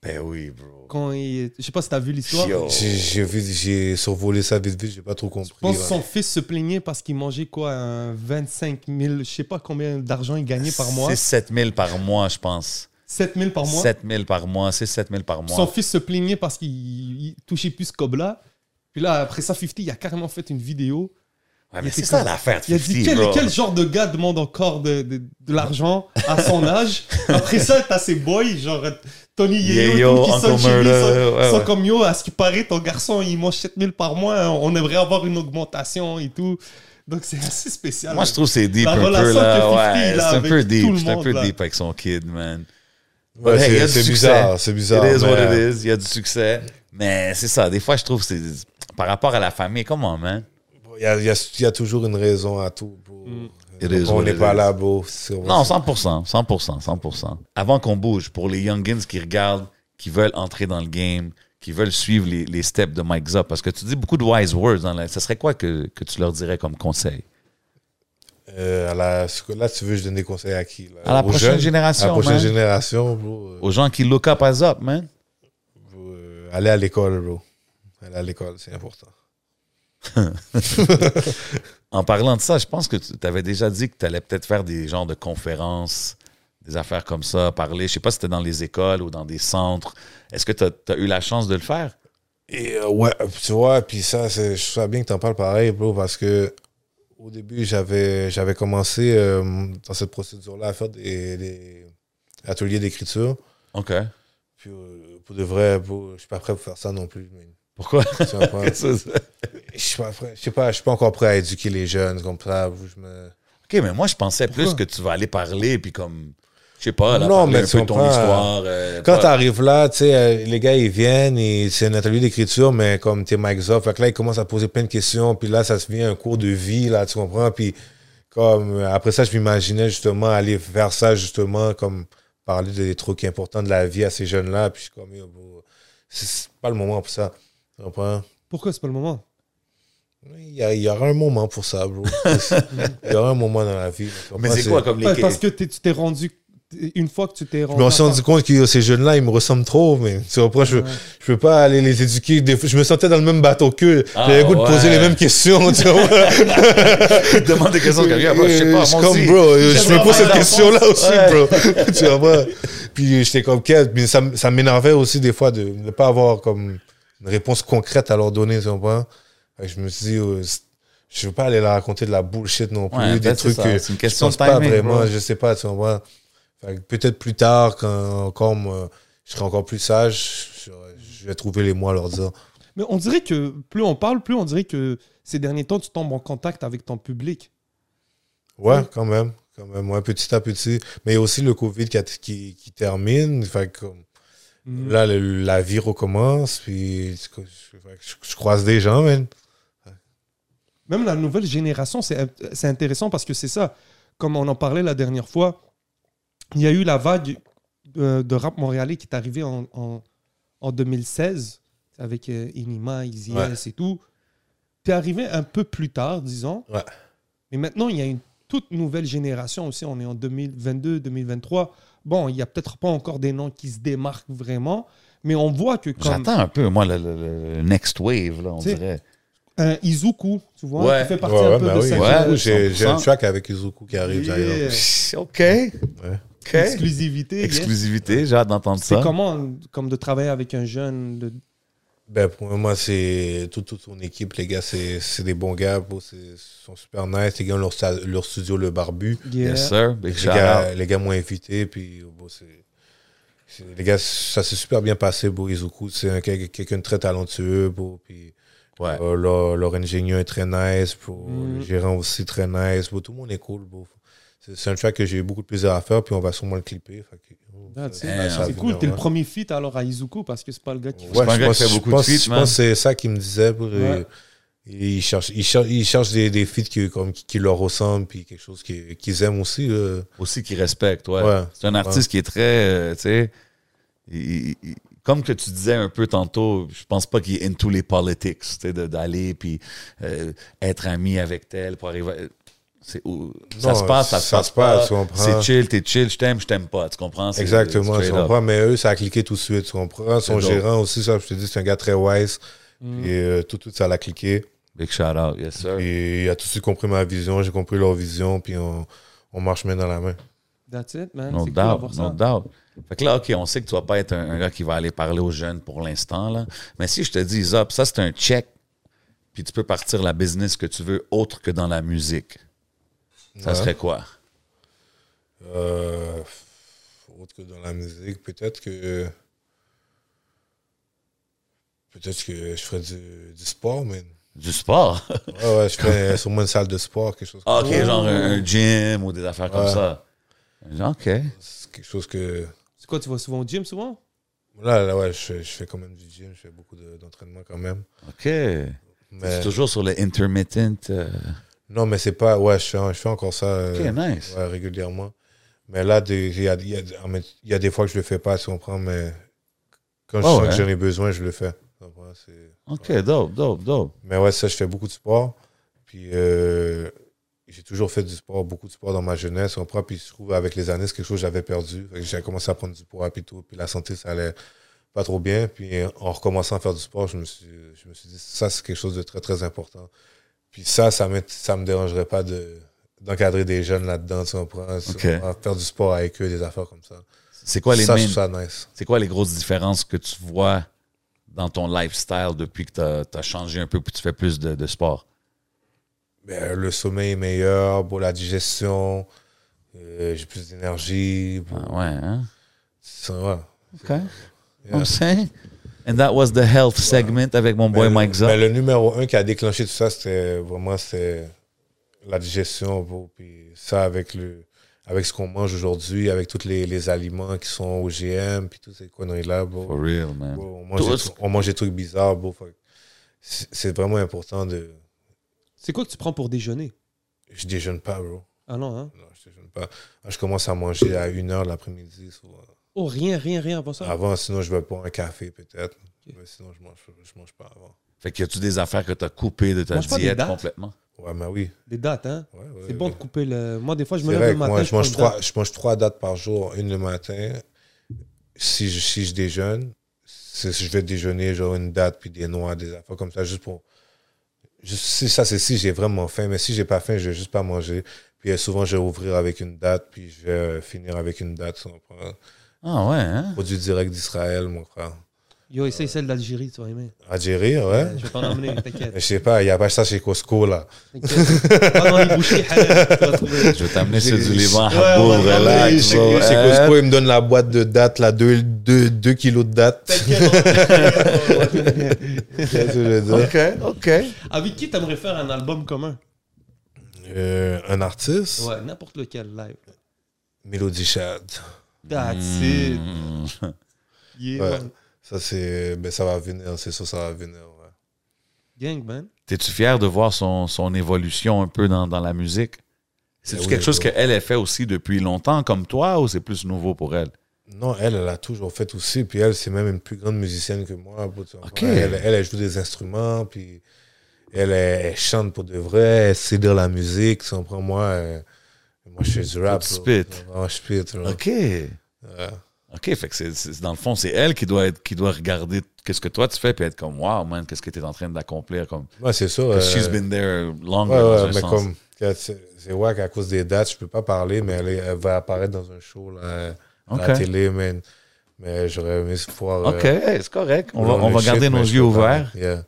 S3: Ben oui, bro.
S4: quand il... Je sais pas si t'as vu l'histoire.
S3: Yo.
S6: J'ai j'ai vu, j'ai survolé ça vite vite, j'ai pas trop compris.
S4: Je pense
S6: ouais.
S4: que son fils se plaignait parce qu'il mangeait quoi, un 25 000, je sais pas combien d'argent il gagnait par mois.
S3: C'est 7 000 par mois, je pense.
S4: 7 000 par mois.
S3: 7 000 par mois, c'est 7 000 par mois.
S4: Son fils se plaignait parce qu'il il touchait plus ce cob-là. Puis là, après ça, 50, il a carrément fait une vidéo.
S3: Ouais,
S4: il
S3: mais
S4: était
S3: c'est ça
S4: comme-
S3: l'affaire de
S4: Il a
S3: 50,
S4: dit quel,
S3: bro.
S4: quel genre de gars demande encore de, de- de l'argent à son âge Après ça, t'as ces boys, genre Tony Yeo, et
S3: Yeo,
S4: tout, qui
S3: Uncle
S4: sont chez lui,
S3: Murder,
S4: sont-
S3: ouais,
S4: sont
S3: ouais.
S4: comme yo, à ce qui paraît, ton garçon, il mange 7 000 par mois, hein. on aimerait avoir une augmentation et tout. Donc c'est assez spécial.
S3: Moi, je trouve que c'est deep
S4: La
S3: un peu,
S4: relation que 50,
S3: là. Ouais,
S4: il a
S3: c'est un peu
S4: avec tout le
S3: deep. C'est un
S4: monde,
S3: peu
S4: là.
S3: deep avec son kid, man.
S6: Ouais,
S3: Hey, il y a
S6: c'est
S3: du
S6: c'est
S3: succès.
S6: bizarre, c'est
S3: It
S6: bizarre.
S3: is what
S6: mais-
S3: it is. Il y a du succès. Mais c'est ça. Des fois, je trouve que c'est... Par rapport à la famille, comment, man?
S6: Il y a, il y a- il y a toujours une raison à tout, bro. Euh,
S3: It is
S6: on
S3: what
S6: n'est
S3: it
S6: pas
S3: is.
S6: là, bro. C'est-
S3: Hmm. Non, 100%, 100%, 100%. Avant qu'on bouge, pour les youngins qui regardent, qui veulent entrer dans le game, qui veulent suivre les, les steps de Mike Zop, parce que tu dis beaucoup de wise words, dans la- ce serait quoi que, que tu leur dirais comme conseil?
S6: Euh, à la- ce que- là, tu veux que je donne des conseils à qui là?
S3: À la
S6: Aux
S3: prochaine
S6: jeunes?
S3: génération,
S6: À la prochaine
S3: man.
S6: génération, bro. Euh,
S3: Aux gens qui look up à Zop, man?
S6: bro, euh, aller à l'école, bro. Aller à l'école, c'est important.
S3: En parlant de ça, je pense que tu avais déjà dit que tu allais peut-être faire des genres de conférences, des affaires comme ça, parler. Je sais pas si c'était dans les écoles ou dans des centres. Est-ce que tu as, eu la chance de le faire?
S6: Et euh, ouais, tu vois, puis ça, c'est- je sais bien que t'en parles pareil, bro, parce que au début, j'avais j'avais commencé euh, dans cette procédure-là à faire des, des ateliers d'écriture.
S3: OK.
S6: Puis euh, pour de vrai, bro, je suis pas prêt pour faire ça non plus. mais
S3: Pourquoi?
S6: tu comprends?
S3: Qu'est-ce que c'est?
S6: je suis pas prêt. Je sais pas, je suis pas encore prêt à éduquer les jeunes comme ça. bro, Je me...
S3: OK, mais moi, je pensais plus que tu vas aller parler, puis comme, je sais pas, là,
S6: Non,
S3: parler
S6: mais
S3: un
S6: tu
S3: peu de ton
S6: comprends,
S3: histoire. euh,
S6: Quand
S3: pas-
S6: t'arrives là, tu sais, euh, les gars, ils viennent et c'est un atelier d'écriture, mais comme t'es Mike Zoff, fait que là, ils commencent à poser plein de questions, puis là, ça se devient un cours de vie, là, tu comprends? Puis comme, euh, après ça, je m'imaginais justement aller vers ça, justement, comme parler des trucs importants de la vie à ces jeunes-là, puis je suis comme, yo, bro, c'est c'est pas le moment pour ça, tu comprends?
S4: Pourquoi c'est pas le moment
S6: Il y, a- il y aura un moment pour ça, bro. Il y aura un moment dans la vie. tu
S3: Mais
S6: comprends?
S3: c'est quoi comme les...
S4: Pa- Parce que t'es- tu t'es rendu. Une fois que tu t'es rendu.
S6: Je me suis rendu compte que yo, ces jeunes-là, ils me ressemblent trop, mais tu comprends, je, je peux pas aller les éduquer. Des fois, je me sentais dans le même bateau qu'eux.
S3: Ah,
S6: J'avais le goût de poser
S3: ouais.
S6: les mêmes questions, tu comprends.
S3: te demande des questions comme, Ah, moi, je sais pas,
S6: suis
S3: moi
S6: comme,
S3: aussi.
S6: bro, je me
S3: pas
S6: pose cette
S3: la
S6: question-là
S3: réponse.
S6: aussi, bro. tu comprends. Puis j'étais comme, quel, mais ça, m- ça m'énervait aussi des fois de ne pas avoir comme une réponse concrète à leur donner, tu comprends. Fait que Je me suis dit, euh, c'est- je veux pas aller leur raconter de la bullshit non plus,
S3: Ouais,
S6: des
S3: ben, c'est
S6: trucs
S3: ça,
S6: que
S3: c'est une
S6: je
S3: question
S6: pense
S3: de
S6: pas
S3: timing,
S6: vraiment,
S3: bro.
S6: je sais pas, tu comprends. Fait que Peut-être plus tard, quand encore, moi, je serai encore plus sage, je, je vais trouver les mots à leur dire.
S4: Mais on dirait que plus on parle, plus on dirait que ces derniers temps, tu tombes en contact avec ton public.
S6: Ouais, quand même. Quand même, ouais, petit à petit. Mais il y a aussi le COVID qui, a- qui, qui termine. Fait que, comme,
S4: Mm.
S6: là, le- la vie recommence. Puis, je, fait que je- je croise des gens, man.
S4: Même la nouvelle génération, c'est int- c'est intéressant parce que c'est ça. Comme on en parlait la dernière fois, il y a eu la vague euh, de rap montréalais qui est arrivée en, en, en 2016 avec euh, Inima, Easy
S6: Ouais.
S4: S et tout. T'es arrivé un peu plus tard, disons.
S6: Ouais.
S4: Mais maintenant, il y a une toute nouvelle génération aussi. On est en 2022, 2023. Bon, il n'y a peut-être pas encore des noms qui se démarquent vraiment, mais on voit que comme
S3: J'attends un peu, moi, le, le- le next wave, là, on
S4: Tu sais,
S3: dirait.
S4: un Izuku, tu vois,
S3: Ouais.
S4: qui fait
S6: Ouais,
S4: partie un
S6: ouais,
S4: peu
S6: bah
S4: de
S6: oui.
S4: cette
S3: Ouais.
S6: Izuku, J'ai j'ai un
S3: 100%.
S6: track avec Izuku qui arrive, d'ailleurs.
S4: Yeah.
S3: Psh, OK. Ouais. OK.
S4: exclusivité. yes.
S3: Exclusivité, j'ai hâte d'entendre
S4: C'est
S3: ça.
S4: comment comme de travailler avec un jeune de-
S6: Ben, pour moi, c'est toute toute son équipe, les gars. C'est c'est des bons gars. bro, c'est- Ils sont super nice. Les gars, ont leur, sta- leur studio, le barbu.
S4: Yeah.
S3: Yes, sir. Big
S6: Les
S3: shout out.
S6: gars, les gars m'ont invité, puis oh, bon, c'est- c'est- les gars, ça s'est super bien passé, pour Izuku. C'est un- quel- quelqu'un de très talentueux, bro, puis
S3: Ouais. Mhm.
S6: euh, leur, leur ingénieur est très nice, bro,
S4: Mm.
S6: le gérant aussi très nice, bro, tout le monde est cool, bro. c'est c'est un track que j'ai eu beaucoup de plaisir à faire, puis on va sûrement le clipper. Fait que, oh,
S4: Ah, tu sais,
S6: ça- ça
S4: C'est
S6: va
S4: cool, t'es
S6: venir,
S4: le premier feat alors à Izuku parce que c'est pas le gars qui fait.
S3: C'est pas un
S6: je
S3: gars
S6: pense-
S3: qui fait
S6: je
S3: beaucoup de
S6: pense-
S3: feats,
S6: Je
S3: man.
S6: pense que c'est ça qu'il me disait. Pour, euh,
S4: Ouais.
S6: et il, cherche, il, cherche, il cherche des, des feats qui, comme, qui, qui leur ressemblent, puis quelque chose qui- qu'ils aiment aussi. euh.
S3: Aussi qui respecte, ouais.
S6: Ouais,
S3: C'est un artiste qui est très, euh, tu sais, il- il- il- comme que tu disais un peu tantôt, je pense pas qu'il est into les politics, tu sais, de- d'aller puis euh, être ami avec tel pour arriver. euh, c'est où- ça
S6: Non,
S3: se passe, ça, se passe pas.
S6: tu comprends.
S3: C'est chill, t'es chill, je t'aime, je t'aime pas, tu comprends? C'est-
S6: Exactement,
S3: c'est
S6: tu
S3: straight up.
S6: comprends. Mais eux, ça a cliqué tout de suite, tu comprends. Son
S3: C'est dope. Mm.
S6: gérant aussi, ça, je te dis, c'est un gars très wise. Et euh, tout, tout, ça l'a cliqué.
S3: Big shout out, yes sir.
S6: Et il a tout de suite compris ma vision, j'ai compris leur vision, puis on, on marche main dans la main.
S4: That's it, man.
S3: No
S4: c'est cool
S3: doubt,
S4: d'avoir
S3: no
S4: ça.
S3: doubt. Fait que là, OK, on sait que tu vas pas être un, un gars qui va aller parler aux jeunes pour l'instant, là. Mais si je te dis, Zop, ça, c'est un check, puis tu peux partir la business que tu veux autre que dans la musique, ça
S6: Ouais.
S3: serait quoi?
S6: Euh, autre que dans la musique, peut-être que. Peut-être que je ferais du, du sport, mais.
S3: Du sport? Ah,
S6: Ouais, ouais, je ferais sûrement une salle de sport, quelque chose
S3: OK,
S6: comme ça.
S3: genre un, un gym ou des affaires comme
S6: Ouais.
S3: ça. OK.
S6: C'est quelque chose que.
S4: C'est quoi, tu vas souvent au gym souvent
S6: Là, là ouais, je, je fais quand même du gym, je fais beaucoup de- d'entraînement quand même.
S3: OK. C'est
S6: Mais,
S3: toujours sur le intermittent. euh,
S6: non, mais c'est pas. Ouais, je fais, je fais encore ça.
S3: OK,
S6: euh,
S3: nice.
S6: Ouais, régulièrement. Mais là, des- il y a, il y a- en même- il y a des fois que je le fais pas, tu comprends, mais quand je
S3: Ah
S6: sens
S3: ouais.
S6: que j'en ai besoin, je le fais. Tu comprends, c'est-
S3: OK, dope, dope, dope.
S6: Mais ouais, ça, je fais beaucoup de sport. Puis euh, j'ai toujours fait du sport, beaucoup de sport dans ma jeunesse, tu comprends. Puis je trouve avec les années, c'est quelque chose que j'avais perdu. Fait que J'ai commencé à prendre du poids, puis tout. Puis la santé, ça allait pas trop bien. Puis en recommençant à faire du sport, je me suis, je me suis dit, ça, c'est quelque chose de très, très important. Puis ça, ça me, ça me dérangerait pas de d'encadrer des jeunes là-dedans, tu comprends, tu
S3: Ok.
S6: comprends, faire du sport avec eux, des affaires comme ça.
S3: C'est quoi les
S6: ça, je
S3: main-
S6: trouve ça nice.
S3: C'est quoi les grosses différences que tu vois dans ton lifestyle depuis que tu as, changé un peu puis tu fais plus de, de sport?
S6: Ben, le sommeil est meilleur, pour la digestion, euh, j'ai plus d'énergie.
S3: Ah ouais, hein?
S6: Ça, ouais.
S3: OK. I'm saying. And that was the health segment avec mon boy
S6: Mais-
S3: Mike
S6: mais
S3: Zop.
S6: le numéro un qui a déclenché tout ça, c'était vraiment c'était la digestion. bro. Puis ça, avec, le, avec ce qu'on mange aujourd'hui, avec tous les, les aliments qui sont OGM, puis toutes ces conneries-là. bro.
S3: For real, man.
S6: Bro, on, mange des,
S3: Tous.
S6: trucs- on mange des trucs bizarres. bro. Fait que C'est c'est vraiment important de.
S4: C'est quoi que tu prends pour déjeuner
S6: Je déjeune pas, bro.
S4: Ah non, hein
S6: Non, je déjeune pas. Moi, je commence à manger à 1h l'après-midi. souvent.
S4: Oh, rien, rien, rien avant
S3: Ah.
S4: ça.
S6: Avant, sinon, je vais boire un café, peut-être. Mais sinon, je mange, je mange pas avant.
S3: Fait qu'il y a-tu des affaires que tu as coupées de ta
S4: Mange pas des
S3: diète
S4: dates.
S3: complètement?
S6: Ouais, mais oui.
S4: Des dates, hein
S6: Ouais, ouais,
S4: C'est bon
S6: ouais.
S4: de couper le. Moi, des fois, je
S6: C'est
S4: me lève
S6: vrai
S4: le
S6: que
S4: matin.
S6: moi, je, mange
S4: prends une
S6: trois, je mange trois dates par jour, une le matin. Si je, si je déjeune, c'est- je vais déjeuner genre une date, puis des noix, des affaires comme ça, juste pour... juste- si ça, c'est si j'ai vraiment faim, mais si j'ai pas faim, je vais juste pas manger. Puis euh, souvent, je vais ouvrir avec une date, puis je vais euh, finir avec une date. sans prendre.
S3: Ah ouais, hein?
S6: Produit direct d'Israël, mon frère.
S4: date. Yo, essaye celle d'Algérie, tu vas aimer.
S6: Algérie, ouais.
S4: Je vais t'en emmener,
S6: Je
S4: t'inquiète.
S6: sais pas, il n'y a pas ça chez Costco, là.
S4: T'inquiète. Va dans les boucheries halal, tu vas trouver.
S3: Je vais t'amener sur du Liban à
S6: Ouais, on
S3: Hambourg,
S6: va
S3: Oh, relax,
S6: parler. Chez-
S3: bro.
S6: chez
S3: Hein?
S6: Costco, il me donne la boîte de dates, là, 2 deux, deux kilos de dates. Qu'est-ce que je veux dire?
S3: OK, OK.
S4: Avec Ah qui t'aimerais faire un album commun
S6: Euh, un artiste,
S4: Ouais, n'importe lequel, live.
S6: Mélodie Chad.
S4: That's it.
S3: Hmm.
S4: Yeah,
S6: Ouais.
S4: man.
S6: Ça, c'est, ben, ça va venir, c'est sûr, ça va venir. ouais.
S4: Gang, man.
S3: T'es-tu fier de voir son, son évolution un peu dans, dans la musique? C'est-tu
S6: Ben oui,
S3: quelque chose
S6: bro.
S3: qu'elle a fait aussi depuis longtemps, comme toi, ou c'est plus nouveau pour elle?
S6: Non, elle, elle a toujours fait aussi. Puis elle, c'est même une plus grande musicienne que moi. pour-
S3: Ok.
S6: Elle, elle, elle joue des instruments, puis elle, elle, elle chante pour de vrai, elle sait dire la musique. Tu comprends, moi, euh, moi, je fais du rap.
S3: tu
S6: là.
S3: spit.
S6: Ouais, je spit. là.
S3: OK.
S6: Ouais.
S3: OK, fait que c'est- c'est- dans le fond, c'est elle qui doit, être, qui doit regarder qu'est-ce que toi tu fais, puis être comme, wow, man, qu'est-ce que t'es en train d'accomplir? Comme,
S6: Ouais, c'est ça.
S3: Parce que
S6: euh,
S3: she's been there longer.
S6: Ouais,
S3: dans
S6: ouais,
S3: un
S6: mais
S3: sens.
S6: comme que c'est c'est wack à cause des dates, je peux pas parler, mais elle, est- elle va apparaître dans un show là, à la
S3: Ok.
S6: télé, man. Mais j'aurais aimé pouvoir.
S3: OK,
S6: euh,
S3: hey, c'est correct. On va,
S6: prendre
S3: on
S6: le
S3: va
S6: shit,
S3: garder
S6: mais
S3: nos
S6: je
S3: yeux
S6: peux pas.
S3: ouverts.
S6: Yeah.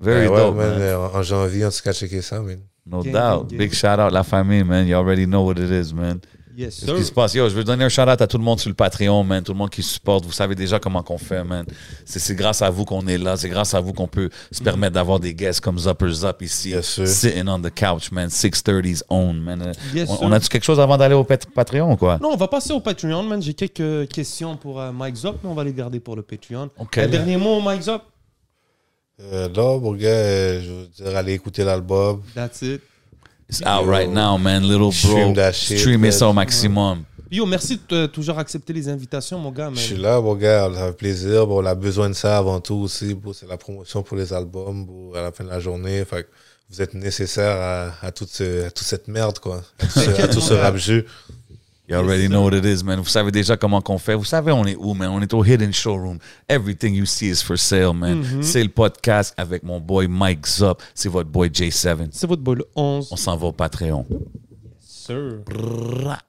S3: Very
S6: Ben ouais,
S3: dope,
S6: man,
S3: man.
S6: euh, En en janvier, en tout cas, checker ça, man.
S3: No
S4: Gang,
S3: doubt.
S4: gang, gang.
S3: Big shout out, la famille, man. You already know what it is, man.
S4: Yes,
S3: C'est ce qui se passe. Yo, je veux donner un shout-out à tout le monde sur le Patreon, man. Tout le monde qui supporte. Vous savez déjà comment qu'on fait, man. C'est c'est grâce à vous qu'on est là. C'est grâce à vous qu'on peut se permettre d'avoir des guests comme Zuppers Up ici.
S6: Yes, sir.
S3: Sitting on the couch, man. 630's own, man. Euh,
S4: Yes,
S3: on,
S4: sir.
S3: on a-tu quelque chose avant d'aller au Pat- Patreon ou quoi?
S4: Non, on va passer au Patreon, man. J'ai quelques questions pour euh, Mike Zop, mais on va les garder pour le Patreon.
S3: Ok.
S4: Un dernier mot, Mike Zop.
S6: Euh, là, mon gars, euh, je veux dire, allez écouter l'album.
S4: That's it.
S3: It's out right now, man. Little bro.
S6: Stream that shit,
S3: Streamez ça au
S6: man.
S3: maximum.
S4: Yo, merci de euh, toujours accepter les invitations, mon gars. man.
S6: Je suis là, mon gars, ça fait plaisir. Bon, on a besoin de ça avant tout aussi. Bon, c'est la promotion pour les albums bon, à la fin de la journée. Fait que vous êtes nécessaire à, à, toute, ce- à toute cette merde, quoi. À tout ce, à tout ce rap jeu.
S3: You already know what it is, man. Vous savez déjà comment qu'on fait. Vous savez, on est où, man? On est au Hidden Showroom. Everything you see is for sale, man.
S6: Mm-hmm.
S3: C'est le podcast avec mon boy Mike Zup. C'est votre boy J7.
S4: C'est votre bol 11.
S3: On s'en va au Patreon.
S4: Sir.
S3: Brrrra.